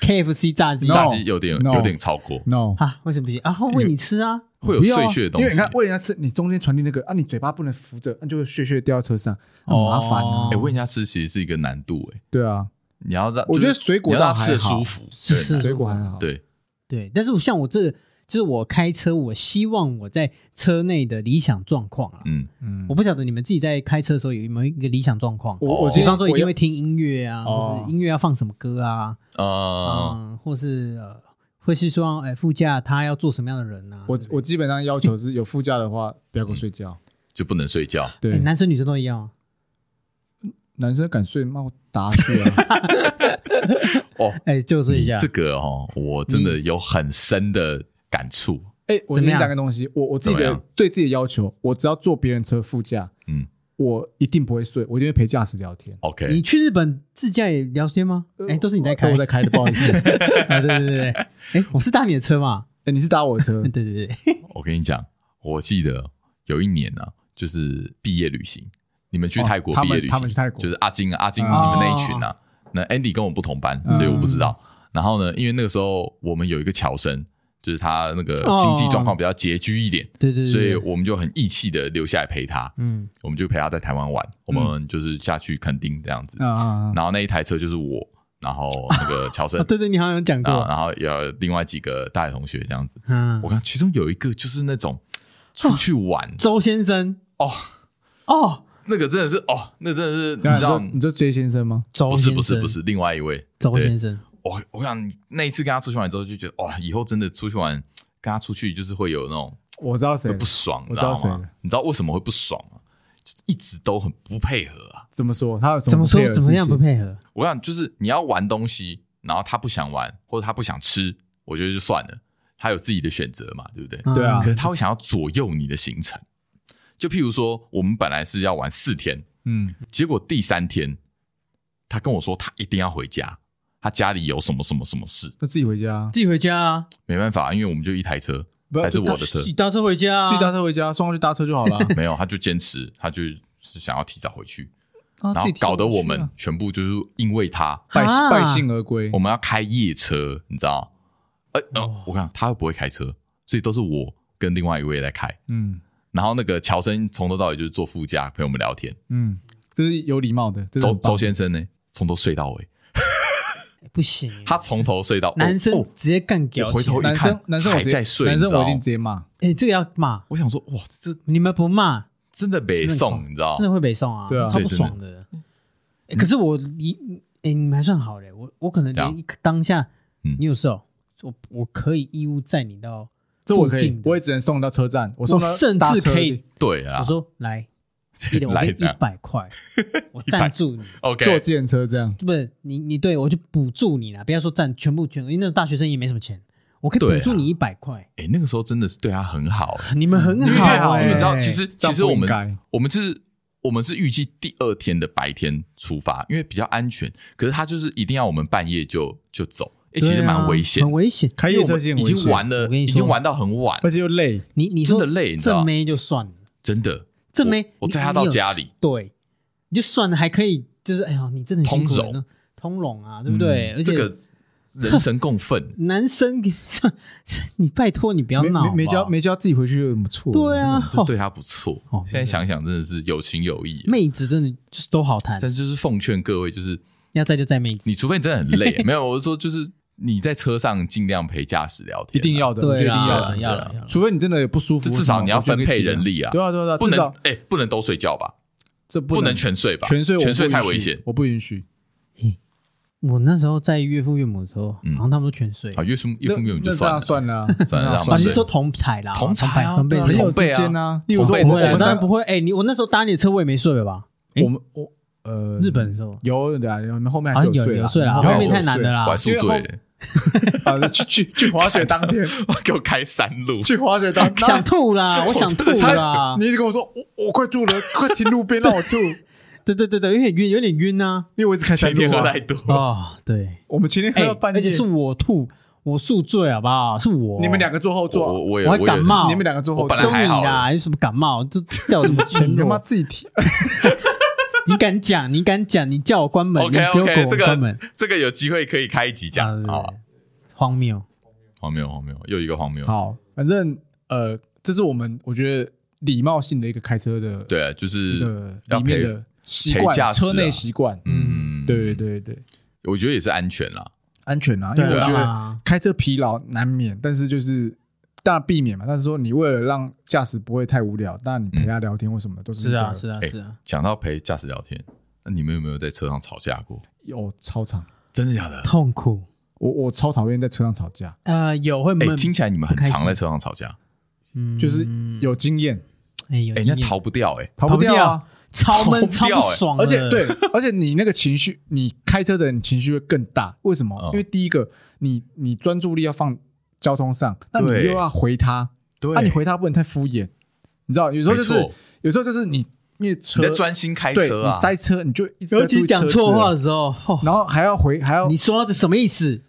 [SPEAKER 2] ，KFC 炸鸡
[SPEAKER 1] No
[SPEAKER 3] 炸鸡有点
[SPEAKER 1] No
[SPEAKER 3] 有点超过，
[SPEAKER 1] No，
[SPEAKER 2] 啊，为什么不行啊？喂你吃啊，
[SPEAKER 3] 会有
[SPEAKER 1] 不要啊
[SPEAKER 3] 碎屑的东西。
[SPEAKER 1] 因为你看，为人家吃，你中间传递那个啊，你嘴巴不能扶着，那就会屑屑掉到车上，很
[SPEAKER 2] 哦
[SPEAKER 1] 麻烦啊
[SPEAKER 3] 哎，。喂人家吃其实是一个难度哎，
[SPEAKER 1] 对啊，
[SPEAKER 3] 你要让
[SPEAKER 1] 我觉得
[SPEAKER 3] 就是
[SPEAKER 1] 水果
[SPEAKER 3] 你要让
[SPEAKER 1] 倒
[SPEAKER 3] 它吃的
[SPEAKER 1] 还好
[SPEAKER 3] 舒服，
[SPEAKER 2] 是
[SPEAKER 3] 对
[SPEAKER 2] 是
[SPEAKER 1] 水果还好。
[SPEAKER 3] 对，
[SPEAKER 2] 对，但是像我这就是我开车，我希望我在车内的理想状况啊，
[SPEAKER 3] 嗯，
[SPEAKER 1] 嗯
[SPEAKER 2] 我，不晓得你们自己在开车的时候有没有一个理想状况？啊
[SPEAKER 1] 我我
[SPEAKER 3] 哦
[SPEAKER 2] 比
[SPEAKER 1] 今
[SPEAKER 2] 方
[SPEAKER 1] 天
[SPEAKER 2] 说一定会听音乐啊，
[SPEAKER 1] 哦
[SPEAKER 2] 或是音乐要放什么歌啊，
[SPEAKER 3] 呃，
[SPEAKER 2] 嗯，或是呃，会是希望哎副驾他要做什么样的人啊？
[SPEAKER 1] 我
[SPEAKER 2] 对不对
[SPEAKER 1] 我基本上要求是有副驾的话，不要给我睡觉。
[SPEAKER 3] 就不能睡觉。
[SPEAKER 2] 哎
[SPEAKER 1] 对，
[SPEAKER 2] 男生女生都一样啊，
[SPEAKER 1] 男生敢睡，那我打死啊！
[SPEAKER 3] 哦，
[SPEAKER 2] 哎，就睡一
[SPEAKER 3] 你
[SPEAKER 2] 下
[SPEAKER 3] 这。个哦，我真
[SPEAKER 1] 嗯
[SPEAKER 3] 的有很深的感触。
[SPEAKER 1] 哎，我
[SPEAKER 2] 怎
[SPEAKER 1] 先
[SPEAKER 2] 么样
[SPEAKER 1] 讲个东西，我我自
[SPEAKER 3] 怎
[SPEAKER 1] 己
[SPEAKER 3] 么
[SPEAKER 1] 的
[SPEAKER 3] 样
[SPEAKER 1] 对自己的要求，我只要坐别人车副驾，
[SPEAKER 3] 嗯
[SPEAKER 1] 我一定不会睡，我一定会陪驾驶聊天。
[SPEAKER 2] 你
[SPEAKER 3] ，OK，
[SPEAKER 2] 去日本自驾也聊天吗？哎，都是你在开，
[SPEAKER 1] 呃都我在开的，不好意 思。
[SPEAKER 2] 啊，对对对对，哎，我是搭你的车嘛？
[SPEAKER 1] 哎，你是搭我的 车
[SPEAKER 2] 嗯对，对对，
[SPEAKER 3] 我跟你讲，我记得有一年呢、啊，就是毕业旅行，你们去
[SPEAKER 1] 哦
[SPEAKER 3] 泰国
[SPEAKER 1] 他
[SPEAKER 3] 毕
[SPEAKER 1] 们
[SPEAKER 3] 业旅行，
[SPEAKER 1] 他们去泰国
[SPEAKER 3] 就是阿金啊、阿金、
[SPEAKER 1] 啊
[SPEAKER 3] 你们那一群啊。那 Andy 跟我不同班，
[SPEAKER 1] 嗯
[SPEAKER 3] 所以我不知道。然后呢，因为那个时候我们有一个侨生，就是他那个
[SPEAKER 1] 哦
[SPEAKER 3] 经济状况比较拮据一点，
[SPEAKER 2] 对对对，
[SPEAKER 3] 所以我们就很义气的留下来陪他，
[SPEAKER 2] 嗯，
[SPEAKER 3] 我们就陪他在台湾玩，我
[SPEAKER 1] 嗯
[SPEAKER 3] 们就是下去垦丁这样子。
[SPEAKER 1] 啊啊啊！
[SPEAKER 3] 然后那一台车就是我，然后那个侨生
[SPEAKER 2] 啊，对对，你好像有讲
[SPEAKER 3] 啊，
[SPEAKER 2] 过，
[SPEAKER 3] 然后有另外几个大学同学这样子。
[SPEAKER 2] 嗯
[SPEAKER 3] 我，看其中有一个就是那种出去玩
[SPEAKER 2] 周先生，
[SPEAKER 3] 哦，
[SPEAKER 2] 哦，
[SPEAKER 3] 那个真的是哦，那真的是你
[SPEAKER 1] 那
[SPEAKER 3] 知道
[SPEAKER 1] 啊你说你说 J 先生吗？
[SPEAKER 2] 周
[SPEAKER 3] 不是不是不
[SPEAKER 2] 是，
[SPEAKER 3] 是另外一位
[SPEAKER 2] 周
[SPEAKER 3] 对
[SPEAKER 2] 先生，
[SPEAKER 3] 我我想那一次跟他出去玩之后就觉得哇，以后真的出去玩跟他出去就是会有那种
[SPEAKER 1] 我知道谁
[SPEAKER 3] 会，不爽，
[SPEAKER 1] 我
[SPEAKER 3] 你
[SPEAKER 1] 知
[SPEAKER 3] 知
[SPEAKER 1] 道
[SPEAKER 3] 道
[SPEAKER 1] 谁
[SPEAKER 3] 吗？你知道为什么会不爽吗？就是一直都很不配合啊！
[SPEAKER 1] 怎么说？他有什
[SPEAKER 2] 怎么
[SPEAKER 1] 不配
[SPEAKER 2] 说
[SPEAKER 1] 合的
[SPEAKER 2] 怎么样
[SPEAKER 1] 事情
[SPEAKER 2] 不配合？
[SPEAKER 3] 我想就是你要玩东西，然后他不想玩或者他不想吃，我觉得就算了，他有自己的选择嘛，对不对？
[SPEAKER 1] 对啊
[SPEAKER 3] 可是他会想要左右你的行程。就譬如说，我们本来是要玩四天，
[SPEAKER 1] 嗯，
[SPEAKER 3] 结果第三天他跟我说他一定要回家，他家里有什么什么什么事，
[SPEAKER 1] 他自己回家，
[SPEAKER 2] 自己回家啊，
[SPEAKER 3] 没办法，因为我们就一台 车，
[SPEAKER 1] 不
[SPEAKER 3] 还是
[SPEAKER 1] 就
[SPEAKER 3] 我的车
[SPEAKER 2] 自，己搭车回家啊，
[SPEAKER 1] 自己搭车回家，送他去搭车就 好了。啊
[SPEAKER 3] 没有，他就坚持，他就是想要提早回去，
[SPEAKER 1] 然
[SPEAKER 3] 然后搞得我们全部就是因为他，
[SPEAKER 1] 啊败
[SPEAKER 2] 啊
[SPEAKER 1] 败兴而归
[SPEAKER 3] 我。们要开夜车，你知道？呃，
[SPEAKER 2] 哦
[SPEAKER 3] 呃我看他又不会开车，所以都是我跟另外一位在开。
[SPEAKER 1] 嗯
[SPEAKER 3] 然后那个乔生从头到尾就是坐副驾陪我们聊天，
[SPEAKER 1] 嗯，这是有礼貌的。这是
[SPEAKER 3] 周
[SPEAKER 1] 很棒
[SPEAKER 3] 周先生呢从头睡到尾，
[SPEAKER 2] 哎不行，
[SPEAKER 3] 他从头睡到
[SPEAKER 2] 嗯男
[SPEAKER 3] 哦
[SPEAKER 2] 生
[SPEAKER 3] 哦
[SPEAKER 2] 直接干掉
[SPEAKER 3] 我回
[SPEAKER 2] 起来，
[SPEAKER 3] 头一
[SPEAKER 1] 男生
[SPEAKER 3] 看
[SPEAKER 1] 男生我直接
[SPEAKER 3] 还在睡
[SPEAKER 1] 男生
[SPEAKER 3] 你知道
[SPEAKER 1] 我一定直接骂。
[SPEAKER 2] 哎，这个要骂，
[SPEAKER 3] 我想说哇，这
[SPEAKER 2] 你们不骂，
[SPEAKER 3] 真的北
[SPEAKER 2] 真的
[SPEAKER 3] 宋，你知道
[SPEAKER 2] 真？的会被送啊，
[SPEAKER 1] 对啊
[SPEAKER 2] 超不爽的。哎可是我你哎，你们还算好嘞，我我可能
[SPEAKER 3] 这样
[SPEAKER 2] 连一当下，
[SPEAKER 3] 嗯
[SPEAKER 2] 你有时候我我可以义务载你到
[SPEAKER 1] 这我
[SPEAKER 2] 附
[SPEAKER 1] 可以
[SPEAKER 2] 近，的，
[SPEAKER 1] 我也只能送到车站。我送到
[SPEAKER 2] 我甚
[SPEAKER 1] 搭
[SPEAKER 2] 至
[SPEAKER 1] 车
[SPEAKER 2] 可以
[SPEAKER 3] 对啊
[SPEAKER 2] 我，说 来，一人我
[SPEAKER 3] 来
[SPEAKER 2] 给
[SPEAKER 3] 这
[SPEAKER 2] 一
[SPEAKER 3] 样
[SPEAKER 2] 百 块，我
[SPEAKER 3] 100
[SPEAKER 2] 赞助你。
[SPEAKER 1] 坐
[SPEAKER 3] OK，
[SPEAKER 1] 计程车这样。
[SPEAKER 2] 不是你你对我就补助你啦，不要说占全部全，因为那大学生也没什么钱，我可以
[SPEAKER 3] 对啊
[SPEAKER 2] 补助你一百块，
[SPEAKER 3] 哎，那个时候真的是对他很好，哎
[SPEAKER 2] 你们很
[SPEAKER 1] 因为
[SPEAKER 2] 好、
[SPEAKER 1] 太
[SPEAKER 2] 欸，
[SPEAKER 1] 好了
[SPEAKER 3] 因为你知道，
[SPEAKER 1] 哎
[SPEAKER 3] 其实
[SPEAKER 1] 这样
[SPEAKER 3] 其实
[SPEAKER 1] 不
[SPEAKER 3] 我们
[SPEAKER 1] 应该
[SPEAKER 3] 我们是，我们是预计第二天的白天出发，因为比较安全。可是他就是一定要我们半夜就就走，哎、
[SPEAKER 2] 对啊
[SPEAKER 3] 其实蛮危险
[SPEAKER 2] 很。危险。
[SPEAKER 1] 开
[SPEAKER 3] 因
[SPEAKER 1] 夜
[SPEAKER 3] 为我
[SPEAKER 1] 车
[SPEAKER 3] 们
[SPEAKER 1] 是很
[SPEAKER 3] 已
[SPEAKER 1] 危
[SPEAKER 3] 经
[SPEAKER 1] 险，
[SPEAKER 3] 玩
[SPEAKER 2] 我
[SPEAKER 3] 了，
[SPEAKER 2] 跟你
[SPEAKER 3] 已
[SPEAKER 2] 说
[SPEAKER 3] 经玩到很晚
[SPEAKER 1] 而，且又累。
[SPEAKER 2] 你你说
[SPEAKER 3] 真的累你知道
[SPEAKER 2] 正妹就算了，
[SPEAKER 3] 真的。
[SPEAKER 2] 正妹
[SPEAKER 3] 我我
[SPEAKER 2] 你
[SPEAKER 3] 载她到
[SPEAKER 2] 你有
[SPEAKER 3] 家里
[SPEAKER 2] 对，你就算了，还可以就是哎呀，你真的很辛苦
[SPEAKER 3] 通融嗯
[SPEAKER 2] 了通融啊，对不对？而且，
[SPEAKER 3] 这个人神共愤
[SPEAKER 2] 男生 你拜托你不要
[SPEAKER 1] 没
[SPEAKER 2] 闹好
[SPEAKER 1] 没
[SPEAKER 2] 不
[SPEAKER 1] 没
[SPEAKER 2] 好，
[SPEAKER 1] 教没教自己回去有什么错？
[SPEAKER 2] 对啊，
[SPEAKER 3] 这对他不错
[SPEAKER 2] 哦。
[SPEAKER 3] 现在想想真的是有情有义啊，
[SPEAKER 2] 妹子真的就是都好谈，
[SPEAKER 3] 但是就是奉劝各位，就是
[SPEAKER 2] 要在就在妹子
[SPEAKER 3] 你，除非你真的很累，没有，我是说就是你在车上尽量陪驾驶聊天啊，
[SPEAKER 1] 一定要的，我觉得
[SPEAKER 2] 对
[SPEAKER 1] 一定
[SPEAKER 2] 啦，
[SPEAKER 1] 要
[SPEAKER 2] 了
[SPEAKER 1] 的。
[SPEAKER 2] 要
[SPEAKER 3] 对啊
[SPEAKER 2] 了要了，
[SPEAKER 1] 除非你真的有不舒服
[SPEAKER 3] 这
[SPEAKER 1] 或什么，
[SPEAKER 3] 至少你要
[SPEAKER 1] 我觉得
[SPEAKER 3] 分
[SPEAKER 1] 可以
[SPEAKER 3] 配
[SPEAKER 1] 体谅
[SPEAKER 3] 人力啊
[SPEAKER 1] 对啊，对啊，对啊
[SPEAKER 3] 不能
[SPEAKER 1] 至少
[SPEAKER 3] 哎、不能都睡觉吧，
[SPEAKER 1] 这不
[SPEAKER 3] 不
[SPEAKER 1] 能
[SPEAKER 3] 能全睡吧，
[SPEAKER 1] 全睡，
[SPEAKER 3] 全睡太危险。
[SPEAKER 1] 我不允许。
[SPEAKER 2] 我那时候在岳父岳母的时候，
[SPEAKER 3] 嗯
[SPEAKER 2] 然后他们都全睡。
[SPEAKER 3] 啊，岳父岳
[SPEAKER 1] 那
[SPEAKER 3] 父岳母就
[SPEAKER 1] 那
[SPEAKER 3] 算
[SPEAKER 1] 当
[SPEAKER 3] 了，
[SPEAKER 1] 然算了
[SPEAKER 3] 算了
[SPEAKER 1] 啊，那
[SPEAKER 3] 让
[SPEAKER 2] 啊，
[SPEAKER 3] 他
[SPEAKER 2] 你
[SPEAKER 3] 睡
[SPEAKER 2] 是说同彩啦？
[SPEAKER 3] 同才啊
[SPEAKER 2] 哎同辈
[SPEAKER 3] 对啊
[SPEAKER 2] 同
[SPEAKER 1] 哎朋
[SPEAKER 2] 辈
[SPEAKER 3] 同
[SPEAKER 1] 友
[SPEAKER 3] 辈
[SPEAKER 1] 之
[SPEAKER 3] 啊
[SPEAKER 1] 间啊，例如说
[SPEAKER 3] 同辈
[SPEAKER 1] 我
[SPEAKER 2] 不会
[SPEAKER 1] 们
[SPEAKER 2] 啊，
[SPEAKER 3] 同
[SPEAKER 1] 我
[SPEAKER 3] 辈
[SPEAKER 2] 当然
[SPEAKER 1] 们
[SPEAKER 2] 不会。哎，你我那时候搭你的车，我也没睡吧？哎
[SPEAKER 1] 我们我呃，
[SPEAKER 2] 日本的时候
[SPEAKER 3] 嗯
[SPEAKER 1] 有的啊，我们后面还
[SPEAKER 2] 啊，
[SPEAKER 1] 是
[SPEAKER 2] 有
[SPEAKER 1] 睡
[SPEAKER 2] 有
[SPEAKER 1] 啦
[SPEAKER 2] 睡啦，
[SPEAKER 1] 我
[SPEAKER 2] 后
[SPEAKER 1] 们
[SPEAKER 3] 有
[SPEAKER 1] 还
[SPEAKER 2] 面
[SPEAKER 1] 是有
[SPEAKER 2] 太难
[SPEAKER 1] 睡
[SPEAKER 2] 的
[SPEAKER 3] 我还
[SPEAKER 2] 啦。
[SPEAKER 3] 宿醉
[SPEAKER 1] 因为
[SPEAKER 3] 嘞，
[SPEAKER 1] 啊，去去去滑雪当 天，
[SPEAKER 3] 给我开山路，
[SPEAKER 1] 去滑雪当
[SPEAKER 2] 想 吐啦，我想吐啦
[SPEAKER 3] 啊
[SPEAKER 1] 他，！你一直跟我说我我快吐了，快停路边让我吐，
[SPEAKER 2] 对对对对，有点晕，有点晕啊！
[SPEAKER 1] 因为我一直开山
[SPEAKER 3] 前天
[SPEAKER 1] 路
[SPEAKER 3] 喝
[SPEAKER 1] 啊
[SPEAKER 3] 太。多，
[SPEAKER 2] 哦，对，
[SPEAKER 1] 我们前天喝
[SPEAKER 2] 哎
[SPEAKER 1] 到，半
[SPEAKER 2] 而且
[SPEAKER 1] 夜，
[SPEAKER 2] 是我吐，我宿醉好不好？是我，
[SPEAKER 1] 你们两个坐后
[SPEAKER 3] 我
[SPEAKER 1] 座，啊
[SPEAKER 3] 我也
[SPEAKER 2] 我还
[SPEAKER 3] 也
[SPEAKER 2] 感冒
[SPEAKER 1] 你们两个坐后
[SPEAKER 3] 我
[SPEAKER 1] 座
[SPEAKER 3] 本来，
[SPEAKER 2] 都你
[SPEAKER 3] 还好
[SPEAKER 2] 啦，有什么感冒就叫我这么
[SPEAKER 1] 你
[SPEAKER 2] 全
[SPEAKER 1] 他妈
[SPEAKER 2] 裸？
[SPEAKER 1] 自己提，
[SPEAKER 2] 你敢讲？你敢讲？你叫我关门
[SPEAKER 3] OK
[SPEAKER 2] 你
[SPEAKER 3] OK，
[SPEAKER 2] 给我
[SPEAKER 3] 这
[SPEAKER 2] 滚关门
[SPEAKER 3] 个！这个有机会可以开一集讲
[SPEAKER 2] 啊对
[SPEAKER 3] 啊，
[SPEAKER 2] 荒谬，
[SPEAKER 3] 荒谬荒谬，又一个荒谬。
[SPEAKER 1] 好，反正呃，这是我们我觉得礼貌性的一个开车的
[SPEAKER 3] 对啊，就
[SPEAKER 1] 一
[SPEAKER 3] 是
[SPEAKER 1] 个
[SPEAKER 3] 要
[SPEAKER 1] 里面
[SPEAKER 3] 陪
[SPEAKER 1] 的习
[SPEAKER 3] 陪
[SPEAKER 1] 惯，
[SPEAKER 3] 驾驶啊
[SPEAKER 1] 车内习惯，
[SPEAKER 3] 嗯
[SPEAKER 1] 对对对对，
[SPEAKER 3] 我觉得也是安全啦。
[SPEAKER 1] 安全啊，因为
[SPEAKER 3] 对
[SPEAKER 1] 我
[SPEAKER 3] 啊
[SPEAKER 1] 觉得
[SPEAKER 2] 啊，
[SPEAKER 1] 开车疲劳难免，但是就是。当然避免嘛，但是说你为了让驾驶不会太无聊，当然你陪
[SPEAKER 3] 嗯
[SPEAKER 1] 他聊天或什么的都是
[SPEAKER 2] 是啊，
[SPEAKER 1] 一个
[SPEAKER 2] 是啊，
[SPEAKER 3] 哎
[SPEAKER 2] 是啊，
[SPEAKER 3] 讲到陪驾驶聊天，那你们有没有在车上吵架过？
[SPEAKER 1] 有超长，
[SPEAKER 3] 真的假的？
[SPEAKER 2] 痛苦。
[SPEAKER 1] 我我超讨厌在车上吵架，
[SPEAKER 2] 呃，有会闷
[SPEAKER 3] 哎，，听起来你们很
[SPEAKER 2] 不开心
[SPEAKER 3] 常在车上吵架，
[SPEAKER 2] 嗯
[SPEAKER 1] 就是有经验，
[SPEAKER 2] 哎有
[SPEAKER 3] 哎，那
[SPEAKER 2] 经验
[SPEAKER 3] 逃不掉哎。
[SPEAKER 1] 逃
[SPEAKER 2] 不
[SPEAKER 1] 不
[SPEAKER 2] 掉
[SPEAKER 1] 掉啊。
[SPEAKER 2] 超闷
[SPEAKER 3] 逃
[SPEAKER 2] 超
[SPEAKER 3] 不掉
[SPEAKER 2] 不
[SPEAKER 3] 哎
[SPEAKER 2] 爽的，
[SPEAKER 1] 而且对，而且你那个情绪，你开车的人情绪会更大。为什么
[SPEAKER 3] 嗯？
[SPEAKER 1] 因为第一个，你你专注力要放交通上，那你
[SPEAKER 3] 对
[SPEAKER 1] 又要回他，啊
[SPEAKER 3] 对
[SPEAKER 1] 那你回他不能太敷衍，你知道？有时候就
[SPEAKER 3] 没
[SPEAKER 1] 是
[SPEAKER 3] 错，
[SPEAKER 1] 有时候就是你因为车
[SPEAKER 3] 你在专心开
[SPEAKER 1] 对
[SPEAKER 3] 车
[SPEAKER 1] 你
[SPEAKER 3] 啊，
[SPEAKER 1] 塞车，你就一直在
[SPEAKER 2] 尤其
[SPEAKER 1] 注意车
[SPEAKER 2] 讲
[SPEAKER 1] 子
[SPEAKER 2] 错话的，时候，哦
[SPEAKER 1] 然后还要回，还要
[SPEAKER 2] 你说这什么意思？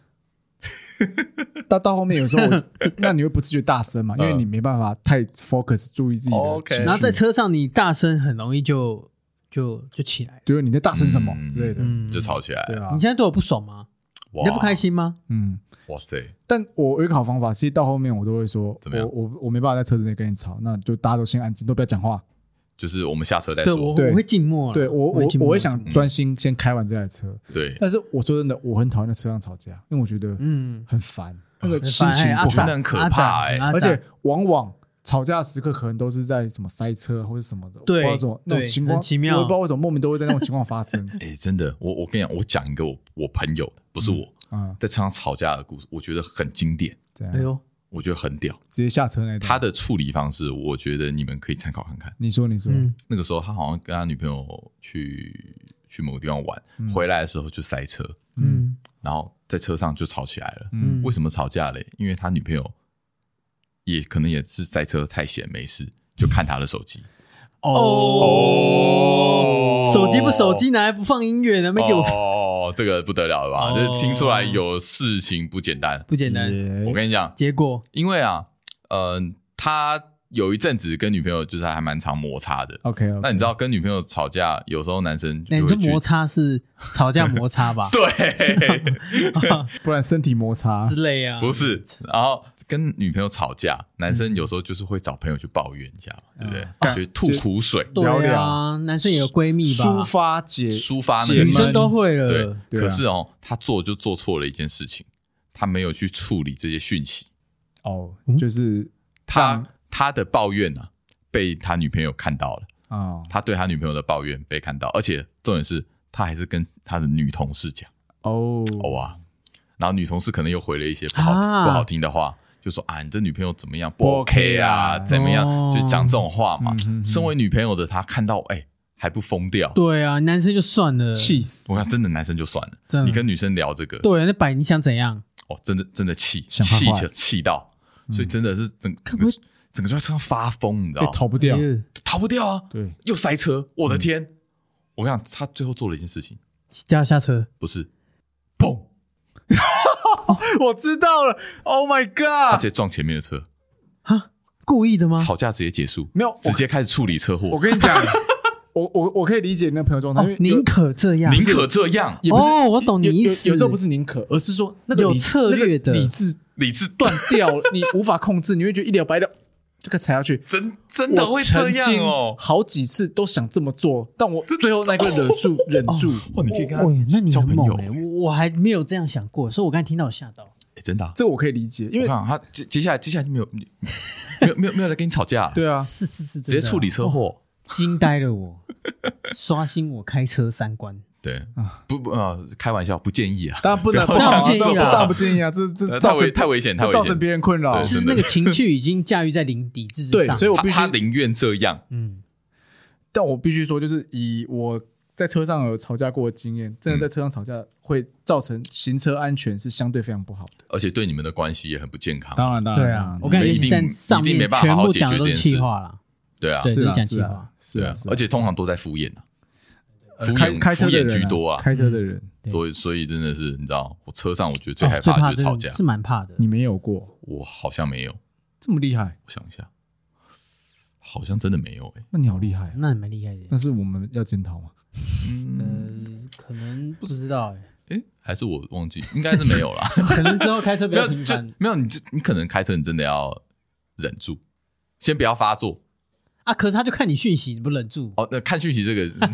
[SPEAKER 1] 到到后面有时候 我，那你会不自觉大声嘛？因为
[SPEAKER 3] 嗯
[SPEAKER 1] 你没办法太 focus 注意自己的情绪。
[SPEAKER 3] OK
[SPEAKER 2] 然后在车上你大声很容易就就就起来了。
[SPEAKER 1] 对，你在大声什么
[SPEAKER 3] 嗯
[SPEAKER 1] 之类的，
[SPEAKER 2] 嗯，
[SPEAKER 3] 就吵起来
[SPEAKER 1] 对
[SPEAKER 3] 了。
[SPEAKER 1] 啊
[SPEAKER 2] 你现，在对我不爽吗？
[SPEAKER 3] 哇
[SPEAKER 2] 你在不开？心吗？
[SPEAKER 1] 嗯。
[SPEAKER 3] 哇塞，
[SPEAKER 1] 但我有一个好方法，其实到后面我都会说，
[SPEAKER 3] 怎么样
[SPEAKER 1] 我我我没办法在车子内跟你吵，那就大家都先安静，都不要讲话。
[SPEAKER 3] 就是我们下车再
[SPEAKER 2] 对我
[SPEAKER 3] 说。
[SPEAKER 1] 对
[SPEAKER 2] 我会静默了，
[SPEAKER 1] 对我我
[SPEAKER 2] 静默嗯
[SPEAKER 1] 我会
[SPEAKER 2] 了，
[SPEAKER 1] 想专心先开完这台车。
[SPEAKER 3] 对，
[SPEAKER 1] 但是我说真的，我很讨厌在车上吵架，因为我觉得
[SPEAKER 2] 嗯，
[SPEAKER 1] 很烦，那个
[SPEAKER 2] 很
[SPEAKER 1] 心
[SPEAKER 2] 烦
[SPEAKER 1] 情
[SPEAKER 2] 哎阿
[SPEAKER 1] 不
[SPEAKER 3] 真
[SPEAKER 1] 好
[SPEAKER 3] 的
[SPEAKER 2] 展，
[SPEAKER 3] 很可
[SPEAKER 2] 阿展
[SPEAKER 3] 怕哎
[SPEAKER 2] 阿
[SPEAKER 1] 而
[SPEAKER 2] 展
[SPEAKER 1] 且往往吵架的时刻可能都是在什么塞车或者什么的，
[SPEAKER 2] 对
[SPEAKER 1] 我不知道为什么那
[SPEAKER 2] 对
[SPEAKER 1] 种情况，
[SPEAKER 2] 很奇妙
[SPEAKER 1] 我也不知道为什么莫名都会在那种情况发生。
[SPEAKER 3] 哎，真的，我我跟你讲，我讲一个我我朋友的，不是我
[SPEAKER 1] 嗯，
[SPEAKER 3] 在车上吵架的故事，我觉得很经典，
[SPEAKER 1] 这
[SPEAKER 2] 哎
[SPEAKER 1] 样
[SPEAKER 2] 呦，
[SPEAKER 3] 我觉得很
[SPEAKER 2] 嗯
[SPEAKER 3] 屌。
[SPEAKER 1] 直接下车那种。
[SPEAKER 3] 他的处理方式，我觉得你们可以参考看看。
[SPEAKER 1] 你说你说，
[SPEAKER 2] 嗯，
[SPEAKER 3] 那个时候他好像跟他女朋友去去某个地方玩，回来的时候就塞车，
[SPEAKER 2] 嗯
[SPEAKER 3] 然后在车上就吵起来了。
[SPEAKER 2] 嗯，
[SPEAKER 3] 为什么吵架嘞？因为他女朋友也可能也是塞车太闲没事，就看他的手机。
[SPEAKER 2] 哦手机不手机拿来不放音乐呢？没给我
[SPEAKER 3] 哦，这个不得了了吧？
[SPEAKER 2] 哦
[SPEAKER 3] 这听出来有事情不简单。
[SPEAKER 2] 不
[SPEAKER 1] 嗯
[SPEAKER 2] 简单。
[SPEAKER 1] 耶
[SPEAKER 3] 我跟你讲，
[SPEAKER 2] 结果
[SPEAKER 3] 因为啊，嗯，他有一阵子跟女朋友就是还蛮常摩擦的。
[SPEAKER 1] OK，
[SPEAKER 3] 那你知道跟女朋友吵架，有时候男生
[SPEAKER 2] 那
[SPEAKER 3] 就会
[SPEAKER 2] 你说
[SPEAKER 3] 去
[SPEAKER 2] 摩擦是吵架摩擦 吧
[SPEAKER 3] 对，
[SPEAKER 1] 不然身体摩擦
[SPEAKER 2] 之类啊？
[SPEAKER 3] 不 是，然后跟女朋友吵架，男生有时候就是会找朋友去抱怨一下嘛，对不对？
[SPEAKER 1] 干
[SPEAKER 3] 就是吐苦水，
[SPEAKER 1] 聊
[SPEAKER 2] 对啊，
[SPEAKER 1] 聊
[SPEAKER 2] 男生也有闺蜜吧？
[SPEAKER 1] 抒发解
[SPEAKER 3] 抒发那
[SPEAKER 1] 解
[SPEAKER 3] 个
[SPEAKER 1] 闷
[SPEAKER 2] 女
[SPEAKER 3] 情
[SPEAKER 2] 生
[SPEAKER 3] 绪
[SPEAKER 2] 都会
[SPEAKER 3] 对
[SPEAKER 2] 了。。
[SPEAKER 1] 对啊
[SPEAKER 3] 可是哦，他做就做错了一件事情，他没有去处理这些讯息，
[SPEAKER 1] 哦
[SPEAKER 2] 嗯，
[SPEAKER 1] 就是嗯
[SPEAKER 3] 他他的抱怨啊，被他女朋友看到了，
[SPEAKER 1] 啊
[SPEAKER 3] 他对他女朋友的抱怨被看到，而且重点是他还是跟他的女同事讲，
[SPEAKER 1] 哦
[SPEAKER 3] 哦啊，然后女同事可能又回了一些不好、
[SPEAKER 2] 啊
[SPEAKER 3] 不好听的话，就说啊，你这女朋友怎么样，不
[SPEAKER 1] 不
[SPEAKER 3] OK 啊，
[SPEAKER 1] OK 啊
[SPEAKER 3] 怎么样，
[SPEAKER 2] 哦
[SPEAKER 3] 就讲这种话嘛。
[SPEAKER 1] 嗯哼哼
[SPEAKER 3] 身为女朋友的她看到，哎、还不疯掉？
[SPEAKER 2] 对啊，男生就算了，
[SPEAKER 1] 气死，
[SPEAKER 3] 我看真的男生就算
[SPEAKER 2] 真
[SPEAKER 3] 了，
[SPEAKER 1] 嗯
[SPEAKER 3] 你
[SPEAKER 2] 的
[SPEAKER 3] 跟女生聊这个，
[SPEAKER 2] 对啊，那摆你想怎样？
[SPEAKER 3] 哦，真的真的气
[SPEAKER 1] 想嗯坏
[SPEAKER 3] 气
[SPEAKER 1] 坏
[SPEAKER 3] 起气到，所以真的是整整
[SPEAKER 2] 不
[SPEAKER 3] 个
[SPEAKER 2] 会
[SPEAKER 3] 整个就在车上发疯，你知
[SPEAKER 1] 被
[SPEAKER 3] 道吗？
[SPEAKER 1] 逃不掉
[SPEAKER 2] 哎，呦
[SPEAKER 3] 逃不掉啊，
[SPEAKER 1] 对，
[SPEAKER 3] 又塞车，我的天！嗯我跟你讲，他最后做了一件事情，
[SPEAKER 2] 叫下车。
[SPEAKER 3] 不是砰，
[SPEAKER 1] 我知道了，Oh my
[SPEAKER 3] 他
[SPEAKER 1] God！
[SPEAKER 3] 直接撞前面的车，
[SPEAKER 2] 哈，故意的吗？
[SPEAKER 3] 吵架直接结束，
[SPEAKER 1] 啊没有我
[SPEAKER 3] 直接开始处理车祸。
[SPEAKER 1] 我跟你讲， 我我我可以理解你那朋友状态，因
[SPEAKER 2] 哦
[SPEAKER 1] 为，有
[SPEAKER 2] 宁可这样，
[SPEAKER 3] 宁可这样，
[SPEAKER 1] 也不是
[SPEAKER 2] 哦我懂你
[SPEAKER 1] 有有
[SPEAKER 2] 意
[SPEAKER 1] 有
[SPEAKER 2] 思
[SPEAKER 1] 有时候不是宁可，而是说那个
[SPEAKER 2] 有
[SPEAKER 1] 理
[SPEAKER 2] 策略的
[SPEAKER 1] 那个理智
[SPEAKER 3] 理智断
[SPEAKER 1] 断，掉了，你无法控制，你会觉得一了百了，这个踩下去。
[SPEAKER 3] 真真的会这样
[SPEAKER 1] 我曾经
[SPEAKER 3] 哦。
[SPEAKER 1] 好几次都想这么做，但我最后那个忍住，忍住，
[SPEAKER 3] 哇，你可以跟他
[SPEAKER 2] 哦，那你
[SPEAKER 3] 交
[SPEAKER 2] 很
[SPEAKER 3] 朋
[SPEAKER 2] 猛
[SPEAKER 3] 友
[SPEAKER 2] 哎、，
[SPEAKER 1] 欸
[SPEAKER 2] 我我还没有这样想过，所以我刚才听到我吓到。
[SPEAKER 3] 哎真的啊。
[SPEAKER 1] 这我可以理解，因
[SPEAKER 3] 我
[SPEAKER 1] 为
[SPEAKER 3] 看啊他接接下来接下来就没有 没有没有没有来跟你吵架，
[SPEAKER 1] 对啊，
[SPEAKER 2] 是是是，
[SPEAKER 3] 直接
[SPEAKER 2] 真的
[SPEAKER 3] 处理车
[SPEAKER 2] 哦
[SPEAKER 3] 祸。
[SPEAKER 2] 惊呆了我，刷新我开车三 观。
[SPEAKER 3] 对
[SPEAKER 1] 啊，
[SPEAKER 3] 不不呃，开玩笑，不建议啊。
[SPEAKER 1] 当然不能，
[SPEAKER 3] 不要
[SPEAKER 1] 好啊
[SPEAKER 2] 这样建议啊
[SPEAKER 1] 当然不建议啊，这这
[SPEAKER 3] 呃
[SPEAKER 1] 造
[SPEAKER 3] 太
[SPEAKER 1] 成
[SPEAKER 3] 危太危险，太
[SPEAKER 1] 这
[SPEAKER 3] 危
[SPEAKER 1] 造
[SPEAKER 3] 险，
[SPEAKER 1] 成别人困扰
[SPEAKER 3] 对。
[SPEAKER 2] 就是那个情绪已经驾驭在零底之上。
[SPEAKER 1] 对所以我
[SPEAKER 3] 他
[SPEAKER 1] 必须
[SPEAKER 3] 他宁愿这样，
[SPEAKER 2] 嗯，
[SPEAKER 1] 但我必须说，就是以我在车上有吵架过的经验，真的在车上吵架会造成行车安全是相对非常不好的。
[SPEAKER 3] 而且对你们的关系也很不健康。
[SPEAKER 1] 当然，当然，
[SPEAKER 2] 对
[SPEAKER 1] 当
[SPEAKER 2] 啊
[SPEAKER 1] 然，
[SPEAKER 2] 我感觉
[SPEAKER 3] 一
[SPEAKER 2] 你
[SPEAKER 3] 定
[SPEAKER 2] 站上
[SPEAKER 3] 一定没
[SPEAKER 2] 面
[SPEAKER 3] 办法
[SPEAKER 2] 全
[SPEAKER 3] 好
[SPEAKER 2] 部
[SPEAKER 3] 好解决
[SPEAKER 2] 讲的都是
[SPEAKER 3] 这件事
[SPEAKER 2] 气话啦。
[SPEAKER 3] 对啊，
[SPEAKER 2] 对
[SPEAKER 1] 是啊，
[SPEAKER 2] 就是
[SPEAKER 1] 是
[SPEAKER 2] 讲气话
[SPEAKER 1] 啊，是
[SPEAKER 3] 对啊
[SPEAKER 1] 啊，是，啊
[SPEAKER 3] 而且通常都在敷衍啊，
[SPEAKER 1] 呃
[SPEAKER 3] 敷
[SPEAKER 1] 开
[SPEAKER 3] 衍
[SPEAKER 1] 开车
[SPEAKER 3] 敷
[SPEAKER 1] 的
[SPEAKER 3] 衍
[SPEAKER 1] 人
[SPEAKER 3] 居多啊。
[SPEAKER 1] 开车的人
[SPEAKER 2] 对
[SPEAKER 3] 所以所以真的是，你知道，我车上我觉得最害
[SPEAKER 2] 哦最
[SPEAKER 3] 怕
[SPEAKER 2] 怕
[SPEAKER 3] 的就是
[SPEAKER 2] 这
[SPEAKER 3] 吵
[SPEAKER 2] 种
[SPEAKER 3] 架。
[SPEAKER 2] 是蛮怕的。
[SPEAKER 1] 你没有过
[SPEAKER 3] 我好像没有，
[SPEAKER 1] 这么厉害，
[SPEAKER 3] 我想一下，好像真的没有哎、
[SPEAKER 1] 那你好厉害啊，
[SPEAKER 2] 那你蛮厉害的
[SPEAKER 1] 但。是我们要检讨吗？
[SPEAKER 3] 嗯，
[SPEAKER 2] 呃，可能不知道 哎，
[SPEAKER 3] 哎、还是我忘记，应该是没有 啦。
[SPEAKER 2] 可能之后开车比
[SPEAKER 3] 没有
[SPEAKER 2] 较频
[SPEAKER 3] 就
[SPEAKER 2] 繁
[SPEAKER 3] 没有，你就你可能开车你真的要忍住，先不要发作
[SPEAKER 2] 啊。可是他就看你讯息，你不忍住。
[SPEAKER 3] 哦。那看讯息这个，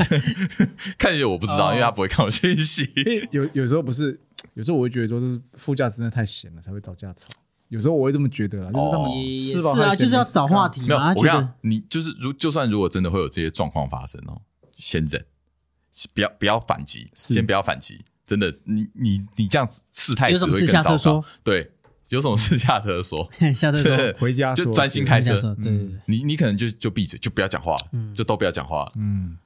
[SPEAKER 3] 看讯息我不知道，
[SPEAKER 2] 哦
[SPEAKER 3] 因为他不会看我讯 息。
[SPEAKER 1] 因为有有时候不是，有时候我会觉得说，这是副驾驶真的太闲了才会找架吵。有时候我会这么觉得啦，就是他们
[SPEAKER 3] 哦
[SPEAKER 2] 也
[SPEAKER 1] 吃
[SPEAKER 2] 是
[SPEAKER 1] 饱太
[SPEAKER 2] 啊，
[SPEAKER 1] 闲
[SPEAKER 2] 就是要
[SPEAKER 1] 没事
[SPEAKER 2] 找
[SPEAKER 1] 干
[SPEAKER 2] 话题
[SPEAKER 3] 没有，
[SPEAKER 2] 嘛。
[SPEAKER 3] 我跟
[SPEAKER 2] 他
[SPEAKER 3] 你
[SPEAKER 2] 觉得
[SPEAKER 3] 讲，你就是如就算如果真的会有这些状况发生哦，先忍，不要不要反击，
[SPEAKER 1] 是
[SPEAKER 3] 先不要反击。真的，你你你这样子事态
[SPEAKER 2] 有
[SPEAKER 3] 只
[SPEAKER 2] 什
[SPEAKER 3] 会
[SPEAKER 2] 么
[SPEAKER 3] 更
[SPEAKER 2] 事下
[SPEAKER 3] 糟
[SPEAKER 2] 车
[SPEAKER 3] 糕。
[SPEAKER 2] 说，
[SPEAKER 3] 对，有什么事下车说，
[SPEAKER 2] 下车说，
[SPEAKER 3] 对，
[SPEAKER 1] 回家
[SPEAKER 3] 就
[SPEAKER 1] 说
[SPEAKER 3] 专心
[SPEAKER 1] 对
[SPEAKER 3] 开车嗯
[SPEAKER 2] 下车，对对对。
[SPEAKER 3] 你你可能就就闭嘴，就不要讲话了，
[SPEAKER 2] 嗯
[SPEAKER 3] 就都不要讲话了。
[SPEAKER 1] 嗯，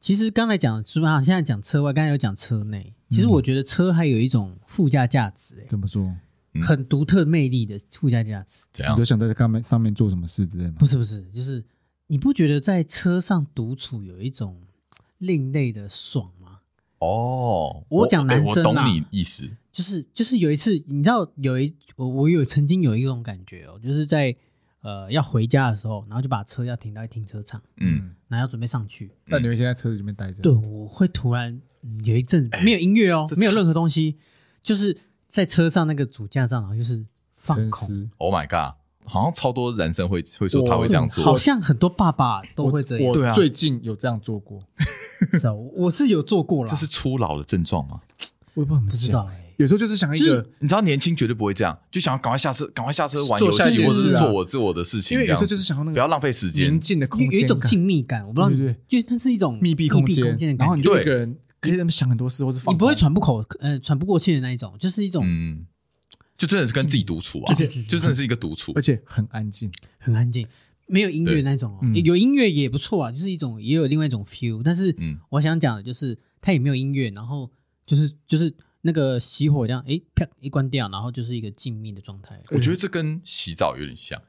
[SPEAKER 2] 其实刚才讲是吧？现在讲车外，刚才有讲车内。其实
[SPEAKER 1] 嗯
[SPEAKER 2] 我觉得车还有一种附加价值，哎，
[SPEAKER 1] 怎么说？
[SPEAKER 3] 嗯
[SPEAKER 2] 很独特魅力的附加价值。
[SPEAKER 3] 怎
[SPEAKER 1] 你
[SPEAKER 3] 样
[SPEAKER 1] 就？想在上面上面做什么事之类吗
[SPEAKER 2] 不？是不是，就是你不觉得在车上独处有一种另类的爽吗？
[SPEAKER 3] 哦，
[SPEAKER 2] 我讲男
[SPEAKER 3] 哎
[SPEAKER 2] 生
[SPEAKER 1] 啊
[SPEAKER 3] 我懂
[SPEAKER 2] 啦
[SPEAKER 3] 你意思。
[SPEAKER 2] 就是就是有一次，你知道有一我我有曾经有一种感觉哦，就是在呃要回家的时候，然后就把车要停到停车场，
[SPEAKER 3] 嗯，
[SPEAKER 2] 然后要准备上去。
[SPEAKER 1] 那你会先在车子里面待着？
[SPEAKER 2] 对，，我会突然嗯有一阵子没有音乐哦
[SPEAKER 3] 哎这，
[SPEAKER 2] 没有
[SPEAKER 3] 超
[SPEAKER 2] 任何东西，就是在车上那个主驾上，然后就是放
[SPEAKER 1] 沉
[SPEAKER 2] 空，
[SPEAKER 1] 思。
[SPEAKER 3] Oh my god，好像超多男生会会说他会这样做。
[SPEAKER 2] 好像很多爸爸都会这样
[SPEAKER 1] 我。
[SPEAKER 3] 对啊
[SPEAKER 1] 最近有这样做过，
[SPEAKER 2] 是啊，我我是有做
[SPEAKER 1] 啊
[SPEAKER 2] 过啦，
[SPEAKER 3] 这是初老的症状吗？
[SPEAKER 1] 我也不知道怎么
[SPEAKER 2] 不知
[SPEAKER 1] 讲
[SPEAKER 2] 道。哎、
[SPEAKER 1] 有时候就是想一
[SPEAKER 3] 就是
[SPEAKER 1] 个，
[SPEAKER 3] 你知道年轻绝对不会这样，就想要赶快下车，赶快下车玩
[SPEAKER 1] 做
[SPEAKER 3] 游
[SPEAKER 1] 下一
[SPEAKER 3] 戏，
[SPEAKER 1] 件
[SPEAKER 3] 或者
[SPEAKER 1] 事
[SPEAKER 3] 是
[SPEAKER 1] 啊
[SPEAKER 3] 做我自我的事情。
[SPEAKER 1] 因为有时候
[SPEAKER 3] 这样
[SPEAKER 1] 就是想要那个
[SPEAKER 3] 不要浪费时间
[SPEAKER 1] 宁。静的空
[SPEAKER 2] 有
[SPEAKER 1] 间
[SPEAKER 2] 有
[SPEAKER 1] 感，
[SPEAKER 2] 一种静谧感，我不知道你，
[SPEAKER 1] 对对
[SPEAKER 2] 因为它是一种
[SPEAKER 1] 密闭空
[SPEAKER 2] 密
[SPEAKER 1] 间，
[SPEAKER 2] 的
[SPEAKER 1] 然
[SPEAKER 2] 感
[SPEAKER 1] 后
[SPEAKER 2] 觉，
[SPEAKER 1] 你就
[SPEAKER 3] 对
[SPEAKER 1] 一个人可以在那边想很多事，或是放
[SPEAKER 2] 你不会
[SPEAKER 1] 空
[SPEAKER 2] 喘不口，呃，喘不过气的那一种，就是一种
[SPEAKER 3] 嗯，就真的是跟自己独处啊，
[SPEAKER 1] 而且
[SPEAKER 3] 就真的是一个独处
[SPEAKER 1] 而。且很安静。
[SPEAKER 2] 很安静，没有音乐那种哦，
[SPEAKER 1] 对嗯
[SPEAKER 2] 有音乐也不错啊，就是一种也有另外一种 feel。但是
[SPEAKER 3] 嗯
[SPEAKER 2] 我想讲的就是，它也没有音乐，然后就是就是那个熄火这样，诶，啪一关掉，然后就是一个静谧的状态。
[SPEAKER 3] 我觉得这跟洗澡有点像，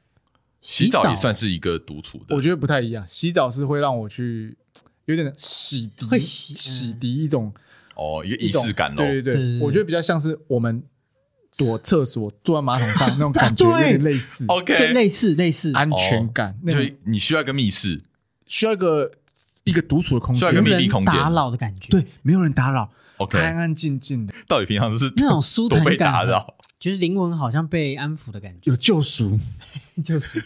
[SPEAKER 3] 洗澡也算是一个独处的。
[SPEAKER 1] 我觉得不太一样，洗澡是会让我去有点洗涤，
[SPEAKER 2] 会洗
[SPEAKER 1] 洗
[SPEAKER 2] 嗯
[SPEAKER 1] 涤一种
[SPEAKER 3] 哦，一个
[SPEAKER 1] 一
[SPEAKER 3] 仪
[SPEAKER 1] 种
[SPEAKER 3] 式感喽。
[SPEAKER 1] 对对对
[SPEAKER 2] 对对，对
[SPEAKER 1] 我觉得比较像是我们躲厕所坐在马桶 上那种感觉，
[SPEAKER 2] 对
[SPEAKER 1] 有点类似
[SPEAKER 2] 就
[SPEAKER 3] OK，
[SPEAKER 2] 类似类似，
[SPEAKER 1] 安全感，那
[SPEAKER 3] 哦所
[SPEAKER 1] 种
[SPEAKER 3] 以你需要一个密室，
[SPEAKER 1] 需要一个一个独处的空
[SPEAKER 3] 需
[SPEAKER 1] 间
[SPEAKER 3] 要一个，
[SPEAKER 2] 无
[SPEAKER 3] 密
[SPEAKER 2] 人
[SPEAKER 3] 闭空间
[SPEAKER 2] 打扰的感觉，
[SPEAKER 1] 对，，没有人打扰，
[SPEAKER 3] OK，
[SPEAKER 1] 安安静静的，
[SPEAKER 3] 到底平常是
[SPEAKER 2] 那种舒坦
[SPEAKER 3] 多被
[SPEAKER 2] 感
[SPEAKER 3] 打
[SPEAKER 2] 啊
[SPEAKER 3] 扰，
[SPEAKER 2] 就是灵魂好像被安抚的感觉，
[SPEAKER 1] 有救赎。
[SPEAKER 2] 就是。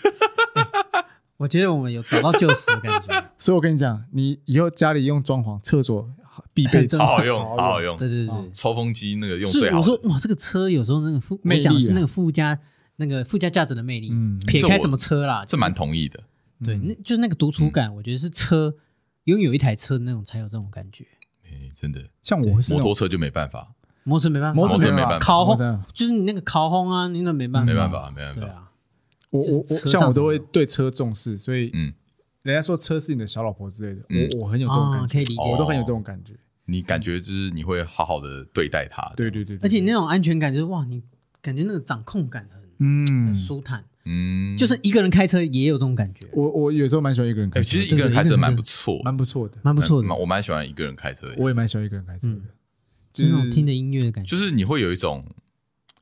[SPEAKER 2] 我觉得我们有找到救赎的感 觉，
[SPEAKER 1] 所以我跟你讲，你以后家里用装潢，厕所必备
[SPEAKER 2] 真
[SPEAKER 3] 好好
[SPEAKER 2] 好
[SPEAKER 3] 用，好好用
[SPEAKER 2] 对。对对，
[SPEAKER 3] 抽风机那个用最
[SPEAKER 2] 哦是
[SPEAKER 3] 好
[SPEAKER 2] 我说
[SPEAKER 3] 的，
[SPEAKER 2] 哇，这个车有时候那个附
[SPEAKER 1] 魅
[SPEAKER 2] 我
[SPEAKER 1] 力啊
[SPEAKER 2] 讲的是那个附加那个附加价值的魅力，
[SPEAKER 1] 嗯
[SPEAKER 2] 撇
[SPEAKER 3] 这
[SPEAKER 2] 开
[SPEAKER 3] 我
[SPEAKER 2] 什么车啦，
[SPEAKER 3] 这蛮同意的。
[SPEAKER 2] 对，
[SPEAKER 1] 嗯
[SPEAKER 2] 那就是那个独处感，我觉得是车拥有一台车那种才有这种感觉，
[SPEAKER 3] 哎，真的，
[SPEAKER 1] 像我
[SPEAKER 2] 哦
[SPEAKER 1] 是那
[SPEAKER 3] 摩
[SPEAKER 1] 种
[SPEAKER 3] 托车就没办法，
[SPEAKER 2] 摩托车没办法，
[SPEAKER 1] 摩托
[SPEAKER 3] 车
[SPEAKER 1] 车
[SPEAKER 3] 没
[SPEAKER 1] 没
[SPEAKER 3] 办法
[SPEAKER 1] 办法，
[SPEAKER 2] 烤
[SPEAKER 1] 摩托
[SPEAKER 2] 烘
[SPEAKER 1] 车没办法
[SPEAKER 2] 就是你那个烤烘啊，你那没办法，
[SPEAKER 3] 没办，法，没办
[SPEAKER 2] 对
[SPEAKER 3] 法。
[SPEAKER 2] 啊，
[SPEAKER 1] 我
[SPEAKER 2] 就是
[SPEAKER 1] 我我
[SPEAKER 2] 车
[SPEAKER 1] 像
[SPEAKER 2] 上
[SPEAKER 1] 我都会
[SPEAKER 2] 的
[SPEAKER 1] 对车重视，所以
[SPEAKER 3] 嗯，
[SPEAKER 1] 人家说车是你的小老婆之类的，
[SPEAKER 3] 嗯
[SPEAKER 1] 我我很有这种
[SPEAKER 2] 啊
[SPEAKER 1] 感
[SPEAKER 2] 可以
[SPEAKER 1] 觉，
[SPEAKER 2] 理
[SPEAKER 3] 哦
[SPEAKER 2] 解哦
[SPEAKER 1] 我。都很有这种感觉。
[SPEAKER 3] 你感觉就是你会好好的对待它。
[SPEAKER 1] 对
[SPEAKER 3] 这
[SPEAKER 1] 对
[SPEAKER 3] 样子，
[SPEAKER 1] 对，对
[SPEAKER 2] 而且那种安全感就是哇，你感觉那个掌控感很
[SPEAKER 1] 嗯
[SPEAKER 2] 很，舒坦，
[SPEAKER 3] 嗯，
[SPEAKER 2] 就是一个人开车也有这种感觉，
[SPEAKER 1] 我我有时候蛮喜欢一个人
[SPEAKER 3] 哎，
[SPEAKER 1] 开车
[SPEAKER 3] 其
[SPEAKER 1] 的，
[SPEAKER 3] 实一个人
[SPEAKER 2] 对对
[SPEAKER 3] 开
[SPEAKER 2] 一个
[SPEAKER 3] 车
[SPEAKER 2] 人
[SPEAKER 3] 蛮
[SPEAKER 2] 开
[SPEAKER 3] 不
[SPEAKER 2] 车
[SPEAKER 3] 错的，
[SPEAKER 1] 蛮不错的，
[SPEAKER 2] 蛮不错的
[SPEAKER 3] 蛮，我蛮喜欢一个人开车的。
[SPEAKER 1] 我也蛮喜欢一个人开车的
[SPEAKER 2] 嗯，
[SPEAKER 1] 就
[SPEAKER 2] 就是那种听着音乐的感觉，
[SPEAKER 3] 就是你会有一种，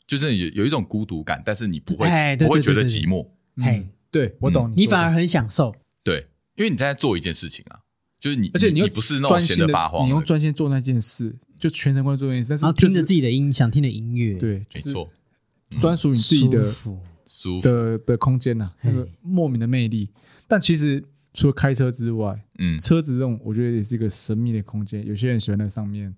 [SPEAKER 3] 就是有有一种孤独感，但是你不会
[SPEAKER 2] 哎对
[SPEAKER 3] 不会
[SPEAKER 2] 对
[SPEAKER 3] 觉
[SPEAKER 2] 对
[SPEAKER 3] 得
[SPEAKER 2] 对
[SPEAKER 3] 寂寞，
[SPEAKER 2] 嘿
[SPEAKER 1] 嗯，对我懂
[SPEAKER 2] 你
[SPEAKER 1] 说的
[SPEAKER 2] 反而很享受，
[SPEAKER 3] 对，因为你在做一件事情啊，就是你，
[SPEAKER 1] 而且
[SPEAKER 3] 你
[SPEAKER 1] 又
[SPEAKER 3] 你不是那种
[SPEAKER 1] 专
[SPEAKER 3] 闲
[SPEAKER 1] 心
[SPEAKER 3] 得
[SPEAKER 1] 地
[SPEAKER 3] 发慌
[SPEAKER 1] 你用
[SPEAKER 3] 的，
[SPEAKER 1] 专心做那件事，就全神贯注做那件事，但是
[SPEAKER 2] 然后啊听着自
[SPEAKER 1] 己
[SPEAKER 2] 己的音想听的音乐，，
[SPEAKER 1] 对，
[SPEAKER 3] 没
[SPEAKER 1] 就是
[SPEAKER 3] 错，
[SPEAKER 1] 专属于自己的
[SPEAKER 2] 嗯舒服
[SPEAKER 3] 舒服，
[SPEAKER 1] 的的空间呐，那
[SPEAKER 2] 嘿
[SPEAKER 1] 个莫名的魅力。但其实除了开车之外，
[SPEAKER 3] 嗯，
[SPEAKER 1] 车子这种我觉得也是一个神秘的空间，有些人喜欢在上面，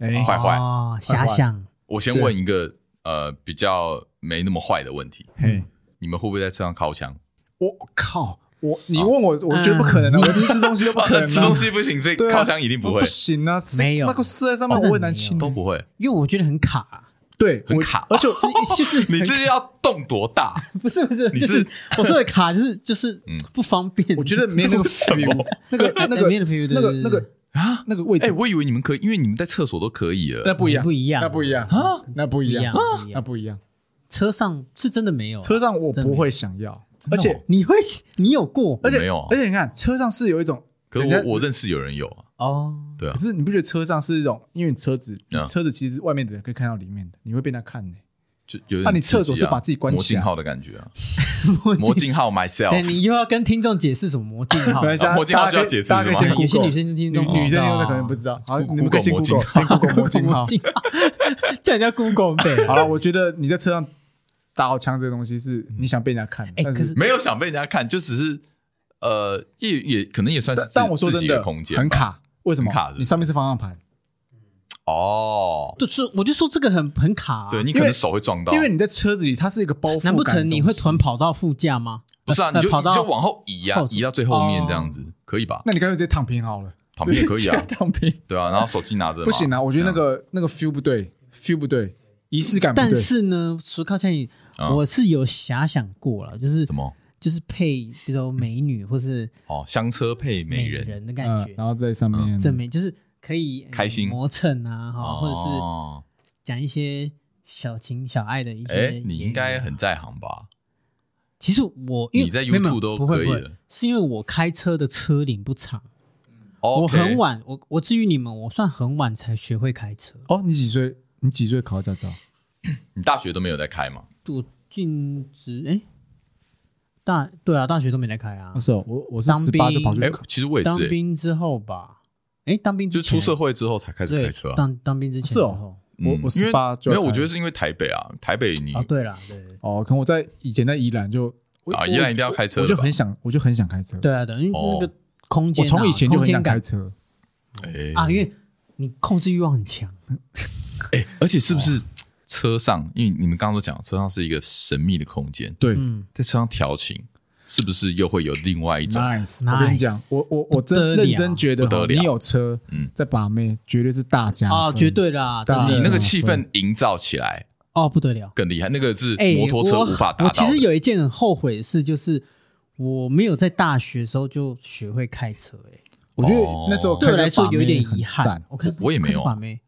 [SPEAKER 1] 哎，
[SPEAKER 3] 啊坏坏
[SPEAKER 2] 哦，遐想，
[SPEAKER 3] 我先问一个呃比较没那么坏的问题，
[SPEAKER 1] 嘿，
[SPEAKER 3] 你们会不会在车上靠墙？
[SPEAKER 1] 我靠，我你问我，我觉得不可能的，
[SPEAKER 2] 嗯
[SPEAKER 1] 我吃东西都 不可能啊，
[SPEAKER 3] 吃东西不行，所以
[SPEAKER 1] 对啊
[SPEAKER 3] 靠墙一定不会
[SPEAKER 1] 不，行啊，
[SPEAKER 2] 没有
[SPEAKER 1] 那个撕在上面
[SPEAKER 2] 真的
[SPEAKER 1] 我很难清
[SPEAKER 3] 都不会。
[SPEAKER 2] 因为我觉得很卡啊，
[SPEAKER 1] 对，
[SPEAKER 3] 很
[SPEAKER 1] 我
[SPEAKER 3] 卡
[SPEAKER 1] 而且我
[SPEAKER 2] 是 就是
[SPEAKER 3] 你是要动多大？
[SPEAKER 2] 不是不是，
[SPEAKER 3] 你
[SPEAKER 2] 就是是我说的卡，就是就是
[SPEAKER 3] 嗯
[SPEAKER 2] 不方便。
[SPEAKER 1] 我觉得没那 个 feel，那 个那个
[SPEAKER 2] 没那个 feel，对
[SPEAKER 1] 那个
[SPEAKER 2] 对对
[SPEAKER 1] 那个
[SPEAKER 3] 啊
[SPEAKER 1] 那个位
[SPEAKER 3] 哎、
[SPEAKER 1] 置，
[SPEAKER 3] 我以为你们可以，因为你们在厕所都可以了。
[SPEAKER 1] 那不一样，
[SPEAKER 2] 不一样
[SPEAKER 1] 那不一样
[SPEAKER 3] 啊，
[SPEAKER 1] 那不一样
[SPEAKER 2] 不一样不一样
[SPEAKER 1] 那不一样。
[SPEAKER 2] 车上是真的没有啊，
[SPEAKER 1] 车上我
[SPEAKER 2] 真的
[SPEAKER 1] 不
[SPEAKER 2] 没有
[SPEAKER 1] 会想要，
[SPEAKER 3] 的哦
[SPEAKER 1] 而且
[SPEAKER 2] 你会你有过
[SPEAKER 1] 而且
[SPEAKER 3] 没有啊
[SPEAKER 1] 而且你看车上是有一种，
[SPEAKER 3] 可是
[SPEAKER 1] 人家
[SPEAKER 3] 我我认识有人有啊，
[SPEAKER 2] 哦？
[SPEAKER 3] 对啊
[SPEAKER 1] 可，是你不觉得车上是一种，因为你车子
[SPEAKER 3] 嗯
[SPEAKER 1] 车子其实外面的人可以看到里面的，你会被他看呢。
[SPEAKER 3] 就有点、啊
[SPEAKER 1] 啊那你厕所是把自己关起来
[SPEAKER 3] 魔镜号的感 觉啊，魔镜号
[SPEAKER 2] 对
[SPEAKER 3] myself，
[SPEAKER 2] 你又要跟听众解释什么魔镜 号
[SPEAKER 1] 没？关系啊，
[SPEAKER 3] 魔镜号需要
[SPEAKER 1] 大家可以
[SPEAKER 3] 解释
[SPEAKER 1] 大家可以
[SPEAKER 3] 是吗
[SPEAKER 1] 先
[SPEAKER 2] 有些
[SPEAKER 1] Google，
[SPEAKER 2] 女生听众
[SPEAKER 1] 女女生
[SPEAKER 2] 听
[SPEAKER 1] 有的可能不知道，好，
[SPEAKER 3] Google-
[SPEAKER 1] 你们可以先
[SPEAKER 3] Google
[SPEAKER 1] Google，先 Google 魔镜号
[SPEAKER 2] 魔。镜号， 叫人家 Google 呗。
[SPEAKER 1] 好了，我觉得你在车上打好枪这个东西是你想被人家看，
[SPEAKER 2] 哎
[SPEAKER 1] 但
[SPEAKER 2] 可是
[SPEAKER 3] 没有想被人家看，就只是呃，也也可能也算是
[SPEAKER 1] 但
[SPEAKER 3] 自
[SPEAKER 1] 但我说
[SPEAKER 3] 自
[SPEAKER 1] 真
[SPEAKER 3] 己的
[SPEAKER 1] 的
[SPEAKER 3] 空间吧，啊
[SPEAKER 1] 很卡，为什么？
[SPEAKER 3] 很卡是不是
[SPEAKER 1] 你上面是方向盘，
[SPEAKER 3] 哦。
[SPEAKER 2] 就是我就说这个很很卡啊。
[SPEAKER 3] 对啊你可
[SPEAKER 1] 因
[SPEAKER 3] 能
[SPEAKER 1] 为
[SPEAKER 3] 手会撞到，
[SPEAKER 1] 因为你在车子里它是一个包覆感的东西。
[SPEAKER 2] 难不成你会突然跑到副驾吗？
[SPEAKER 3] 不是啊，
[SPEAKER 2] 呃
[SPEAKER 3] 你就
[SPEAKER 2] 跑
[SPEAKER 3] 你
[SPEAKER 2] 到
[SPEAKER 3] 就往后移呀
[SPEAKER 2] 后，座
[SPEAKER 3] 移到最后面这样子，可以吧？
[SPEAKER 1] 那你干脆直接躺平好了，
[SPEAKER 3] 躺平也可以啊
[SPEAKER 1] 直接躺平。
[SPEAKER 3] 对啊，然后手机拿着嘛，
[SPEAKER 1] 不行啊，我觉得那
[SPEAKER 3] 这样
[SPEAKER 1] 个那个 feel 不对，feel 不对，仪式感不
[SPEAKER 2] 但
[SPEAKER 1] 对。
[SPEAKER 2] 是呢，说靠近你
[SPEAKER 3] 嗯
[SPEAKER 2] 我是有遐想过了，就是
[SPEAKER 3] 什么
[SPEAKER 2] 就是配这种美女或是
[SPEAKER 3] 哦，香车配美
[SPEAKER 2] 美
[SPEAKER 3] 人，
[SPEAKER 2] 人的感
[SPEAKER 1] 嗯，
[SPEAKER 2] 觉，
[SPEAKER 1] 然后在上面
[SPEAKER 2] 正面就是可以呃
[SPEAKER 3] 开心
[SPEAKER 2] 磨蹭啊，哈，或者是
[SPEAKER 3] 哦，
[SPEAKER 2] 讲一些小情小爱的一些言语
[SPEAKER 3] 哎
[SPEAKER 2] 啊。，
[SPEAKER 3] 你应该很在行吧？
[SPEAKER 2] 其实我因为
[SPEAKER 3] 你在
[SPEAKER 2] 没有没有
[SPEAKER 3] YouTube 都
[SPEAKER 2] 不会
[SPEAKER 3] 可以
[SPEAKER 2] 不会
[SPEAKER 3] 了
[SPEAKER 2] 是因为我开车的车龄不长，我
[SPEAKER 3] OK
[SPEAKER 2] 很晚，我我至于你们，我算很晚才学会开车，
[SPEAKER 1] 哦，你几岁？你几岁考驾照？
[SPEAKER 2] 嗯
[SPEAKER 3] 你大学都没有在开嘛？
[SPEAKER 2] 我进职哎，大对啊，大学都没来开啊
[SPEAKER 1] 那，时候我我是
[SPEAKER 2] 当
[SPEAKER 1] 十八
[SPEAKER 2] 兵
[SPEAKER 1] 就跑去
[SPEAKER 3] 哎
[SPEAKER 1] 考，，
[SPEAKER 3] 其实哦我也
[SPEAKER 2] 当
[SPEAKER 3] 是，哎
[SPEAKER 2] 兵之后吧，哎，当兵
[SPEAKER 3] 就
[SPEAKER 2] 之
[SPEAKER 3] 是出社
[SPEAKER 2] 会
[SPEAKER 3] 会之后才开始开车啊。
[SPEAKER 2] 当当兵之前
[SPEAKER 1] 是哦
[SPEAKER 2] 之后
[SPEAKER 3] 嗯
[SPEAKER 1] 我我
[SPEAKER 3] 因为
[SPEAKER 1] 18就
[SPEAKER 3] 没有，
[SPEAKER 1] 开
[SPEAKER 3] 我觉得是因为台北啊，台北你
[SPEAKER 2] 啊，对啦，对对
[SPEAKER 1] 哦，可能我在以前在宜兰就我
[SPEAKER 3] 啊
[SPEAKER 1] 我
[SPEAKER 3] 宜兰一定要开车
[SPEAKER 1] 我
[SPEAKER 3] 的
[SPEAKER 1] 就
[SPEAKER 3] 吧
[SPEAKER 1] 很想，我就很想开车。，
[SPEAKER 2] 对啊，等于
[SPEAKER 3] 哦
[SPEAKER 2] 那个空间
[SPEAKER 1] 我
[SPEAKER 2] 啊，
[SPEAKER 1] 从以前就很
[SPEAKER 2] 空
[SPEAKER 1] 想
[SPEAKER 2] 间
[SPEAKER 1] 开
[SPEAKER 2] 感
[SPEAKER 1] 车。
[SPEAKER 3] 哎
[SPEAKER 2] 啊，因为你控制欲望很强，
[SPEAKER 3] 哎，而且是不
[SPEAKER 2] 哦
[SPEAKER 3] 是车上？因为你们刚刚都讲，车上是一个神秘的空间，
[SPEAKER 1] 对
[SPEAKER 2] 嗯，
[SPEAKER 3] 在车上调情，是不是又会有另外一种？
[SPEAKER 1] ，nice。我跟你讲
[SPEAKER 2] 嗯 Nice，
[SPEAKER 1] 我我我
[SPEAKER 2] 不得
[SPEAKER 1] 真
[SPEAKER 2] 了
[SPEAKER 1] 认真觉得
[SPEAKER 3] 不得
[SPEAKER 1] 哦，
[SPEAKER 3] 了
[SPEAKER 1] 你有车
[SPEAKER 3] 嗯，
[SPEAKER 1] 在把妹绝对是大加分
[SPEAKER 2] 啊，绝对啦，真
[SPEAKER 1] 当然
[SPEAKER 2] 的
[SPEAKER 3] 你那个
[SPEAKER 1] 嗯
[SPEAKER 3] 气氛营造起来
[SPEAKER 2] 哦不得了。
[SPEAKER 3] 更厉害，那个是
[SPEAKER 2] 哎，
[SPEAKER 3] 摩托车
[SPEAKER 2] 我
[SPEAKER 3] 无法达
[SPEAKER 2] 我
[SPEAKER 3] 到
[SPEAKER 2] 其
[SPEAKER 3] 的。
[SPEAKER 2] 实有一件很后悔的事，就是我没有在大学的时候就学会开车、哎，
[SPEAKER 1] 我觉得
[SPEAKER 3] 哦
[SPEAKER 1] 那时候
[SPEAKER 2] 对我
[SPEAKER 1] 看
[SPEAKER 2] 来
[SPEAKER 1] 着
[SPEAKER 2] 说
[SPEAKER 1] 把妹
[SPEAKER 2] 有一点
[SPEAKER 1] 很
[SPEAKER 2] 遗憾
[SPEAKER 1] 赞。
[SPEAKER 2] 我看
[SPEAKER 3] 我也没有啊
[SPEAKER 2] 看着把妹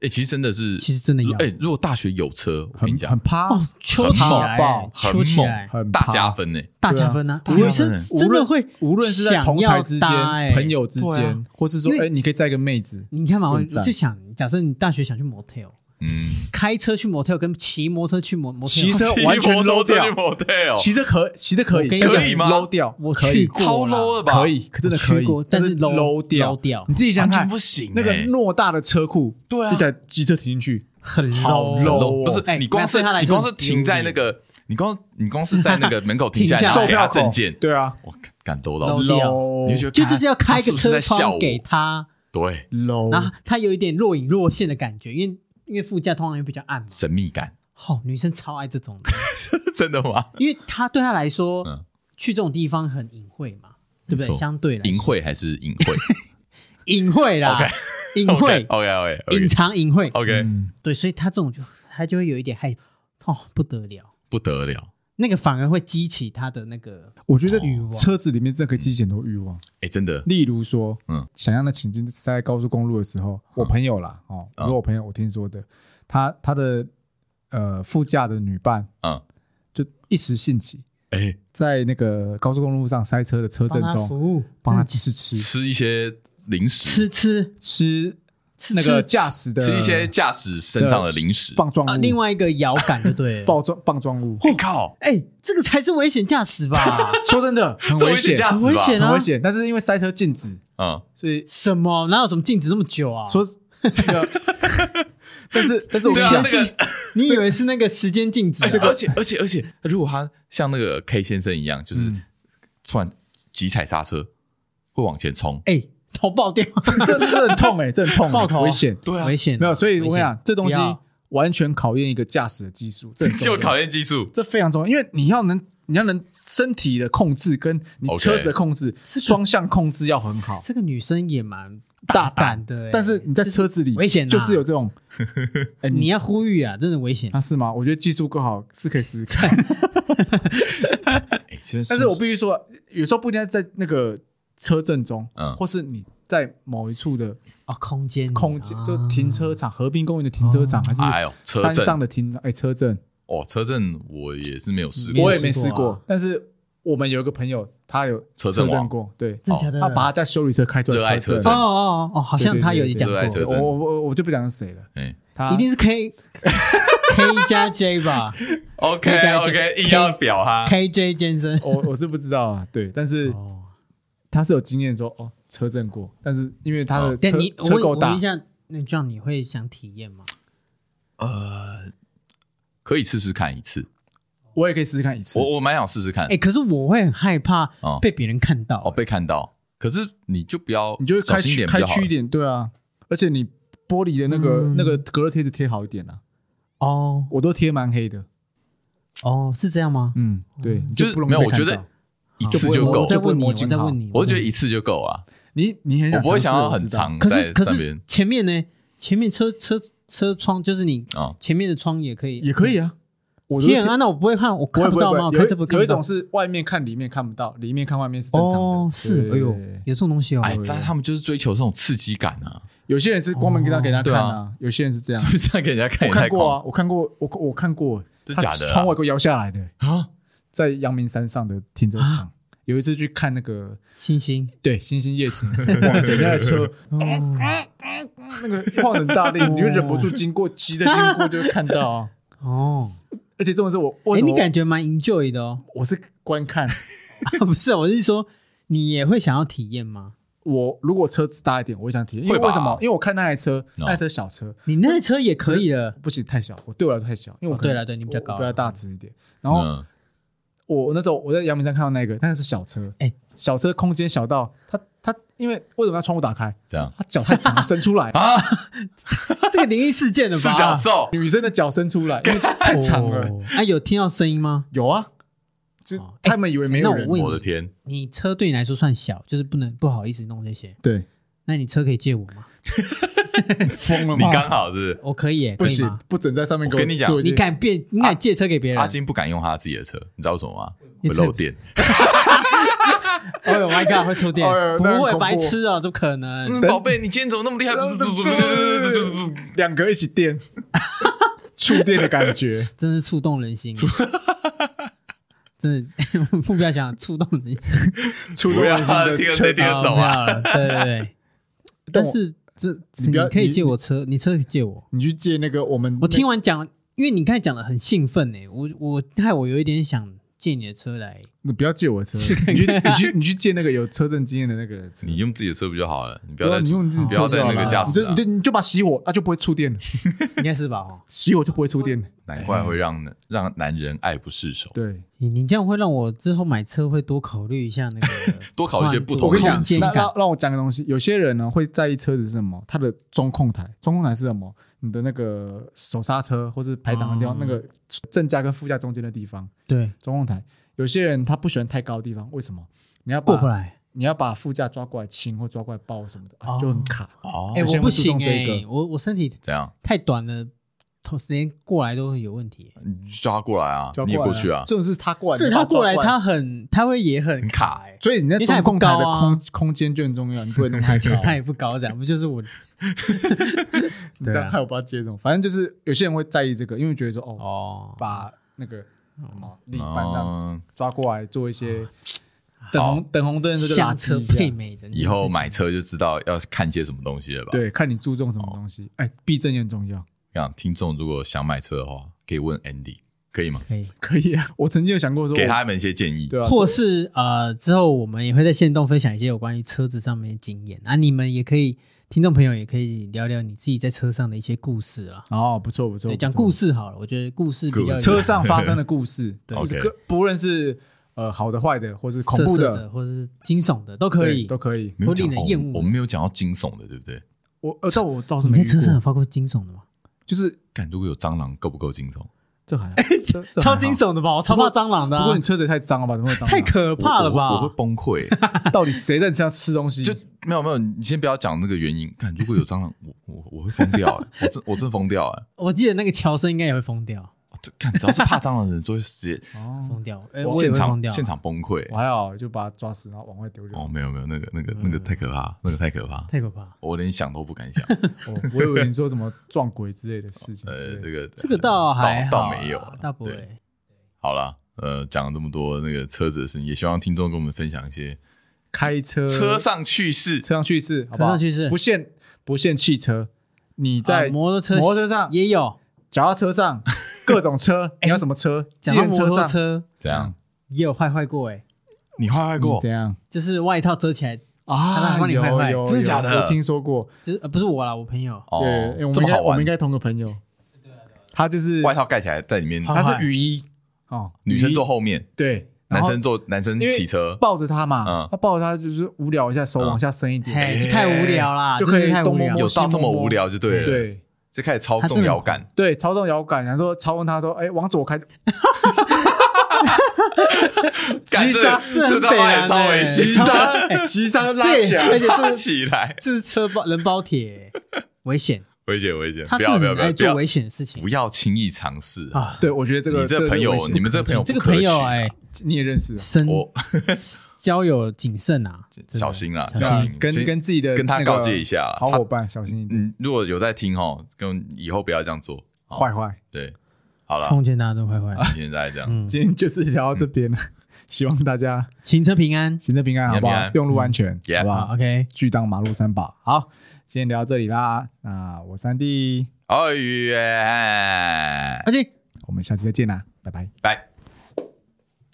[SPEAKER 3] 哎，其实真的是，
[SPEAKER 2] 其实真的要
[SPEAKER 3] 哎，如果大学有车，我跟你
[SPEAKER 1] 很
[SPEAKER 3] 讲
[SPEAKER 1] 很，趴，
[SPEAKER 2] 哦，秋起
[SPEAKER 1] 猛
[SPEAKER 2] 来、
[SPEAKER 1] 爆
[SPEAKER 2] 秋起来
[SPEAKER 3] 猛，
[SPEAKER 1] 很
[SPEAKER 3] 大
[SPEAKER 1] 怕
[SPEAKER 3] 加分呢。
[SPEAKER 2] 大加分啊！
[SPEAKER 3] 对啊
[SPEAKER 2] 女生真
[SPEAKER 1] 无
[SPEAKER 2] 的
[SPEAKER 1] 论
[SPEAKER 2] 会，
[SPEAKER 1] 无论是在同才之间、朋，友之
[SPEAKER 3] 对
[SPEAKER 1] 间
[SPEAKER 3] 啊，
[SPEAKER 1] 或是说
[SPEAKER 2] 因为
[SPEAKER 1] 哎，你可以载一个妹子，
[SPEAKER 2] 哎你看嘛，我
[SPEAKER 1] 很赞
[SPEAKER 2] 就想，假设你大学想去 motel，
[SPEAKER 3] 嗯，
[SPEAKER 2] 开车去 motel 跟骑摩托车去 motel，
[SPEAKER 1] 骑车完全 low 掉，
[SPEAKER 3] 哦
[SPEAKER 1] 骑着可骑着可以，
[SPEAKER 2] 我跟你
[SPEAKER 1] 但是
[SPEAKER 3] 可以吗
[SPEAKER 1] ？low 掉，
[SPEAKER 2] 我
[SPEAKER 1] 可
[SPEAKER 2] 去
[SPEAKER 1] 以，
[SPEAKER 2] 过啦
[SPEAKER 3] 超 low 了吧？
[SPEAKER 1] 可以，可真的可
[SPEAKER 2] 去
[SPEAKER 1] 以
[SPEAKER 2] 过，但是
[SPEAKER 1] 是
[SPEAKER 2] low-
[SPEAKER 1] low 掉
[SPEAKER 2] low 掉
[SPEAKER 1] 你自己想
[SPEAKER 3] 完
[SPEAKER 1] 想
[SPEAKER 3] 全
[SPEAKER 1] 看
[SPEAKER 3] 不，行欸。
[SPEAKER 1] 那个偌大的车库，
[SPEAKER 3] 对啊
[SPEAKER 1] 一台机车停进去，
[SPEAKER 2] 很
[SPEAKER 1] 好
[SPEAKER 2] low，
[SPEAKER 1] low 哦
[SPEAKER 3] 不是
[SPEAKER 2] 哎
[SPEAKER 3] 你光是
[SPEAKER 2] 那对他来说
[SPEAKER 3] 你光是停在那个，你光你光是在那个门口停下
[SPEAKER 2] 停
[SPEAKER 3] 来，
[SPEAKER 2] 下来
[SPEAKER 3] 给他
[SPEAKER 1] 口
[SPEAKER 3] 证件，
[SPEAKER 1] 对啊
[SPEAKER 3] 我感动到
[SPEAKER 2] low
[SPEAKER 3] 不行，
[SPEAKER 2] 掉，
[SPEAKER 1] ，low，
[SPEAKER 3] 你就觉得
[SPEAKER 2] 就
[SPEAKER 3] 看
[SPEAKER 2] 就是要开
[SPEAKER 3] 他是
[SPEAKER 2] 个
[SPEAKER 3] 不是
[SPEAKER 2] 车
[SPEAKER 3] 在笑
[SPEAKER 2] 窗
[SPEAKER 3] 我
[SPEAKER 2] 给他，
[SPEAKER 3] 对
[SPEAKER 1] low，
[SPEAKER 2] 然后他有一点若隐若现的感觉，因为因为副驾通常又比较暗嘛。
[SPEAKER 3] 神秘感，
[SPEAKER 2] 哦，女生超爱这种 的，
[SPEAKER 3] 真的吗？
[SPEAKER 2] 因为她对她来说，
[SPEAKER 3] 嗯
[SPEAKER 2] 去这种地方很隐晦嘛，对不
[SPEAKER 3] 没
[SPEAKER 2] 对？
[SPEAKER 3] 错
[SPEAKER 2] 相对来说
[SPEAKER 3] 淫秽还是淫秽？
[SPEAKER 2] 隐晦啦
[SPEAKER 3] OK
[SPEAKER 2] 隐晦，
[SPEAKER 3] OK OK
[SPEAKER 2] 隐
[SPEAKER 3] OK
[SPEAKER 2] 藏隐晦。
[SPEAKER 3] OK，
[SPEAKER 1] 嗯
[SPEAKER 2] 对，所以她这种就她就会有一点害羞，哦，不得了，
[SPEAKER 3] 不得了，
[SPEAKER 2] 那个反而会激起她的那个
[SPEAKER 1] 我觉得
[SPEAKER 2] 欲望
[SPEAKER 1] 车子里面真的可以激起很多欲望，
[SPEAKER 3] 哎，真的，
[SPEAKER 1] 例如说，
[SPEAKER 3] 嗯
[SPEAKER 1] 嗯，想象的情境是在高速公路的时候，我朋友啦，哦，
[SPEAKER 3] 嗯
[SPEAKER 1] 如果我朋友我听说的，他他的呃副驾的女伴
[SPEAKER 3] 嗯，
[SPEAKER 1] 就一时兴起，
[SPEAKER 3] 哎，
[SPEAKER 1] 在那个高速公路上塞车的车
[SPEAKER 2] 帮
[SPEAKER 1] 阵
[SPEAKER 2] 她
[SPEAKER 1] 中，
[SPEAKER 2] 服务，
[SPEAKER 1] 帮他
[SPEAKER 2] 真的
[SPEAKER 1] 吃吃
[SPEAKER 3] 吃一些零食，
[SPEAKER 2] 吃吃
[SPEAKER 1] 吃
[SPEAKER 2] 吃
[SPEAKER 1] 那个
[SPEAKER 2] 吃
[SPEAKER 1] 驾驶的
[SPEAKER 3] 吃一些驾驶身上的零食。
[SPEAKER 1] 棒状
[SPEAKER 2] 啊，
[SPEAKER 1] 物，
[SPEAKER 2] 另外一个摇杆就对了。
[SPEAKER 1] 棒状棒 状物。
[SPEAKER 3] 我靠，
[SPEAKER 2] 哎，这个才是危险驾驶吧？
[SPEAKER 1] 说真的，很
[SPEAKER 3] 这危
[SPEAKER 1] 危
[SPEAKER 3] 险
[SPEAKER 1] 险，
[SPEAKER 3] 驾
[SPEAKER 2] 很
[SPEAKER 3] 驶
[SPEAKER 2] 危
[SPEAKER 3] 吧？
[SPEAKER 2] 险啊！
[SPEAKER 1] 很危险。但是因为塞车禁止，
[SPEAKER 3] 嗯，
[SPEAKER 1] 所以
[SPEAKER 2] 什么？哪有什么禁止那么久啊？
[SPEAKER 1] 说那 个，但是但是我
[SPEAKER 3] 对
[SPEAKER 1] 跟
[SPEAKER 3] 啊那
[SPEAKER 1] 你讲，
[SPEAKER 3] 个哎
[SPEAKER 2] 你以为是那个时间禁
[SPEAKER 1] 哎
[SPEAKER 2] 止、啊？
[SPEAKER 3] 而且而且而且，如果他像那个 K 先生一样，就是
[SPEAKER 1] 嗯
[SPEAKER 3] 突然急踩刹车，会往前冲。
[SPEAKER 2] 哎、头爆掉，
[SPEAKER 1] 这这很痛哎，这很痛欸，
[SPEAKER 2] 爆头
[SPEAKER 1] 危险。
[SPEAKER 3] 对啊
[SPEAKER 2] 危，险
[SPEAKER 1] 没有，所以我跟你讲，这东西
[SPEAKER 2] 不要
[SPEAKER 1] 完全考验一个驾驶的技术，这很重
[SPEAKER 3] 就
[SPEAKER 1] 要
[SPEAKER 3] 考验技术。
[SPEAKER 1] 这非常重要，因为你要能你要能身体的控制跟你
[SPEAKER 3] OK
[SPEAKER 1] 车子的控制，双向控制要很好。
[SPEAKER 2] 哎这个女生也蛮
[SPEAKER 1] 大
[SPEAKER 2] 胆的、哎
[SPEAKER 1] 但是你在车子里
[SPEAKER 2] 危险啊
[SPEAKER 1] 就是有 这种，哎，
[SPEAKER 2] 你要呼吁啊，真的危险。
[SPEAKER 1] 啊是吗？我觉得技术够好是可以试试 看，
[SPEAKER 3] 哎，其实
[SPEAKER 1] 但是我必须说，有时候不应该在那个车阵中，
[SPEAKER 3] 嗯
[SPEAKER 1] 或是你在某一处的
[SPEAKER 2] 哦，空间
[SPEAKER 1] 空间，
[SPEAKER 2] 啊
[SPEAKER 1] 就停车场、河滨公园的停车场，还
[SPEAKER 3] 哎
[SPEAKER 1] 是
[SPEAKER 3] 呦，车
[SPEAKER 1] 山
[SPEAKER 3] 震
[SPEAKER 1] 上的停哎车阵，
[SPEAKER 3] 哦，车震我也是没有试
[SPEAKER 2] 没有
[SPEAKER 3] 过
[SPEAKER 1] 我也没
[SPEAKER 2] 试
[SPEAKER 1] 试
[SPEAKER 2] 过啊
[SPEAKER 1] 过，但是我们有一个朋友，他有
[SPEAKER 3] 车震
[SPEAKER 1] 震
[SPEAKER 3] 王
[SPEAKER 1] 过，对，
[SPEAKER 2] 真的假的？
[SPEAKER 1] 他啊把他家修理车开出
[SPEAKER 3] 热爱
[SPEAKER 1] 来
[SPEAKER 3] 车
[SPEAKER 1] 车
[SPEAKER 3] 震
[SPEAKER 1] 震
[SPEAKER 2] 哦。哦哦哦，好像他有讲过
[SPEAKER 1] 对对对对
[SPEAKER 3] 热爱车
[SPEAKER 1] 我我我我就不讲是谁了，
[SPEAKER 3] 哎，
[SPEAKER 1] 他
[SPEAKER 2] 一定 是 K K 加 J 吧
[SPEAKER 3] OK
[SPEAKER 2] 再加一
[SPEAKER 3] OK，
[SPEAKER 2] 个
[SPEAKER 3] 硬要表他。
[SPEAKER 2] ，KJ 健身。
[SPEAKER 1] 我我是不知道啊，对，但是
[SPEAKER 2] 哦，
[SPEAKER 1] 他是有经验说哦车震过，但是因为他的
[SPEAKER 3] 哦
[SPEAKER 1] 车、
[SPEAKER 2] 但你我
[SPEAKER 1] 车
[SPEAKER 2] 问
[SPEAKER 1] 够
[SPEAKER 2] 我问
[SPEAKER 1] 大
[SPEAKER 2] 一，下，那这样你会想体验
[SPEAKER 3] 嗯
[SPEAKER 2] 吗？
[SPEAKER 3] 呃，可以试试看一次，
[SPEAKER 1] 我也可以试试看一次。
[SPEAKER 3] 我我蛮想试试看
[SPEAKER 2] 哎、。可是我会很害怕
[SPEAKER 3] 哦
[SPEAKER 2] 被别人看到、
[SPEAKER 3] 哦，被看到，可是你就不要，
[SPEAKER 1] 你就会
[SPEAKER 3] 小
[SPEAKER 1] 开
[SPEAKER 3] 心一
[SPEAKER 1] 区
[SPEAKER 3] 点比
[SPEAKER 1] 开
[SPEAKER 3] 较好
[SPEAKER 1] 区一。点，对啊，而且你玻璃的那个、
[SPEAKER 2] 嗯
[SPEAKER 1] 那个隔热贴纸贴好一点啊，
[SPEAKER 2] 哦
[SPEAKER 1] 我都贴蛮黑的，
[SPEAKER 2] 哦，是这样吗？
[SPEAKER 1] 嗯，对，你
[SPEAKER 3] 就是
[SPEAKER 1] 不容易
[SPEAKER 3] 没有
[SPEAKER 1] 被
[SPEAKER 3] 我
[SPEAKER 1] 看
[SPEAKER 3] 觉得
[SPEAKER 1] 到
[SPEAKER 3] 一
[SPEAKER 1] 就
[SPEAKER 3] 次
[SPEAKER 1] 不会
[SPEAKER 3] 就
[SPEAKER 1] 磨
[SPEAKER 3] 够
[SPEAKER 2] 我，再
[SPEAKER 1] 就不会
[SPEAKER 2] 问你，
[SPEAKER 1] 磨
[SPEAKER 2] 我
[SPEAKER 1] 镜
[SPEAKER 2] 再
[SPEAKER 1] 号
[SPEAKER 2] 问你，
[SPEAKER 3] 我就觉得
[SPEAKER 2] 问你
[SPEAKER 3] 一次就够啊，
[SPEAKER 1] 你你很
[SPEAKER 3] 我
[SPEAKER 1] 想
[SPEAKER 3] 不会想要
[SPEAKER 1] 尝
[SPEAKER 3] 很，
[SPEAKER 1] 试我知道
[SPEAKER 3] 长
[SPEAKER 2] 可
[SPEAKER 3] 在
[SPEAKER 2] 是可
[SPEAKER 3] 上
[SPEAKER 2] 是
[SPEAKER 3] 面
[SPEAKER 2] 前面呢？前面车车车窗就是你
[SPEAKER 3] 啊。
[SPEAKER 2] 前面的窗也可以，
[SPEAKER 1] 也可以啊，我都
[SPEAKER 2] 嗯天
[SPEAKER 1] 贴
[SPEAKER 2] 啊，那我不会看，我
[SPEAKER 1] 不
[SPEAKER 2] 看
[SPEAKER 1] 会不
[SPEAKER 2] 到
[SPEAKER 1] 会
[SPEAKER 2] 吗？我
[SPEAKER 1] 不
[SPEAKER 2] 看
[SPEAKER 1] 会
[SPEAKER 2] 这不
[SPEAKER 1] 有一有一种是外面看里面看不到，里面看外面是正常的。
[SPEAKER 2] 哦，是，哎
[SPEAKER 1] 对
[SPEAKER 2] 呦，有这种东西哦。
[SPEAKER 3] 哎，但他们就是追求这种刺激感啊，
[SPEAKER 1] 有些人是光门给他
[SPEAKER 2] 哦
[SPEAKER 1] 给他看啊，有些人是 这样
[SPEAKER 3] 就。是这样给人家看也
[SPEAKER 1] 我看
[SPEAKER 3] 太
[SPEAKER 1] 过
[SPEAKER 3] 狂
[SPEAKER 1] 啊，我看过，我我看过，
[SPEAKER 3] 真
[SPEAKER 1] 他
[SPEAKER 3] 假的啊
[SPEAKER 1] 窗外给我摇下来的，
[SPEAKER 3] 啊！
[SPEAKER 1] 在阳明山上的停车场，有一次去看那个
[SPEAKER 2] 星星，
[SPEAKER 1] 对星星夜景，哇塞，那 台车
[SPEAKER 2] 哦
[SPEAKER 3] 嗯
[SPEAKER 1] 那个晃得很大力，
[SPEAKER 3] 哦
[SPEAKER 1] 你就忍不住经过，骑着经过就会看到 啊。
[SPEAKER 2] 哦，
[SPEAKER 1] 而且这种是我，为
[SPEAKER 2] 哎，
[SPEAKER 1] 什么
[SPEAKER 2] 你
[SPEAKER 1] 我
[SPEAKER 2] 感觉蛮 enjoy 的哦。
[SPEAKER 1] 我是观看，
[SPEAKER 2] 啊不是，我是说你也会想要体验吗？
[SPEAKER 1] 我如果车子大一点，我会想体验，因为
[SPEAKER 3] 会吧哦
[SPEAKER 1] 为什么？因为我看那台车，那台车小车，
[SPEAKER 2] 你那车也可 以了，
[SPEAKER 1] 不行，太小，我对我来说太小，因为我
[SPEAKER 2] 哦
[SPEAKER 1] 可能
[SPEAKER 2] 对了对你比较高
[SPEAKER 1] 我我比较大只一点。然后
[SPEAKER 3] 嗯，
[SPEAKER 1] 我那时候我在阳明山看到那个，但是是小车，
[SPEAKER 2] 哎
[SPEAKER 1] 小车空间小到它它因为为什么要窗户打开？
[SPEAKER 3] 这样
[SPEAKER 1] 它脚太长了伸出来，
[SPEAKER 3] 啊，
[SPEAKER 2] 这个灵异事件的
[SPEAKER 3] 四
[SPEAKER 2] 吧？
[SPEAKER 3] 角兽
[SPEAKER 1] 女生的脚伸出来，因为太长了。
[SPEAKER 2] 哦。哎，有听到声音吗？
[SPEAKER 1] 有啊，就
[SPEAKER 2] 哦哎
[SPEAKER 1] 他们以为没有
[SPEAKER 2] 那我
[SPEAKER 1] 人，
[SPEAKER 2] 问
[SPEAKER 3] 我的天，
[SPEAKER 2] 你车对你来说算小，就是不能不好意思弄这些。
[SPEAKER 1] 对，
[SPEAKER 2] 那你车可以借我吗？
[SPEAKER 1] 疯了
[SPEAKER 3] 你
[SPEAKER 1] 吗？
[SPEAKER 3] 刚好是
[SPEAKER 2] 我可以耶，
[SPEAKER 1] 不
[SPEAKER 2] 可以
[SPEAKER 1] 行啊
[SPEAKER 2] 吗？，
[SPEAKER 1] 不准在上面
[SPEAKER 3] 我
[SPEAKER 1] 给
[SPEAKER 3] 跟你讲
[SPEAKER 1] 做一
[SPEAKER 2] 你
[SPEAKER 1] 些
[SPEAKER 2] 敢变？你敢借车给别人
[SPEAKER 3] 阿？金不敢用他自己的车，你知道为什么吗？
[SPEAKER 2] 你
[SPEAKER 3] 会
[SPEAKER 2] 车
[SPEAKER 3] 漏电。
[SPEAKER 2] 哦呦 my god，会触电
[SPEAKER 1] 哎呦？
[SPEAKER 2] 不
[SPEAKER 1] 那很恐
[SPEAKER 2] 会，
[SPEAKER 1] 怖
[SPEAKER 2] 白痴哦，怎么可能？
[SPEAKER 3] 嗯，宝贝，你今天怎么那么厉害？
[SPEAKER 1] 两个一起电，触电的感觉。
[SPEAKER 2] 真是触动人心。 真的， 目标想触动人心，
[SPEAKER 1] 触动
[SPEAKER 3] 不要
[SPEAKER 1] 人心的
[SPEAKER 3] 听了
[SPEAKER 1] 车
[SPEAKER 3] 这点
[SPEAKER 1] 道
[SPEAKER 3] 懂啊
[SPEAKER 2] 啊？对对对，
[SPEAKER 1] 但
[SPEAKER 2] 但
[SPEAKER 1] 我
[SPEAKER 2] 是这
[SPEAKER 1] 你不要
[SPEAKER 2] 你可以
[SPEAKER 1] 你
[SPEAKER 2] 借我车，你车可以借我。
[SPEAKER 1] 你去借那个我们那
[SPEAKER 2] 我听完讲，因为你刚才讲的很兴奋诶，我我害我有一点想借你的车来。
[SPEAKER 1] 你不要借我车，你去你去你去借那个有车震经验的那个 人的车。
[SPEAKER 3] 你用自己的车不就好了？你不
[SPEAKER 1] 对
[SPEAKER 3] 要
[SPEAKER 1] 啊
[SPEAKER 3] 再
[SPEAKER 1] 你用你自己
[SPEAKER 3] 不要
[SPEAKER 1] 车就
[SPEAKER 3] 再
[SPEAKER 1] 好
[SPEAKER 3] 那
[SPEAKER 1] 了
[SPEAKER 3] 个驾
[SPEAKER 1] 你
[SPEAKER 3] 驶
[SPEAKER 1] 就
[SPEAKER 3] 啊
[SPEAKER 1] 你，就你就把熄火，那就不会触电了，
[SPEAKER 2] 应该是吧？哦，
[SPEAKER 1] 熄火就不会触电了。
[SPEAKER 3] 难怪会让让男人爱不释手。，
[SPEAKER 1] 对，
[SPEAKER 2] 你你这样会让我之后买车会多考虑一下那个
[SPEAKER 3] 多考虑一些不同
[SPEAKER 1] 我跟你
[SPEAKER 3] 的
[SPEAKER 1] 讲
[SPEAKER 2] 空间，
[SPEAKER 1] 那
[SPEAKER 2] 感
[SPEAKER 1] 让。让我讲个东西，有些人呢会在意车子是什么，它的中控台，中控台是什么？你的那个手刹车或是排档的地方，
[SPEAKER 2] 哦
[SPEAKER 1] 那个正驾跟副驾中间的地方，
[SPEAKER 2] 对，
[SPEAKER 1] 中控台。有些人他不喜欢太高的地方，为什么？你要
[SPEAKER 2] 过不
[SPEAKER 1] 把
[SPEAKER 2] 来。
[SPEAKER 1] 你要把副驾抓过来亲或抓过来抱什么的，啊
[SPEAKER 2] 哦
[SPEAKER 1] 就很卡。
[SPEAKER 3] 哦
[SPEAKER 2] 哎、
[SPEAKER 1] 有些
[SPEAKER 2] 我
[SPEAKER 1] 人
[SPEAKER 2] 不
[SPEAKER 1] 会注重
[SPEAKER 2] 行
[SPEAKER 1] 这
[SPEAKER 2] 哎、
[SPEAKER 1] 个
[SPEAKER 2] 我我身体
[SPEAKER 3] 怎样？
[SPEAKER 2] 太短了，头时间过来都会有问题、
[SPEAKER 3] 你就叫他过来啊
[SPEAKER 1] 就，要
[SPEAKER 3] 你也
[SPEAKER 1] 过
[SPEAKER 3] 过
[SPEAKER 1] 来
[SPEAKER 3] 去啊。
[SPEAKER 1] 这种是他过来，
[SPEAKER 2] 这
[SPEAKER 1] 你
[SPEAKER 2] 他
[SPEAKER 1] 把抓
[SPEAKER 2] 过来，
[SPEAKER 1] 来
[SPEAKER 2] 他很他会也很
[SPEAKER 3] 很卡
[SPEAKER 2] 哎、
[SPEAKER 1] 所以你在
[SPEAKER 2] 因为它
[SPEAKER 1] 中
[SPEAKER 2] 也
[SPEAKER 1] 控
[SPEAKER 2] 不
[SPEAKER 1] 台
[SPEAKER 2] 高
[SPEAKER 1] 的
[SPEAKER 2] 啊。
[SPEAKER 1] 空空间就很重要，你不能弄 太高
[SPEAKER 2] 他也不高，这样不就是我？
[SPEAKER 1] 你这
[SPEAKER 2] 对
[SPEAKER 1] 样
[SPEAKER 2] 啊
[SPEAKER 1] 看我不知道接什么。反正就是有些人会在意这个，因为觉得说哦，
[SPEAKER 2] 哦，
[SPEAKER 1] 把那个什么另一半这样
[SPEAKER 3] 嗯，
[SPEAKER 1] 抓过来做一些等红等红灯的时候就
[SPEAKER 2] 下
[SPEAKER 1] 拉
[SPEAKER 2] 车
[SPEAKER 1] 近一下
[SPEAKER 2] 配美的，
[SPEAKER 3] 以后买车就知道要看些什么东西了吧？，
[SPEAKER 1] 对，看你注重什么东西。哎，避震也很重要。
[SPEAKER 3] 让听众如果想买车的话，可以问 Andy，可以吗？
[SPEAKER 2] 可以。
[SPEAKER 1] 可以啊，我曾经有想过说，
[SPEAKER 3] 给他们一些建议。
[SPEAKER 1] 对啊，
[SPEAKER 2] 或是呃，之后我们也会在线动分享一些有关于车子上面的经验啊，你们也可以，听众朋友也可以聊聊你自己在车上的一些故事啦。
[SPEAKER 1] 哦，不错不错，
[SPEAKER 2] 对，
[SPEAKER 1] 不错
[SPEAKER 2] 讲故事好了，我觉得故事比较有
[SPEAKER 1] 车上发生的故事，
[SPEAKER 2] 对
[SPEAKER 1] 就是
[SPEAKER 3] OK
[SPEAKER 1] 各不论是呃好的坏的，或是恐
[SPEAKER 2] 色
[SPEAKER 1] 怖
[SPEAKER 2] 色
[SPEAKER 1] 的，
[SPEAKER 2] 的或者是惊悚的都可
[SPEAKER 1] 对
[SPEAKER 2] 以。
[SPEAKER 1] 都可以。
[SPEAKER 3] 没有讲
[SPEAKER 2] 我令人
[SPEAKER 3] 哦
[SPEAKER 1] 啊
[SPEAKER 2] 厌恶
[SPEAKER 3] 我们没有讲到惊悚的，对不对？
[SPEAKER 1] 我呃，这我倒是
[SPEAKER 2] 你
[SPEAKER 1] 没
[SPEAKER 2] 在
[SPEAKER 1] 遇
[SPEAKER 2] 车上有
[SPEAKER 1] 过，
[SPEAKER 2] 发过惊悚的吗？
[SPEAKER 1] 就是
[SPEAKER 3] 看如果有蟑螂，够不够惊悚？
[SPEAKER 1] 这还好这这还
[SPEAKER 2] 超
[SPEAKER 1] 好
[SPEAKER 2] 惊悚的吧，我超怕蟑螂的啊、
[SPEAKER 1] 不过你车子也太脏啊了吧？怎么会有蟑螂
[SPEAKER 2] 太可怕了吧！
[SPEAKER 3] 我我会我会崩 溃。
[SPEAKER 1] 到底谁在车上吃东西？
[SPEAKER 3] 就没有没有，你先不要讲那个原因。看如果有蟑螂，我我我会疯掉、欸，我真我真疯掉哎、欸！
[SPEAKER 2] 我记得那个乔生应该也会疯掉，
[SPEAKER 3] 哦对看只要是怕蟑螂的人，就会直接
[SPEAKER 1] 哦
[SPEAKER 2] 疯，掉，哎，我也
[SPEAKER 3] 现
[SPEAKER 2] 会疯
[SPEAKER 3] 场
[SPEAKER 2] 掉，
[SPEAKER 3] 现场崩溃
[SPEAKER 1] 我。还好，就把它抓死，然后往外丢掉。
[SPEAKER 3] 哦，
[SPEAKER 1] 哦，
[SPEAKER 3] 没有没有，那个那个那个太可怕，那个太可怕，
[SPEAKER 2] 太可怕。
[SPEAKER 3] 我连想都不敢想。
[SPEAKER 1] 哦我以为你说什么撞鬼之类的 事情
[SPEAKER 3] 呃，
[SPEAKER 1] 之
[SPEAKER 3] 这
[SPEAKER 1] 类的。
[SPEAKER 3] 个
[SPEAKER 2] 这个倒还好
[SPEAKER 3] 倒
[SPEAKER 2] 啊，
[SPEAKER 3] 没有，
[SPEAKER 2] 倒不
[SPEAKER 3] 对。
[SPEAKER 2] 会。
[SPEAKER 3] 好了，呃，讲了这么多那个车子的事情，也希望听众跟我们分享一些
[SPEAKER 1] 开车呃
[SPEAKER 3] 车上趣事。
[SPEAKER 1] 车上去世，好不好？
[SPEAKER 2] 车上趣事
[SPEAKER 1] 不限不限汽车，你在
[SPEAKER 2] 啊摩托车
[SPEAKER 1] 摩托车上、
[SPEAKER 2] 也有，
[SPEAKER 1] 脚踏车 上、各种车，你要什么车？计
[SPEAKER 2] 讲到
[SPEAKER 1] 程
[SPEAKER 2] 摩托
[SPEAKER 1] 上
[SPEAKER 2] 车
[SPEAKER 3] 怎样？
[SPEAKER 2] 也有坏坏过哎、
[SPEAKER 3] 你坏坏
[SPEAKER 1] 嗯
[SPEAKER 3] 过
[SPEAKER 1] 这？样
[SPEAKER 2] 就是外套遮起来，
[SPEAKER 1] 啊？
[SPEAKER 2] 他帮你
[SPEAKER 1] 有
[SPEAKER 2] 坏坏
[SPEAKER 1] 有，
[SPEAKER 3] 真的
[SPEAKER 1] 有
[SPEAKER 3] 假的
[SPEAKER 1] 我听说过，
[SPEAKER 2] 就是、呃、不是我啦，我朋友
[SPEAKER 3] 哦
[SPEAKER 1] 对，哎诶我，
[SPEAKER 3] 这
[SPEAKER 1] 们应
[SPEAKER 3] 么
[SPEAKER 1] 该
[SPEAKER 3] 好
[SPEAKER 1] 我们
[SPEAKER 3] 玩
[SPEAKER 1] 应，该同个朋友。他就是
[SPEAKER 3] 外套盖起来在里面，
[SPEAKER 2] 好
[SPEAKER 1] 他是雨衣哦，
[SPEAKER 3] 女生坐
[SPEAKER 1] 雨
[SPEAKER 3] 后面
[SPEAKER 1] 衣，对，
[SPEAKER 3] 男
[SPEAKER 1] 然后
[SPEAKER 3] 生坐男生
[SPEAKER 1] 因为
[SPEAKER 3] 骑车，
[SPEAKER 1] 抱着他嘛
[SPEAKER 3] 嗯，
[SPEAKER 1] 他抱着他就是无聊一下，手
[SPEAKER 3] 嗯
[SPEAKER 1] 往下伸一点，
[SPEAKER 2] 嘿，就太无聊啦，
[SPEAKER 1] 就
[SPEAKER 2] 真的
[SPEAKER 1] 可以
[SPEAKER 2] 太无
[SPEAKER 1] 东摸
[SPEAKER 2] 聊
[SPEAKER 1] 摸
[SPEAKER 3] 有
[SPEAKER 1] 西
[SPEAKER 3] 到这么
[SPEAKER 1] 摸摸
[SPEAKER 3] 无聊就对了，，
[SPEAKER 1] 对
[SPEAKER 3] 就开始操
[SPEAKER 2] 他真
[SPEAKER 3] 纵
[SPEAKER 2] 的
[SPEAKER 3] 摇杆，
[SPEAKER 1] 对，操纵摇杆，然后说操纵他说，哎，往 左开，
[SPEAKER 3] 干
[SPEAKER 1] 急刹，
[SPEAKER 3] 这哎
[SPEAKER 2] 这很
[SPEAKER 3] 他
[SPEAKER 2] 北
[SPEAKER 3] 妈
[SPEAKER 2] 蓝
[SPEAKER 3] 也超
[SPEAKER 2] 欸
[SPEAKER 3] 危
[SPEAKER 1] 急
[SPEAKER 3] 险，
[SPEAKER 1] 刹，急刹就拉
[SPEAKER 2] 这
[SPEAKER 1] 起来
[SPEAKER 2] 而，且
[SPEAKER 3] 拉
[SPEAKER 2] 这是
[SPEAKER 3] 起来，
[SPEAKER 2] 这是车包人包铁、危险，
[SPEAKER 3] 危险危险，
[SPEAKER 2] 他
[SPEAKER 3] 不要
[SPEAKER 2] 真
[SPEAKER 3] 不
[SPEAKER 2] 的
[SPEAKER 3] 要
[SPEAKER 2] 很
[SPEAKER 3] 不要
[SPEAKER 2] 爱
[SPEAKER 3] 不
[SPEAKER 2] 做
[SPEAKER 3] 要
[SPEAKER 2] 危险的事情
[SPEAKER 3] 不要轻易尝试啊！
[SPEAKER 2] 啊。
[SPEAKER 1] 对，我觉得这个
[SPEAKER 3] 你这个朋友，你们这个朋友
[SPEAKER 2] 这
[SPEAKER 3] 不
[SPEAKER 2] 个
[SPEAKER 3] 可
[SPEAKER 2] 朋
[SPEAKER 3] 取
[SPEAKER 2] 友
[SPEAKER 3] 啊，
[SPEAKER 2] 哎、
[SPEAKER 1] 你也认识啊，
[SPEAKER 2] 深
[SPEAKER 3] 我
[SPEAKER 2] 交友谨慎啊，真的
[SPEAKER 3] 小心啦，
[SPEAKER 2] 小
[SPEAKER 1] 对啊
[SPEAKER 3] 小
[SPEAKER 2] 心
[SPEAKER 3] 心，
[SPEAKER 1] 跟
[SPEAKER 3] 先
[SPEAKER 1] 跟自己的
[SPEAKER 3] 跟他
[SPEAKER 1] 那个
[SPEAKER 3] 告诫一下啊
[SPEAKER 1] 好伙伴小心一点，
[SPEAKER 3] 嗯，如果有在听哦，跟以后不要这样做。
[SPEAKER 1] 坏坏。
[SPEAKER 3] 对，好了，
[SPEAKER 2] 奉劝大家都快快，
[SPEAKER 3] 今天大家这样，
[SPEAKER 2] 嗯，
[SPEAKER 1] 今天就是聊到这边了， 希望大家
[SPEAKER 2] 行车平安。
[SPEAKER 1] 行车平安，好不
[SPEAKER 3] 平安平？安
[SPEAKER 1] 好用路安全，
[SPEAKER 3] Yeah
[SPEAKER 1] 好不
[SPEAKER 2] 好
[SPEAKER 1] 好？
[SPEAKER 2] ，OK，
[SPEAKER 1] 拒当马路三宝。好，今天聊到这里啦。那我三弟，
[SPEAKER 3] 二月，
[SPEAKER 2] 阿进。
[SPEAKER 1] 我们下期再见啦，拜拜。
[SPEAKER 3] 拜。